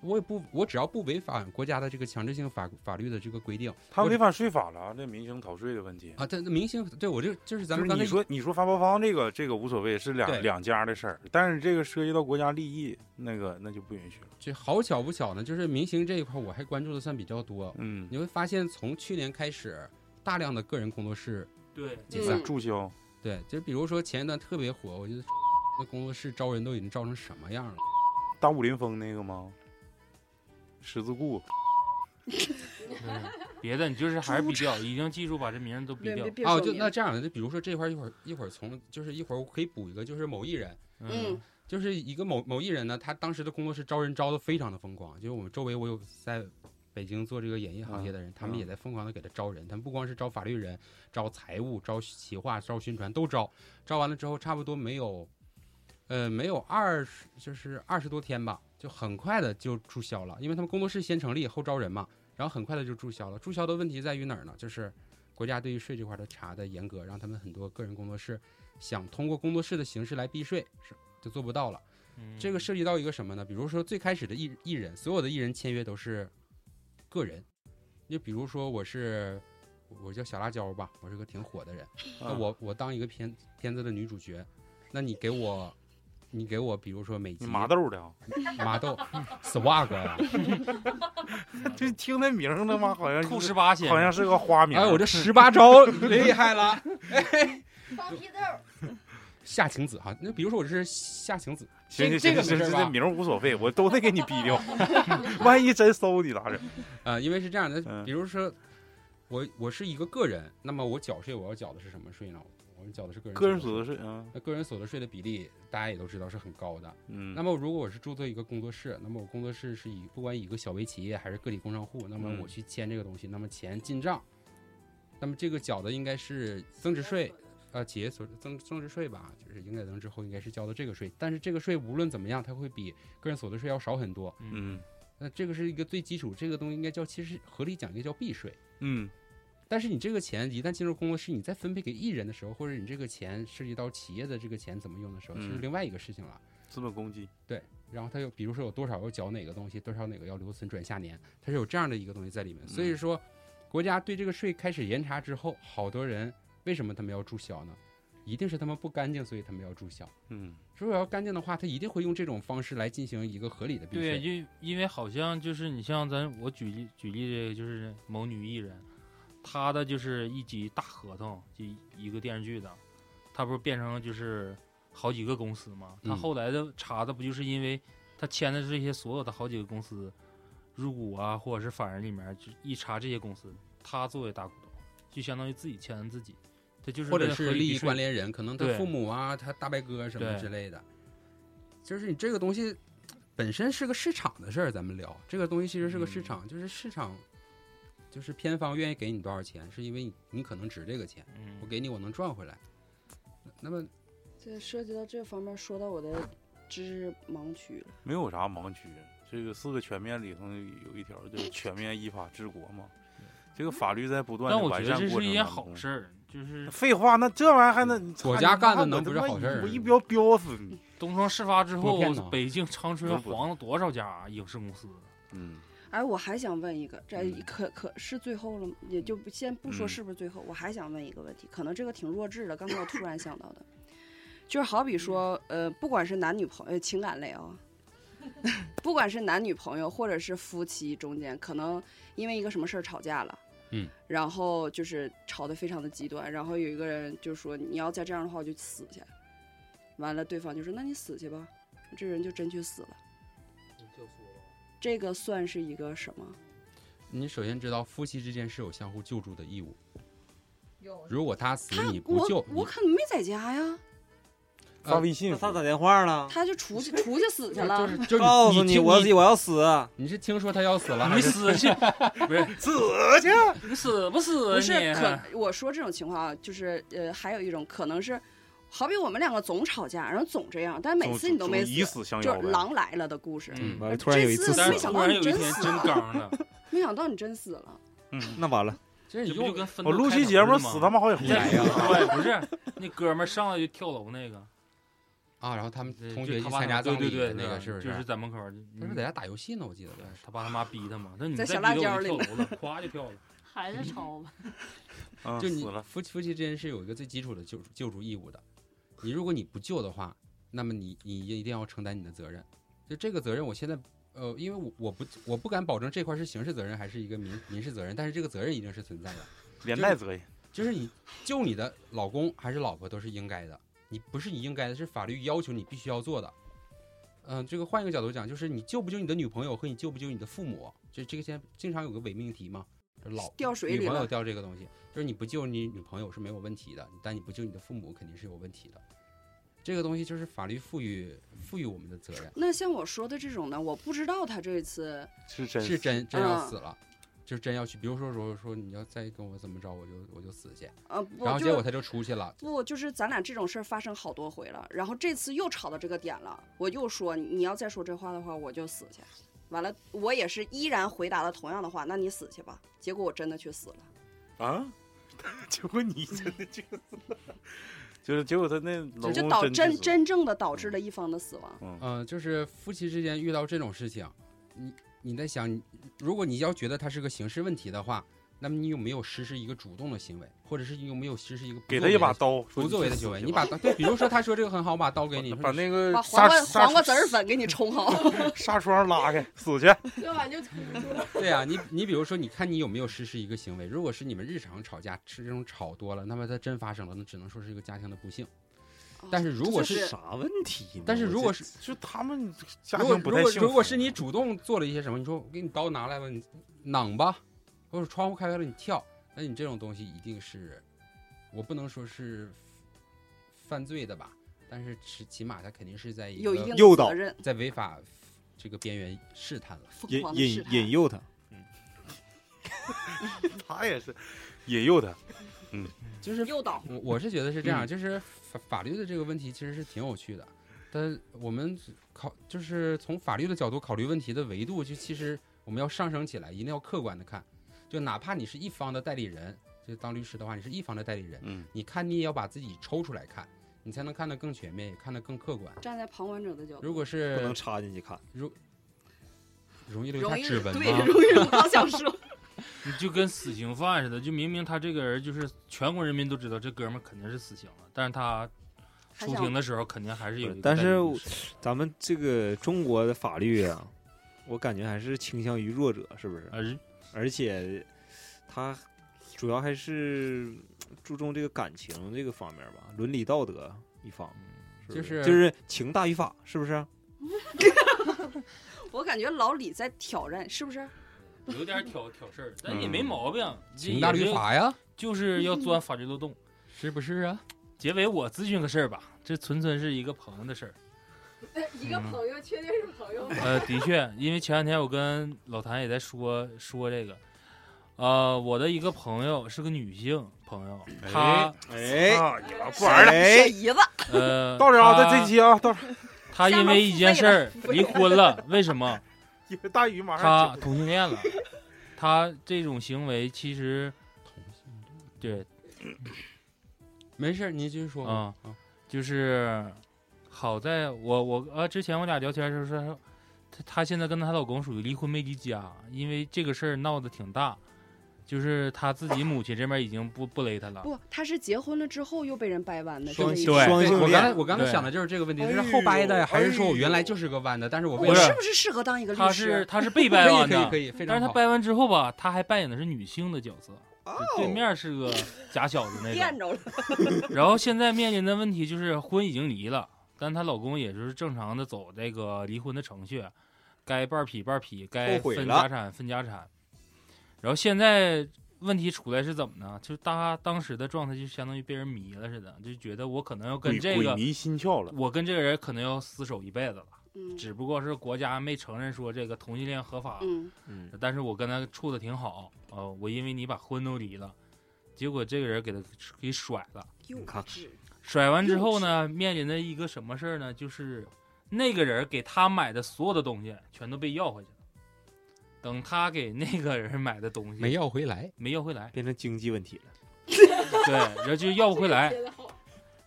Speaker 3: 我也不，我只要不违反国家的这个强制性法法律的这个规定，
Speaker 1: 他
Speaker 3: 我
Speaker 1: 违反税法了啊，这民生逃税的问题。
Speaker 3: 啊，他明星对我这就是咱
Speaker 1: 就是
Speaker 3: 们刚才
Speaker 1: 你说你说发包方这个这个无所谓，是
Speaker 3: 对
Speaker 1: 两两家的事儿，但是这个涉及到国家利益，那个那就不允许了。
Speaker 3: 这好巧不巧呢，就是明星这一块我还关注的算比较多。
Speaker 1: 嗯，
Speaker 3: 你会发现，从去年开始，大量的个人工作室
Speaker 7: 对，
Speaker 3: 解散。
Speaker 1: 注销，
Speaker 3: 对，就比如说前一段特别火，我觉得 那工作室招人都已经招成什么样了。
Speaker 1: 大武林风那个吗？十字固，
Speaker 3: 嗯
Speaker 7: 别的你就是还是比较，已经记住把这名字都比
Speaker 4: 别
Speaker 7: 掉
Speaker 4: 别。别
Speaker 3: 哦，
Speaker 4: 说
Speaker 3: 就
Speaker 4: 名
Speaker 3: 那这样的，就比如说这块儿一会儿一会儿从就是一会儿我可以补一个，就是某艺人，
Speaker 4: 嗯，
Speaker 3: 就是一个某某艺人呢，他当时的工作室招人招的非常的疯狂，就是我们周围我有在北京做这个演艺行业的人，他们
Speaker 1: 嗯
Speaker 3: 也在疯狂的给他招人，他们不光是招法律人，招财务，招企划，招宣传都招，招完了之后差不多没有，呃，没有二十就是二十多天吧，就很快的就注销了，因为他们工作室先成立后招人嘛，然后很快的就注销了。注销的问题在于哪儿呢？就是国家对于税这块儿的查的严格，让他们很多个人工作室想通过工作室的形式来避税是就做不到了。
Speaker 7: 嗯
Speaker 3: 这个涉及到一个什么呢？比如说最开始的艺艺人，所有的艺人签约都是个人。就比如说我是我叫小辣椒吧，我是个挺火的人，那
Speaker 1: 啊
Speaker 3: 我我当一个片片子的女主角，那你给我你给我比如说每集
Speaker 1: 你麻豆的啊，
Speaker 3: 麻豆 swag 呀，
Speaker 1: 这听那名儿他妈 好像
Speaker 7: 扣
Speaker 1: 是
Speaker 7: 十八先生，
Speaker 1: 好像是个花名。
Speaker 3: 哎，我这十八招厉害了，
Speaker 2: 放屁 豆。
Speaker 3: 夏晴子哈。那比如说我是夏晴子，
Speaker 1: 行
Speaker 3: 这
Speaker 1: 行行
Speaker 3: 这个
Speaker 1: 行
Speaker 3: 没
Speaker 1: 行，
Speaker 3: 事
Speaker 1: 这
Speaker 3: 吧
Speaker 1: 这名儿无所谓，我都得给你毙掉，万一真搜你咋整？
Speaker 3: 呃，因为是这样的，
Speaker 1: 嗯
Speaker 3: 比如说我我是一个个人，那么我缴税我要缴的是什么税呢？我们缴的是个人
Speaker 1: 个人
Speaker 3: 所
Speaker 1: 所
Speaker 3: 得
Speaker 1: 得
Speaker 3: 税。
Speaker 1: 税，嗯
Speaker 3: 那个人所得税的比例大家也都知道是很高的。
Speaker 1: 嗯，
Speaker 3: 那么如果我是注册一个工作室，那么我工作室是以不管以一个小微企业还是个体工商户，那么
Speaker 1: 嗯
Speaker 3: 我去签这个东西，那么钱进账，那么这个缴的应该是增值税，呃，企业所增增值税吧，就是应该能之后应该是交的这个税，但是这个税无论怎么样，它会比个人所得税要少很多。
Speaker 1: 嗯
Speaker 3: 那这个是一个最基础，这个东西应该叫其实合理讲应该叫避税。
Speaker 1: 嗯
Speaker 3: 但是你这个钱一旦进入工作室，你再分配给艺人的时候，或者你这个钱涉及到企业的这个钱怎么用的时候，这是
Speaker 1: 嗯
Speaker 3: 另外一个事情了。
Speaker 1: 资本公积，
Speaker 3: 然后它又比如说有多少要缴哪个东西，多少哪个要留存转下年，它是有这样的一个东西在里面。所以说，国家对这个税开始严查之后，好多人为什么他们要注销呢？一定是他们不干净，所以他们要注销。
Speaker 1: 嗯
Speaker 3: 如果要干净的话，他一定会用这种方式来进行一个合理的避税。
Speaker 7: 对，因因为好像就是你像咱我举例举例这个就是某女艺人，她的就是一集大合同，就一个电视剧的，她不是变成就是好几个公司吗？她
Speaker 3: 嗯
Speaker 7: 后来的查的不就是因为她签的这些所有的好几个公司入股啊，或者是法人里面，就一查这些公司，她作为大股东，就相当于自己签了自己，她就是
Speaker 3: 或者
Speaker 7: 为了合
Speaker 3: 是
Speaker 7: 理
Speaker 3: 利
Speaker 7: 避
Speaker 3: 益
Speaker 7: 税
Speaker 3: 关联人，可能他
Speaker 7: 对
Speaker 3: 父母啊，他大伯哥什么
Speaker 7: 对
Speaker 3: 之类的。就是你这个东西本身是个市场的事儿，咱们聊这个东西其实是个
Speaker 7: 嗯
Speaker 3: 市场，就是市场，就是偏方愿意给你多少钱，是因为你你可能值这个钱，
Speaker 7: 嗯
Speaker 3: 我给你我能赚回来。那么
Speaker 4: 这涉及到这方面，说到我的知识盲区了。
Speaker 1: 没有啥盲区。这个四个全面里头有一条就是全面依法治国嘛，这个法律在不断
Speaker 7: 但
Speaker 1: 的
Speaker 7: 我
Speaker 1: 完
Speaker 7: 觉得
Speaker 1: 善
Speaker 7: 这
Speaker 1: 过
Speaker 7: 是
Speaker 1: 程
Speaker 7: 一件
Speaker 1: 当
Speaker 7: 好
Speaker 1: 中
Speaker 7: 事儿，就是
Speaker 1: 废话，那这玩意儿还能
Speaker 3: 左家干的能不是好事儿
Speaker 1: 我一标标死你。
Speaker 7: 东窗事发之后
Speaker 3: 多骗呢，
Speaker 7: 北京长春
Speaker 1: 不是不是
Speaker 7: 黄了多少家影视公司？
Speaker 1: 嗯，
Speaker 4: 哎，我还想问一个，这
Speaker 1: 嗯
Speaker 4: 可可是最后了吗？也就不先不说
Speaker 1: 嗯
Speaker 4: 是不是最后，我还想问一个问题，可能这个挺弱智的，刚才我突然想到的，就是好比说，
Speaker 3: 嗯
Speaker 4: 呃，不管是男女朋友情感类啊、 不管是男女朋友或者是夫妻中间，可能因为一个什么事儿吵架了，
Speaker 3: 嗯，
Speaker 4: 然后就是吵得非常的极端，然后有一个人就说你要再这样的话我就死去，完了对方就说那你死去吧，这人就真去死了，这个算是一个什么？
Speaker 3: 嗯你首先知道夫妻之间是有相互救助的义务，
Speaker 5: 有
Speaker 3: 如果他死
Speaker 4: 他
Speaker 3: 你不救，
Speaker 4: 我我可能没在家呀，
Speaker 3: 啊
Speaker 1: 发微信
Speaker 6: 那他打电话了，
Speaker 4: 他就 出去出去死去了。
Speaker 3: 你就是
Speaker 6: 告
Speaker 3: 就
Speaker 6: 诉
Speaker 3: 你
Speaker 6: 你
Speaker 3: 听
Speaker 6: 我
Speaker 3: 你嗯
Speaker 6: 我要死，
Speaker 3: 你是听说他要死了，还
Speaker 7: 你
Speaker 3: 是
Speaker 7: 死去，啊 不是
Speaker 1: 死去。
Speaker 7: 你死不死啊？
Speaker 4: 不是
Speaker 7: 你
Speaker 4: 可我说这种情况啊，就是呃，还有一种可能是，好比我们两个总吵架，然后总这样，但每次你都没
Speaker 1: 以
Speaker 4: 死，
Speaker 1: 死相
Speaker 4: 就
Speaker 1: 邀
Speaker 4: 是
Speaker 1: 呗。
Speaker 4: 狼来了的故事。
Speaker 7: 嗯
Speaker 6: 完了突然有一
Speaker 4: 这次
Speaker 6: 次死
Speaker 7: 但
Speaker 4: 没
Speaker 7: 是
Speaker 6: 了
Speaker 4: 想到
Speaker 7: 突
Speaker 4: 你
Speaker 7: 然有一
Speaker 4: 真
Speaker 7: 天
Speaker 4: 死
Speaker 7: 真
Speaker 4: 了
Speaker 7: 刚 了，
Speaker 4: 没想到你真死了，
Speaker 1: 嗯，
Speaker 6: 那完了，
Speaker 3: 这
Speaker 7: 这
Speaker 3: 你
Speaker 7: 不就
Speaker 3: 用
Speaker 7: 跟分
Speaker 1: 我
Speaker 7: 斗
Speaker 1: 录
Speaker 7: 开
Speaker 1: 期
Speaker 7: 场
Speaker 1: 节
Speaker 7: 似
Speaker 1: 目
Speaker 7: 的吗
Speaker 1: 死他妈好几回
Speaker 7: 对
Speaker 1: 呀！
Speaker 7: 对，不是那哥们儿上来就跳楼那个，
Speaker 3: 啊，然后他们
Speaker 7: 对
Speaker 3: 同
Speaker 7: 就
Speaker 3: 学
Speaker 7: 他
Speaker 3: 去
Speaker 7: 爸
Speaker 3: 参
Speaker 7: 他
Speaker 3: 加
Speaker 7: 妈
Speaker 3: 葬
Speaker 7: 对
Speaker 3: 礼
Speaker 7: 对对，
Speaker 3: 那个是不？
Speaker 7: 就是在门口儿，
Speaker 3: 他
Speaker 1: 嗯
Speaker 3: 说在家打游戏呢，我记得
Speaker 7: 对
Speaker 3: 是。
Speaker 7: 他爸他妈逼他嘛，那你
Speaker 4: 在
Speaker 7: 再
Speaker 4: 小
Speaker 7: 逼
Speaker 4: 辣
Speaker 7: 着我
Speaker 4: 椒
Speaker 7: 就
Speaker 4: 里
Speaker 7: 跳楼了，咵就跳了。
Speaker 5: 还是抄吧。
Speaker 1: 啊，
Speaker 3: 就你
Speaker 1: 死了，
Speaker 3: 夫妻夫妻之间是有一个最基础的救助救助义务的，你如果你不救的话，那么你你也一定要承担你的责任。就这个责任，我现在呃，因为我我不我不敢保证这块是刑事责任还是一个民民事责任，但是这个责任一定是存在的。
Speaker 1: 连带责任。
Speaker 3: 就是你救你的老公还是老婆都是应该的，你不是你应该的，是法律要求你必须要做的。嗯、这个换一个角度讲，就是你救不救你的女朋友和你救不救你的父母，就这个现在经常有个伪命题嘛，就老
Speaker 4: 掉水里
Speaker 3: 女朋友
Speaker 4: 了，
Speaker 3: 掉这个东西，就是你不救你女朋友是没有问题的，但你不救你的父母肯定是有问题的。这个东西就是法律赋予赋予我们的责任，
Speaker 4: 那像我说的这种呢，我不知道他这次
Speaker 1: 是真
Speaker 3: 是
Speaker 1: 是
Speaker 3: 真真要
Speaker 4: 嗯
Speaker 3: 死了，就真要去，比如说说说你要再跟我怎么着，我就我就死去，
Speaker 4: 呃，不
Speaker 3: 然后
Speaker 4: 就
Speaker 3: 结果他就出去了，
Speaker 4: 不就是咱俩这种事儿发生好多回了，然后这次又吵到这个点了，我又说你要再说这话的话，我就死去。完了，我也是依然回答了同样的话，那你死去吧。结果我真的去死了。
Speaker 1: 啊，结果你真的就死了，就是结果她那老
Speaker 4: 就
Speaker 1: 公
Speaker 4: 导
Speaker 1: 真去
Speaker 4: 真
Speaker 1: 死了
Speaker 4: 真正的导致了一方的死亡。
Speaker 1: 嗯
Speaker 3: 嗯、就是夫妻之间遇到这种事情，你你在想，如果你要觉得它是个刑事问题的话，那么你有没有实施一个主动的行为，或者是你有没有实施一个不
Speaker 1: 给
Speaker 3: 作
Speaker 1: 他一
Speaker 3: 为
Speaker 1: 把
Speaker 3: 的
Speaker 1: 刀，说
Speaker 3: 不
Speaker 1: 你
Speaker 3: 作为
Speaker 1: 去
Speaker 3: 的
Speaker 1: 死
Speaker 3: 行为？
Speaker 1: 去
Speaker 3: 你
Speaker 1: 吧
Speaker 3: 把刀对，比如说他说这个很好，我把刀给你，说
Speaker 1: 把
Speaker 3: 你
Speaker 1: 那个
Speaker 4: 把
Speaker 1: 纱
Speaker 4: 黄瓜
Speaker 1: 纱
Speaker 4: 黄瓜籽儿粉给你冲好，
Speaker 1: 纱窗拉开，死去。
Speaker 5: 要不然就秃噜了。
Speaker 3: 对啊，你你比如说，你看你有没有实施一个行为？如果是你们日常吵架是这种吵多了，那么它真发生了，那只能说是一个家庭的不幸。但是如果
Speaker 6: 哦这
Speaker 3: 是，
Speaker 6: 啥问题呢？
Speaker 3: 但是
Speaker 6: 我
Speaker 3: 如
Speaker 6: 这
Speaker 3: 果是
Speaker 1: 就他们家
Speaker 3: 如果
Speaker 1: 庭
Speaker 3: 如
Speaker 1: 不太
Speaker 3: 果
Speaker 1: 幸福。
Speaker 3: 如果是你主动做了一些什么，你说我给你刀拿来吧，你攮吧，或者窗户开开了你跳，那你这种东西一定是，我不能说是犯罪的吧，但是起起码它肯定是在一
Speaker 4: 有一
Speaker 3: 个
Speaker 4: 定
Speaker 6: 诱
Speaker 4: 的
Speaker 6: 导
Speaker 4: 责任，
Speaker 3: 在违法这个边缘试探了。
Speaker 4: 疯
Speaker 6: 引
Speaker 4: 狂的试
Speaker 6: 引
Speaker 4: 探。
Speaker 6: 引诱他，
Speaker 1: 他也是引诱他，
Speaker 3: 就是
Speaker 4: 诱导，
Speaker 3: 我我是觉得是这样，就是法法律的这个问题其实是挺有趣的，但我们考就是从法律的角度考虑问题的维度，就其实我们要上升起来，一定要客观的看，就哪怕你是一方的代理人，就当律师的话，你是一方的代理人，
Speaker 1: 嗯，
Speaker 3: 你看你也要把自己抽出来看，你才能看得更全面，也看得更客观。
Speaker 4: 站在旁观者的角度，
Speaker 3: 如果
Speaker 6: 不
Speaker 3: 是
Speaker 6: 能插进去看。
Speaker 3: 容易留下
Speaker 4: 容易
Speaker 3: 指纹
Speaker 4: 对
Speaker 7: 啊
Speaker 3: 吗？
Speaker 4: 容易，我刚想说，
Speaker 7: 你就跟死刑犯似的，就明明他这个人就是全国人民都知道这哥们儿肯定是死刑了，但是他
Speaker 4: 还
Speaker 7: 出
Speaker 4: 想
Speaker 7: 庭的时候肯定还是有一个
Speaker 6: 但
Speaker 7: 代
Speaker 6: 是
Speaker 7: 理律
Speaker 6: 我
Speaker 7: 师
Speaker 6: 咱们这个中国的法律啊，我感觉还是倾向于弱者，是不是？
Speaker 7: 啊，人
Speaker 6: 而且他主要还是注重这个感情这个方面吧，伦理道德一方，
Speaker 3: 就是是
Speaker 6: 不就是情大于法，是不是？
Speaker 4: 我感觉老李在挑战，是不是？
Speaker 7: 有点挑挑事儿，但
Speaker 1: 嗯
Speaker 7: 也没毛病。这
Speaker 3: 情大
Speaker 7: 也
Speaker 3: 于
Speaker 7: 是，
Speaker 3: 法呀，
Speaker 7: 就是要钻法律漏洞。
Speaker 3: 是不是啊？
Speaker 7: 结尾我咨询个事儿吧，这纯纯是一个朋友的事儿。
Speaker 5: 一
Speaker 1: 嗯
Speaker 5: 个朋友确定是朋友吗？
Speaker 7: 呃，的确，因为前两天我跟老谭也在说说这个，呃，我的一个朋友是个女性朋友，她
Speaker 6: 哎
Speaker 1: 啊呀，不玩了，
Speaker 4: 小
Speaker 6: 哎，
Speaker 4: 姨子，
Speaker 7: 呃，
Speaker 1: 到这啊，
Speaker 7: 她
Speaker 1: 在这期啊，到这，
Speaker 7: 她因为一件事儿离婚了，为什么？
Speaker 1: 因为大鱼马上
Speaker 7: 她同性恋了，她这种行为其实对，
Speaker 3: 没事儿，您继续说嗯吧。
Speaker 7: 啊、就是好在我我啊，之前我俩聊天的时候说，她她现在跟她老公属于离婚没离家，因为这个事儿闹得挺大，就是她自己母亲这边已经不不勒她了。
Speaker 4: 不，他是结婚了之后又被人掰弯的，
Speaker 3: 双
Speaker 4: 这个意
Speaker 3: 性
Speaker 4: 思
Speaker 6: 双
Speaker 7: 对
Speaker 6: 性
Speaker 3: 我刚才
Speaker 6: 恋，
Speaker 3: 我刚才
Speaker 7: 对
Speaker 3: 想的就是这个问题，
Speaker 1: 哎
Speaker 3: 他
Speaker 1: 呦
Speaker 3: 是后掰的，还是说我原
Speaker 1: 哎
Speaker 3: 来
Speaker 1: 呦
Speaker 7: 就是个弯的？但是我为
Speaker 4: 我
Speaker 7: 了
Speaker 4: 是不是适合当一个律
Speaker 7: 她是
Speaker 4: 师？
Speaker 7: 她是被掰弯 的，
Speaker 3: 可以可以可以，非常
Speaker 7: 但是她
Speaker 3: 好。哦
Speaker 7: 掰弯之后吧，她还扮演的是女性的角色，就对面是个假小子 那
Speaker 4: 垫
Speaker 7: 种。
Speaker 4: 着 了，
Speaker 7: 然后现在面临的问题就是婚已经离了，但她老公也就是正常的走这个离婚的程序，该半儿劈半儿劈，该
Speaker 6: 后悔
Speaker 7: 分
Speaker 6: 了
Speaker 7: 家产分家产。然后现在问题出来是怎么呢？就是她当时的状态就相当于被人迷了似的，就觉得我可能要跟
Speaker 1: 鬼
Speaker 7: 这
Speaker 1: 鬼
Speaker 7: 个，
Speaker 1: 迷心窍了，
Speaker 7: 我跟这个人可能要厮守一辈子了。
Speaker 4: 嗯
Speaker 7: 只不过是国家没承认说这个同性恋合法，
Speaker 4: 嗯，
Speaker 6: 嗯，
Speaker 7: 但是我跟他处的挺好，呃，我因为你把婚都离了，结果这个人给他给甩了，
Speaker 4: 幼
Speaker 6: 看，
Speaker 4: 稚，
Speaker 7: 甩完之后呢，面临的一个什么事儿呢？就是那个人给他买的所有的东西全都被要回去了，等他给那个人买的东西
Speaker 3: 没要回来，
Speaker 7: 没要回来
Speaker 6: 变成经济问题了。
Speaker 7: 对，然后就要不回来
Speaker 5: 接，的好，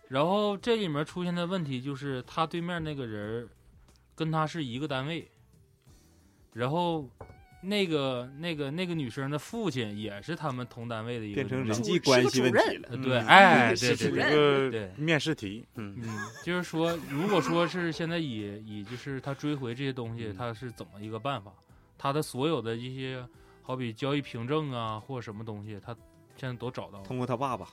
Speaker 7: 然后这里面出现的问题就是，他对面那个人儿跟他是一个单位，然后那个那个那个女生的父亲也是他们同单位的一个
Speaker 6: 变成
Speaker 7: 领
Speaker 6: 人
Speaker 7: 导，
Speaker 6: 际
Speaker 4: 主
Speaker 6: 关
Speaker 4: 是个
Speaker 6: 系问
Speaker 4: 主
Speaker 6: 题
Speaker 4: 任
Speaker 6: 了。
Speaker 7: 呃对，
Speaker 1: 嗯
Speaker 7: 哎，
Speaker 4: 是
Speaker 7: 对
Speaker 1: 这
Speaker 7: 对
Speaker 4: 主任
Speaker 1: 一
Speaker 7: 对，
Speaker 1: 个
Speaker 7: 对
Speaker 1: 面试题，嗯，
Speaker 7: 嗯，就是说，如果说是现在以以就是他追回这些东西，
Speaker 1: 嗯
Speaker 7: 他是怎么一个办法？他的所有的一些，好比交易凭证啊，或者什么东西，他现在都找到了。
Speaker 6: 通过他爸爸，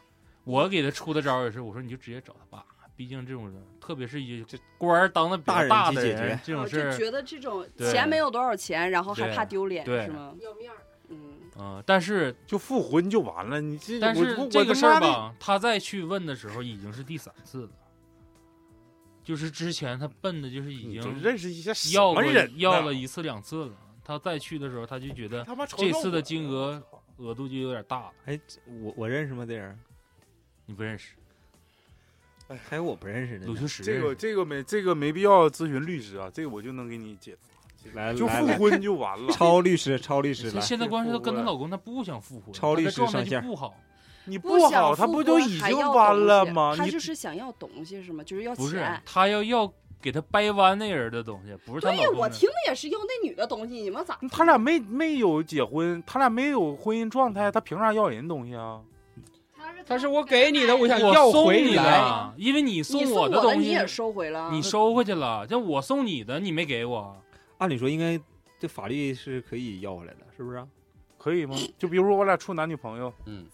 Speaker 7: 我给他出的招儿也是，我说你就直接找他爸，毕竟这种人，特别是一官儿当的比
Speaker 6: 大
Speaker 7: 较
Speaker 6: 人
Speaker 7: 大
Speaker 6: 级
Speaker 7: 的
Speaker 6: 解
Speaker 7: 人
Speaker 6: 决，
Speaker 7: 这
Speaker 1: 哦
Speaker 7: 种
Speaker 4: 我
Speaker 7: 事
Speaker 4: 哦就
Speaker 7: 儿，
Speaker 4: 觉得这种
Speaker 7: 对
Speaker 4: 钱没有多少钱，然后还
Speaker 7: 对
Speaker 4: 怕丢脸，
Speaker 7: 对
Speaker 4: 是吗？
Speaker 5: 要面儿，
Speaker 4: 嗯，
Speaker 7: 嗯、但是
Speaker 1: 就复婚就完了。你这，
Speaker 7: 但
Speaker 1: 我
Speaker 7: 是
Speaker 1: 我
Speaker 7: 这
Speaker 1: 我
Speaker 7: 个
Speaker 1: 他
Speaker 7: 事儿
Speaker 1: 妈的
Speaker 7: 吧，他再去问的时候已经是第三次了，就是之前他奔的就是已
Speaker 1: 你嗯
Speaker 7: 经
Speaker 1: 就认识一些什
Speaker 7: 要
Speaker 1: 么
Speaker 7: 过
Speaker 1: 人呢，
Speaker 7: 要了一次两次了，他再去的时候他就觉得
Speaker 1: 他妈瞅
Speaker 7: 这
Speaker 1: 瞅
Speaker 7: 次的
Speaker 1: 我
Speaker 7: 金额额度就有点大了，
Speaker 6: 哎，我我认识吗？这人
Speaker 7: 你不认识
Speaker 6: 还有我不认识的
Speaker 7: 鲁
Speaker 6: 呢。
Speaker 7: 修实
Speaker 1: 这个
Speaker 7: 认识，
Speaker 1: 这个没这个没必要咨询律师啊，这个我就能给你解，
Speaker 6: 来
Speaker 1: 就
Speaker 6: 来
Speaker 1: 复
Speaker 6: 来，
Speaker 1: 婚就完了。
Speaker 6: 超律师，超律师
Speaker 7: 她
Speaker 6: 来，
Speaker 7: 现在关系她跟她老公，她不想复婚，
Speaker 6: 超
Speaker 7: 她
Speaker 6: 律
Speaker 7: 的
Speaker 6: 师
Speaker 7: 状态
Speaker 6: 上
Speaker 7: 就
Speaker 6: 线
Speaker 7: 不好，
Speaker 1: 你
Speaker 4: 想
Speaker 1: 好，他
Speaker 4: 复
Speaker 1: 不
Speaker 4: 婚
Speaker 1: 就已
Speaker 4: 还
Speaker 1: 经
Speaker 4: 要
Speaker 1: 完
Speaker 4: 东
Speaker 1: 了
Speaker 4: 西
Speaker 1: 吗？
Speaker 4: 他
Speaker 1: 你
Speaker 4: 就是想要东西是吗？就是要
Speaker 7: 不是
Speaker 4: 钱。
Speaker 7: 她要要给他掰弯那人的东西，不是她老
Speaker 4: 对，
Speaker 7: 公的。
Speaker 4: 我听的也是要那女的东西，你们咋？
Speaker 1: 他俩没没有结婚，他俩没有婚姻状态，他凭啥要人东西啊？
Speaker 5: 他
Speaker 8: 但是我给你的，我想要
Speaker 7: 我送
Speaker 8: 回
Speaker 7: 你
Speaker 8: 来。
Speaker 7: 了，因为你
Speaker 4: 你
Speaker 7: 送
Speaker 4: 送我
Speaker 7: 的东
Speaker 4: 你
Speaker 7: 西
Speaker 4: 也啊收回了，
Speaker 7: 你收回去了，这我送你的你没给我，
Speaker 6: 按理说应该这法律是可以要回来的，是不是啊？
Speaker 1: 可以吗？就比如说我俩处男女朋友，
Speaker 3: 嗯，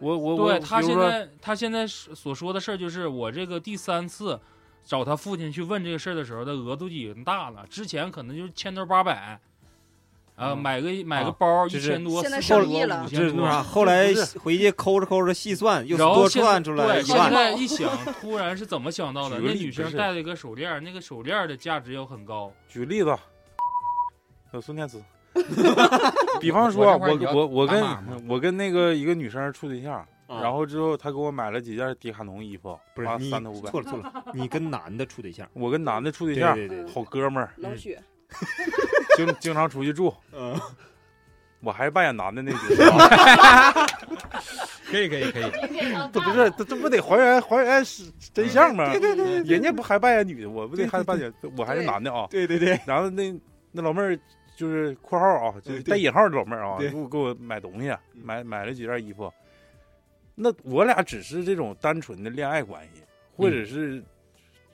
Speaker 1: 我我我，
Speaker 7: 对他
Speaker 1: 比如
Speaker 7: 现
Speaker 1: 说
Speaker 7: 在他现在是所说的事儿就是我这个第三次找他父亲去问这个事儿的时候，他额度就已经大了，之前可能就是千多八百，呃，
Speaker 1: 嗯
Speaker 7: 买个买个
Speaker 6: 啊
Speaker 7: 包一
Speaker 6: 就是
Speaker 7: 千多，
Speaker 4: 现在
Speaker 7: 四千
Speaker 4: 上亿
Speaker 7: 多
Speaker 4: 了
Speaker 7: 五
Speaker 6: 这
Speaker 7: 千
Speaker 6: 那啥，
Speaker 7: 多。
Speaker 6: 后来
Speaker 1: 不
Speaker 6: 回去抠着抠着细算，又
Speaker 7: 然后
Speaker 6: 多
Speaker 7: 现在
Speaker 6: 算出来
Speaker 7: 对，
Speaker 6: 一
Speaker 7: 现
Speaker 6: 万。
Speaker 7: 在一想，突然是怎么想到的？
Speaker 1: 举个
Speaker 7: 那
Speaker 1: 例
Speaker 7: 女
Speaker 1: 不
Speaker 7: 生
Speaker 1: 是
Speaker 7: 戴了一个手链儿，那个手链儿的价值要很高。
Speaker 1: 举例子，呃，孙天慈，比方说我
Speaker 3: 我这块儿你要
Speaker 1: 我我
Speaker 3: 打码吗
Speaker 1: 跟我跟那个一个女生处对象，
Speaker 6: 啊
Speaker 1: 然后之后她给我买了几件迪卡侬衣服，
Speaker 6: 不是
Speaker 1: 花
Speaker 6: 你
Speaker 1: 三啊头五百。
Speaker 6: 错了 错了，你跟男的处对象，
Speaker 1: 我跟男的处对
Speaker 6: 对
Speaker 1: 象，
Speaker 6: 对对对，
Speaker 1: 好哥们儿，
Speaker 4: 老许，
Speaker 1: 经经常出去住，
Speaker 6: 嗯，
Speaker 1: 我还是扮演男的那角色啊。
Speaker 3: 可以可以可以，
Speaker 1: 这不是，这这不得还原还原是真相吗？
Speaker 6: 对对
Speaker 1: 人家不还扮演女的，我不得还扮演，我还是
Speaker 4: 对
Speaker 1: 男的啊。
Speaker 6: 对对对，
Speaker 1: 然后那那老妹儿就是（括号啊），就是
Speaker 6: 对
Speaker 1: 带引号的老妹儿啊，
Speaker 6: 对嗯
Speaker 1: 给我给我买东西，啊买买了几件衣服。那我俩只是这种单纯的恋爱关系，或
Speaker 6: 嗯
Speaker 1: 者是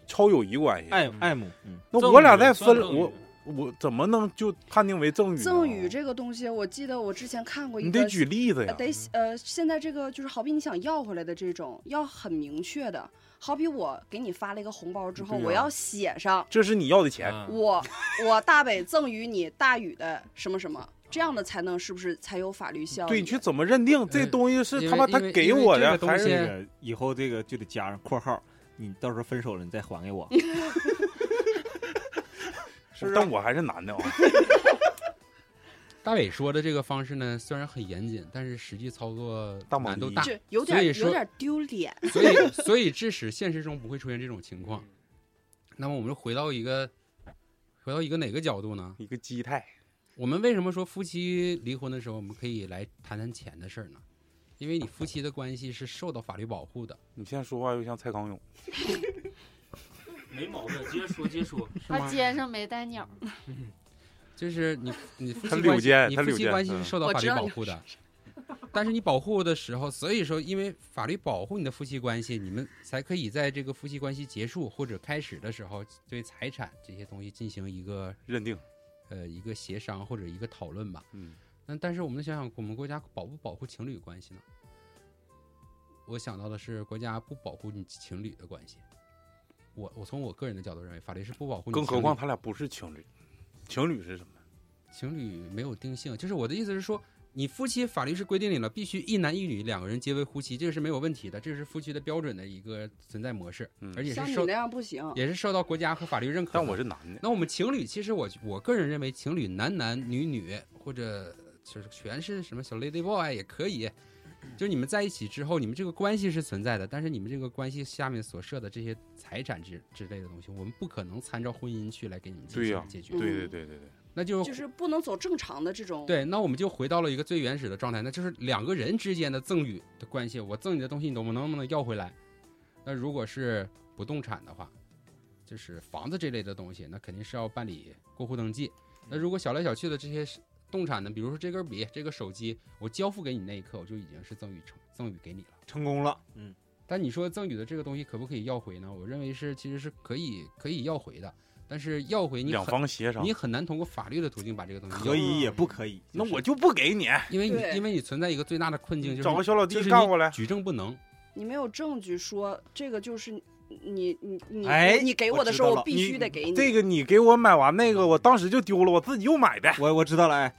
Speaker 1: 超友谊关系。
Speaker 3: 哎
Speaker 6: 爱爱慕，嗯，
Speaker 1: 那
Speaker 7: 赠
Speaker 1: 我俩
Speaker 7: 与
Speaker 1: 再
Speaker 7: 算
Speaker 1: 分，
Speaker 7: 赠与
Speaker 1: 我我怎么能就判定为赠与呢？
Speaker 4: 赠与这个东西，我记得我之前看过一
Speaker 1: 你
Speaker 4: 个，
Speaker 1: 得举例啊子
Speaker 4: 呃
Speaker 1: 呀。
Speaker 4: 得呃，现在这个就是好比你想要回来的这种，要很明确的。好比我给你发了一个红包之后，
Speaker 1: 对呀
Speaker 4: 我要写上
Speaker 1: 这是你要的钱，
Speaker 7: 嗯
Speaker 4: 我我大北赠予你大宇的什么什么，这样的才能是不是才有法律效
Speaker 1: 对
Speaker 4: 力？
Speaker 1: 你去怎么认定这
Speaker 3: 呃
Speaker 1: 东西是
Speaker 3: 因
Speaker 1: 他妈
Speaker 3: 为
Speaker 1: 他
Speaker 3: 因为
Speaker 1: 给
Speaker 3: 因为
Speaker 1: 我
Speaker 3: 这
Speaker 1: 的
Speaker 3: 个东
Speaker 1: 还
Speaker 3: 西
Speaker 1: 是
Speaker 6: 这个以后这个就得加上括号，你到时候分手了你再还给我，是不是
Speaker 1: 但
Speaker 6: 啊？
Speaker 1: 我还是男的啊。
Speaker 3: 大伟说的这个方式呢，虽然很严谨，但是实际操作
Speaker 1: 大猛
Speaker 3: 难度
Speaker 1: 一
Speaker 3: 大，
Speaker 4: 这有
Speaker 3: 所
Speaker 4: 点
Speaker 3: 以说
Speaker 4: 有点丢脸。
Speaker 3: 所以所以致使现实中不会出现这种情况。那么我们就回到一个，回到一个哪个角度呢？
Speaker 1: 一个基态，
Speaker 3: 我们为什么说夫妻离婚的时候，我们可以来谈谈钱的事儿呢？因为你夫妻的关系是受到法律保护的。
Speaker 1: 你现在说话又像蔡康永，
Speaker 7: 没毛病，接着说，接着说。
Speaker 3: 是
Speaker 2: 他
Speaker 3: 吗？
Speaker 2: 肩上没带鸟，
Speaker 3: 就是你你夫
Speaker 1: 他
Speaker 3: 妻
Speaker 1: 柳
Speaker 3: 关系
Speaker 1: 肩，
Speaker 3: 你
Speaker 1: 他
Speaker 3: 夫
Speaker 1: 柳
Speaker 3: 妻
Speaker 1: 肩
Speaker 3: 关系
Speaker 1: 嗯
Speaker 3: 是受到
Speaker 4: 我
Speaker 3: 法
Speaker 4: 知
Speaker 3: 律
Speaker 4: 道
Speaker 3: 保
Speaker 4: 你
Speaker 3: 护的，但是你保护的时候，所以说因为法律保护你的夫妻关系，你们才可以在这个夫妻关系结束或者开始的时候，对财产这些东西进行一个
Speaker 1: 认定，
Speaker 3: 呃一个协商或者一个讨论吧。
Speaker 1: 嗯，
Speaker 3: 那但是我们想想，我们国家保不保护情侣关系呢？我想到的是，国家不保护你情侣的关系。我我从我个人的角度认为，法律是不保护你情
Speaker 1: 更
Speaker 3: 侣。
Speaker 1: 何况他俩不是情侣，情侣是什么？
Speaker 3: 情侣没有定性，就是我的意思是说，你夫妻法律是规定你了，必须一男一女两个人结为夫妻，这个是没有问题的，这是夫妻的标准的一个存在模式，
Speaker 1: 嗯
Speaker 3: 而且
Speaker 4: 像
Speaker 3: 是
Speaker 4: 你
Speaker 3: 受
Speaker 4: 那样不行，
Speaker 3: 也是受到国家和法律认可的。
Speaker 1: 但我是男的，
Speaker 3: 那我们情侣，其实我我个人认为，情侣男男女女或者就是全是什么小 lady boy 也可以，就是你们在一起之后，你们这个关系是存在的，但是你们这个关系下面所设的这些财产之之类的东西，我们不可能参照婚姻去来给你们进
Speaker 1: 对
Speaker 3: 行
Speaker 1: 呀
Speaker 3: 解决，
Speaker 1: 对
Speaker 4: 嗯
Speaker 1: 对对对对，
Speaker 3: 那就
Speaker 4: 就是不能走正常的这种。
Speaker 3: 对，那我们就回到了一个最原始的状态，那就是两个人之间的赠与的关系，我赠你的东西，你能不能不能要回来？那如果是不动产的话，就是房子这类的东西，那肯定是要办理过户登记。那如果小来小去的这些是动产呢，比如说这根笔、这个手机，我交付给你那一刻，我就已经是赠与成赠与给你了。
Speaker 6: 成功了，嗯，
Speaker 3: 但你说赠与的这个东西可不可以要回呢？我认为是其实是可以可以要回的，但是要回你
Speaker 1: 两
Speaker 3: 很
Speaker 1: 方协商
Speaker 3: 你，很难通过法律的途径把这个东西要
Speaker 6: 可以也不可以，
Speaker 1: 那我就不给你，
Speaker 3: 因为你
Speaker 5: 对
Speaker 3: 因为你存在一个最大的困境就是
Speaker 1: 找个小老
Speaker 3: 就
Speaker 1: 弟
Speaker 3: 是
Speaker 1: 干
Speaker 3: 你
Speaker 1: 过来。
Speaker 3: 举证不能。
Speaker 4: 你没有证据说这个就是你你你
Speaker 6: 哎
Speaker 4: 你给我的时
Speaker 6: 我
Speaker 4: 候，
Speaker 6: 知道
Speaker 4: 我必须得给你。
Speaker 1: 这个你给我买完那个，我当时就丢了，我自己又买 的。
Speaker 6: 我我知道了，哎，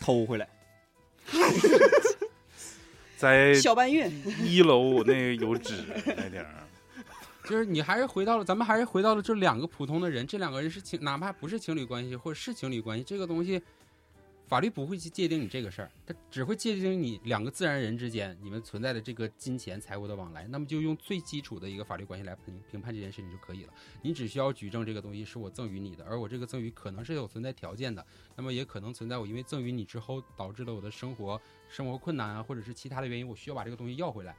Speaker 6: 偷回来，
Speaker 1: 在
Speaker 4: 小搬运，
Speaker 1: 一楼那个有 纸那点儿，
Speaker 3: 就是你还是回到了，咱们还是回到了这两个普通的人，这两个人是情，哪怕不是情侣关系，或者是情侣关系，这个东西，法律不会去界定你这个事儿，它只会界定你两个自然人之间你们存在的这个金钱财务的往来，那么就用最基础的一个法律关系来评评判这件事情就可以了。你只需要举证这个东西是我赠与你的，而我这个赠与可能是有存在条件的，那么也可能存在我因为赠与你之后导致了我的生活生活困难啊，或者是其他的原因，我需要把这个东西要回来，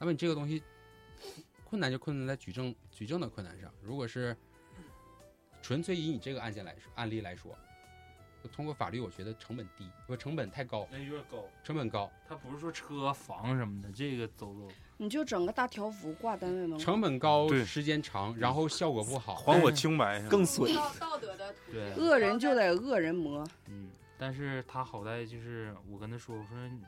Speaker 3: 那么你这个东西困难就困难在举证举证的困难上。如果是纯粹以你这个案件来说案例来说，就通过法律，我觉得成本低，不成本太高，
Speaker 7: 那有点高。
Speaker 3: 成本高，
Speaker 7: 他不是说车房什么的，这个走走。
Speaker 4: 你就整个大条幅挂单
Speaker 7: 嗯
Speaker 4: 位门口。
Speaker 3: 成本高，
Speaker 1: 对
Speaker 3: 时间长，然后效果不好。
Speaker 1: 还我清白是吧
Speaker 6: 更损。
Speaker 5: 道道德的途
Speaker 7: 对
Speaker 5: 径，
Speaker 4: 恶人就得恶人磨，
Speaker 7: 嗯，但是他好歹就是我跟他说，我说你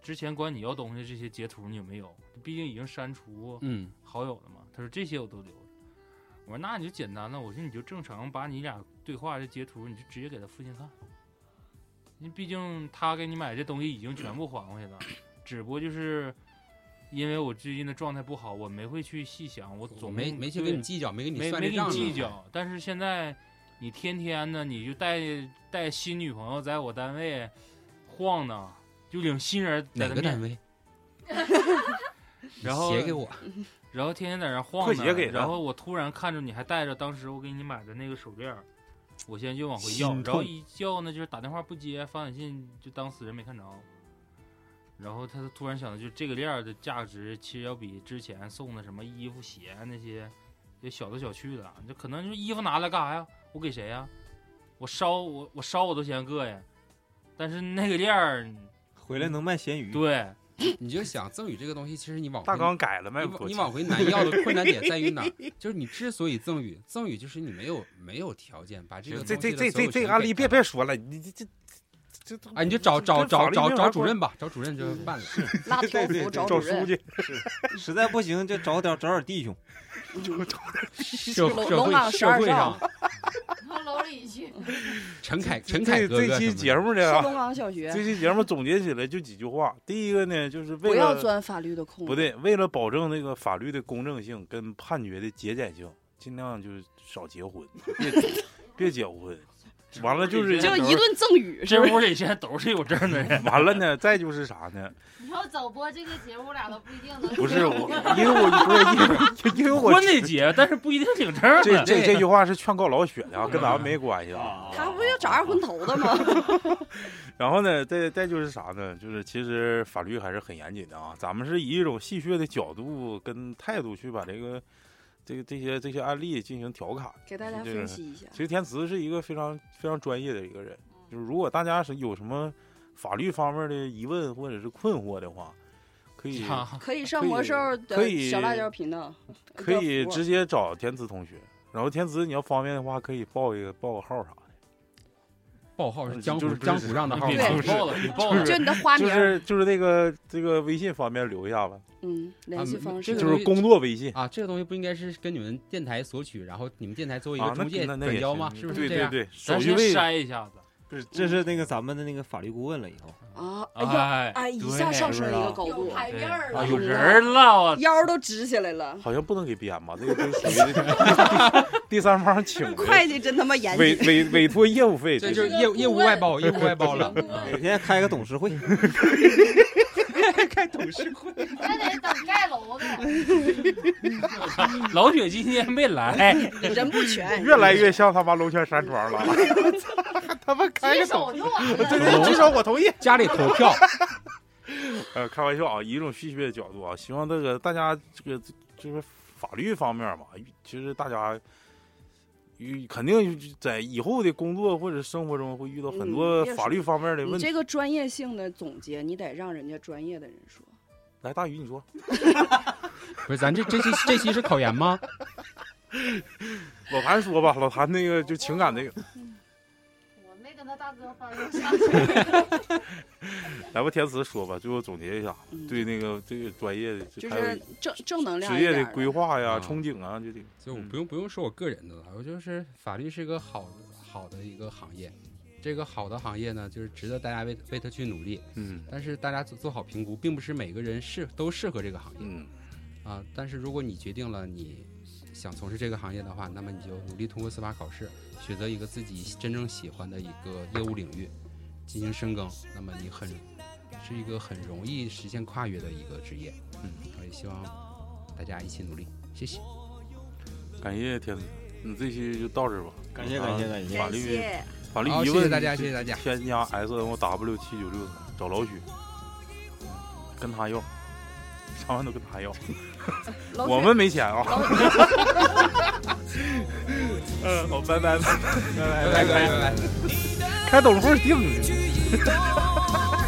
Speaker 7: 之前管你要东西这些截图你有没有？毕竟已经删除
Speaker 3: 嗯，
Speaker 7: 好友了嘛。他说这些我都留着。我说那你就简单了，我说你就正常把你俩对话的截图，你就直接给他父亲看。你毕竟他给你买这东西已经全部还回去了，只不过就是因为我最近的状态不好，我没会去细想，我
Speaker 3: 我
Speaker 7: 总
Speaker 3: 没
Speaker 7: 共
Speaker 3: 没去
Speaker 7: 对
Speaker 3: 跟你计较，没跟你
Speaker 7: 没
Speaker 3: 算
Speaker 7: 没
Speaker 3: 这
Speaker 7: 给
Speaker 3: 账
Speaker 7: 你
Speaker 3: 呢
Speaker 7: 计。较。但是现在你天天的，你就带带新女朋友在我单位晃荡，就领新人
Speaker 3: 哪
Speaker 7: 在他
Speaker 3: 个单
Speaker 7: 面，
Speaker 3: 位？
Speaker 7: 然后
Speaker 3: 写给我，
Speaker 7: 然后天天在那晃
Speaker 1: 快
Speaker 7: 荡
Speaker 1: 写给，他
Speaker 7: 然后我突然看着你还带着当时我给你买的那个手链儿，我现在就往回要，
Speaker 6: 心
Speaker 7: 然后
Speaker 6: 痛
Speaker 7: 一叫呢就是打电话不接，发短信就当死人没看着。然后他突然想到，就这个链儿的价值其实要比之前送的什么衣服、鞋那些也小来小去的。就可能就衣服拿来干啥呀？我给谁呀？我烧我我烧我都嫌膈应。但是那个链儿，
Speaker 4: 嗯
Speaker 6: 回来能卖咸鱼，
Speaker 7: 对，
Speaker 3: 你就想赠与这个东西，其实你往
Speaker 1: 大
Speaker 3: 回
Speaker 1: 纲改了卖
Speaker 3: 你
Speaker 1: 不
Speaker 3: 往
Speaker 1: 多
Speaker 3: 你
Speaker 1: 钱。
Speaker 3: 往回难 要的困难点在于哪儿？就是你之所以赠与，赠与就是你没有没有条件把这个
Speaker 1: 行这
Speaker 3: 东
Speaker 1: 这
Speaker 3: 西的
Speaker 1: 这
Speaker 3: 所有
Speaker 1: 这这
Speaker 3: 权
Speaker 1: 个案例
Speaker 3: 给
Speaker 1: 别
Speaker 3: 他
Speaker 1: 别说了，你这这这这
Speaker 3: 啊，你就找找
Speaker 1: 跟法
Speaker 3: 找
Speaker 1: 律
Speaker 3: 找
Speaker 1: 没
Speaker 3: 找
Speaker 1: 法
Speaker 3: 主
Speaker 1: 关
Speaker 3: 任吧，找主任就办了。
Speaker 4: 拉条
Speaker 6: 对
Speaker 4: 幅
Speaker 6: 对
Speaker 4: 找主
Speaker 1: 找书
Speaker 4: 任，
Speaker 1: 记，
Speaker 6: 实在不行就找点找点弟兄，
Speaker 3: 社
Speaker 4: 龙
Speaker 3: 社
Speaker 4: 龙岗
Speaker 3: 会
Speaker 4: 十
Speaker 3: 社
Speaker 4: 二
Speaker 3: 会上
Speaker 4: 少，
Speaker 5: 从楼里去，
Speaker 3: 陈凯陈凯
Speaker 1: 这
Speaker 3: 哥哥
Speaker 1: 这
Speaker 3: 什
Speaker 1: 期
Speaker 3: 么
Speaker 1: 节
Speaker 3: 的
Speaker 1: 目
Speaker 4: 是
Speaker 1: 呢，
Speaker 4: 龙岗小
Speaker 1: 这
Speaker 4: 学。
Speaker 1: 期节目总结起来就几句话。第一个呢，就是为
Speaker 4: 不要
Speaker 1: 了
Speaker 4: 钻法律的空子。
Speaker 1: 不对，为了保证那个法律的公正性跟判决的节俭性，尽量就是少结婚，别别结婚。完了就是
Speaker 7: 这
Speaker 4: 就
Speaker 7: 都是
Speaker 4: 一顿赠与， 是
Speaker 7: 这
Speaker 4: 不是？
Speaker 7: 屋里现在都是有证的人。
Speaker 1: 完了呢，再就是啥呢？
Speaker 5: 你要早播这个节目，我俩都不一定能。
Speaker 1: 不是 我，因为我不是因为因为我
Speaker 7: 婚得结，但是不一定领证啊。
Speaker 1: 这这这句话是劝告老雪的啊，跟咱们没关系啊。
Speaker 4: 他不就找二婚头的吗？
Speaker 1: 然后呢，再再就是啥呢？就是其实法律还是很严谨的啊。咱们是以一种戏谑的角度跟态度去把这个这个这些这些案例进行调侃。
Speaker 4: 给大家分析一下，
Speaker 1: 其实天慈是一个非常非常专业的一个人，就是如果大家是有什么法律方面的疑问或者是困惑的话，可以
Speaker 7: 啊
Speaker 4: 可以上魔兽
Speaker 1: 可
Speaker 4: 的
Speaker 1: 以
Speaker 4: 小辣椒频道，
Speaker 1: 可以
Speaker 4: 叫福
Speaker 1: 直接找天慈同学。然后天慈，你要方便的话，可以报一个报个号啥的，
Speaker 3: 报号
Speaker 1: 嗯
Speaker 3: 是
Speaker 1: 就
Speaker 3: 江湖
Speaker 1: 就是
Speaker 3: 江湖上的号
Speaker 7: 你
Speaker 3: 码，
Speaker 4: 对
Speaker 7: 别报了，你报了
Speaker 4: 就。你的花
Speaker 1: 就
Speaker 4: 名，
Speaker 1: 是就是那个这个微信方面留一下吧，
Speaker 4: 嗯，联系方
Speaker 3: 这
Speaker 4: 式
Speaker 3: 个
Speaker 1: 就
Speaker 3: 东
Speaker 1: 是
Speaker 3: 西
Speaker 1: 工作微信
Speaker 3: 啊，这个东西不应该是跟你们电台索取，然后你们电台作为一
Speaker 1: 啊
Speaker 3: 个，
Speaker 1: 那
Speaker 3: 中介
Speaker 1: 那那也
Speaker 3: 转交吗？
Speaker 1: 行
Speaker 3: 是不
Speaker 1: 对
Speaker 3: 是这
Speaker 1: 对
Speaker 3: 样？
Speaker 1: 对，手
Speaker 7: 咱
Speaker 1: 续
Speaker 7: 先
Speaker 1: 费
Speaker 7: 筛一下子。
Speaker 6: 不是，这是那个咱们的那个法律顾问了以后，
Speaker 4: 啊，哎呀，
Speaker 7: 哎
Speaker 4: 哎，一下上升一个高
Speaker 5: 有
Speaker 4: 度，
Speaker 5: 牌面儿
Speaker 7: 啊，
Speaker 5: 了，
Speaker 7: 有人儿了，我
Speaker 4: 腰都直起来了。
Speaker 1: 好像不能给编吧？这个就属于第三方请的
Speaker 4: 会计真他妈严
Speaker 1: 委
Speaker 4: 谨，
Speaker 1: 委委托业务费，
Speaker 3: 这
Speaker 1: 这
Speaker 3: 就是是业务业务外包，业务外包了。
Speaker 6: 每天开个董事会，
Speaker 1: 啊
Speaker 5: 还得等盖楼的。
Speaker 7: 老雪今天没来，
Speaker 4: 人不 全，
Speaker 1: 越来越像他妈龙泉山 庄了。他妈开
Speaker 5: 举
Speaker 1: 个董
Speaker 5: 手就 完
Speaker 1: 对
Speaker 5: 了。
Speaker 1: 对，至少我同意。
Speaker 3: 家里投票，
Speaker 1: 呃，开玩笑啊，以一种戏谑的角度啊，希望这个大家这个就是法律方面吧，其实大家与肯定在以后的工作或者生活中会遇到很多
Speaker 4: 嗯也是
Speaker 1: 法律方面的
Speaker 4: 你
Speaker 1: 问题。
Speaker 4: 这个专业性的总结，你得让人家专业的人说。
Speaker 1: 来，大宇，你说，
Speaker 3: 不是咱这这期这期是考研吗？
Speaker 1: 老谭说吧，老谭那个就情感那个，
Speaker 5: 我没跟他大哥发生啥事儿。
Speaker 1: 来吧，天慈说吧，最后总结一下
Speaker 4: 嗯
Speaker 1: 对那个这个专业的，
Speaker 4: 就
Speaker 1: 还有
Speaker 4: 是正正能量
Speaker 1: 职
Speaker 4: 一
Speaker 1: 业
Speaker 4: 点
Speaker 1: 的
Speaker 4: 儿
Speaker 1: 规划呀、
Speaker 3: 啊
Speaker 1: 憧憬啊，就这个。
Speaker 3: 就我
Speaker 1: 嗯
Speaker 3: 不用不用说我个人的了，我就是法律是个好好的一个行业，这个好的行业呢，就是值得大家为为它去努力，
Speaker 1: 嗯
Speaker 3: 但是大家做做好评估，并不是每个人适都适合这个行业、
Speaker 1: 嗯
Speaker 3: 啊。但是如果你决定了你想从事这个行业的话，那么你就努力通过司法考试，选择一个自己真正喜欢的一个业务领域进行深耕，那么你很是一个很容易实现跨越的一个职业。
Speaker 1: 嗯，
Speaker 3: 所以希望大家一起努力，谢谢。
Speaker 1: 感谢天子，你这期就到这儿吧。
Speaker 6: 感谢感谢感谢
Speaker 1: 法律法律
Speaker 3: 好
Speaker 1: 疑问，
Speaker 3: 谢谢大家谢谢大家
Speaker 1: 添加 S N O W 七九六三找老许，跟他要，啥玩意都跟他要，
Speaker 4: 老
Speaker 1: 我
Speaker 4: 铁
Speaker 1: 们没钱啊。 嗯，好，拜拜拜拜拜拜，
Speaker 3: 拜。
Speaker 1: 开董事会定去。
Speaker 9: 「君の声が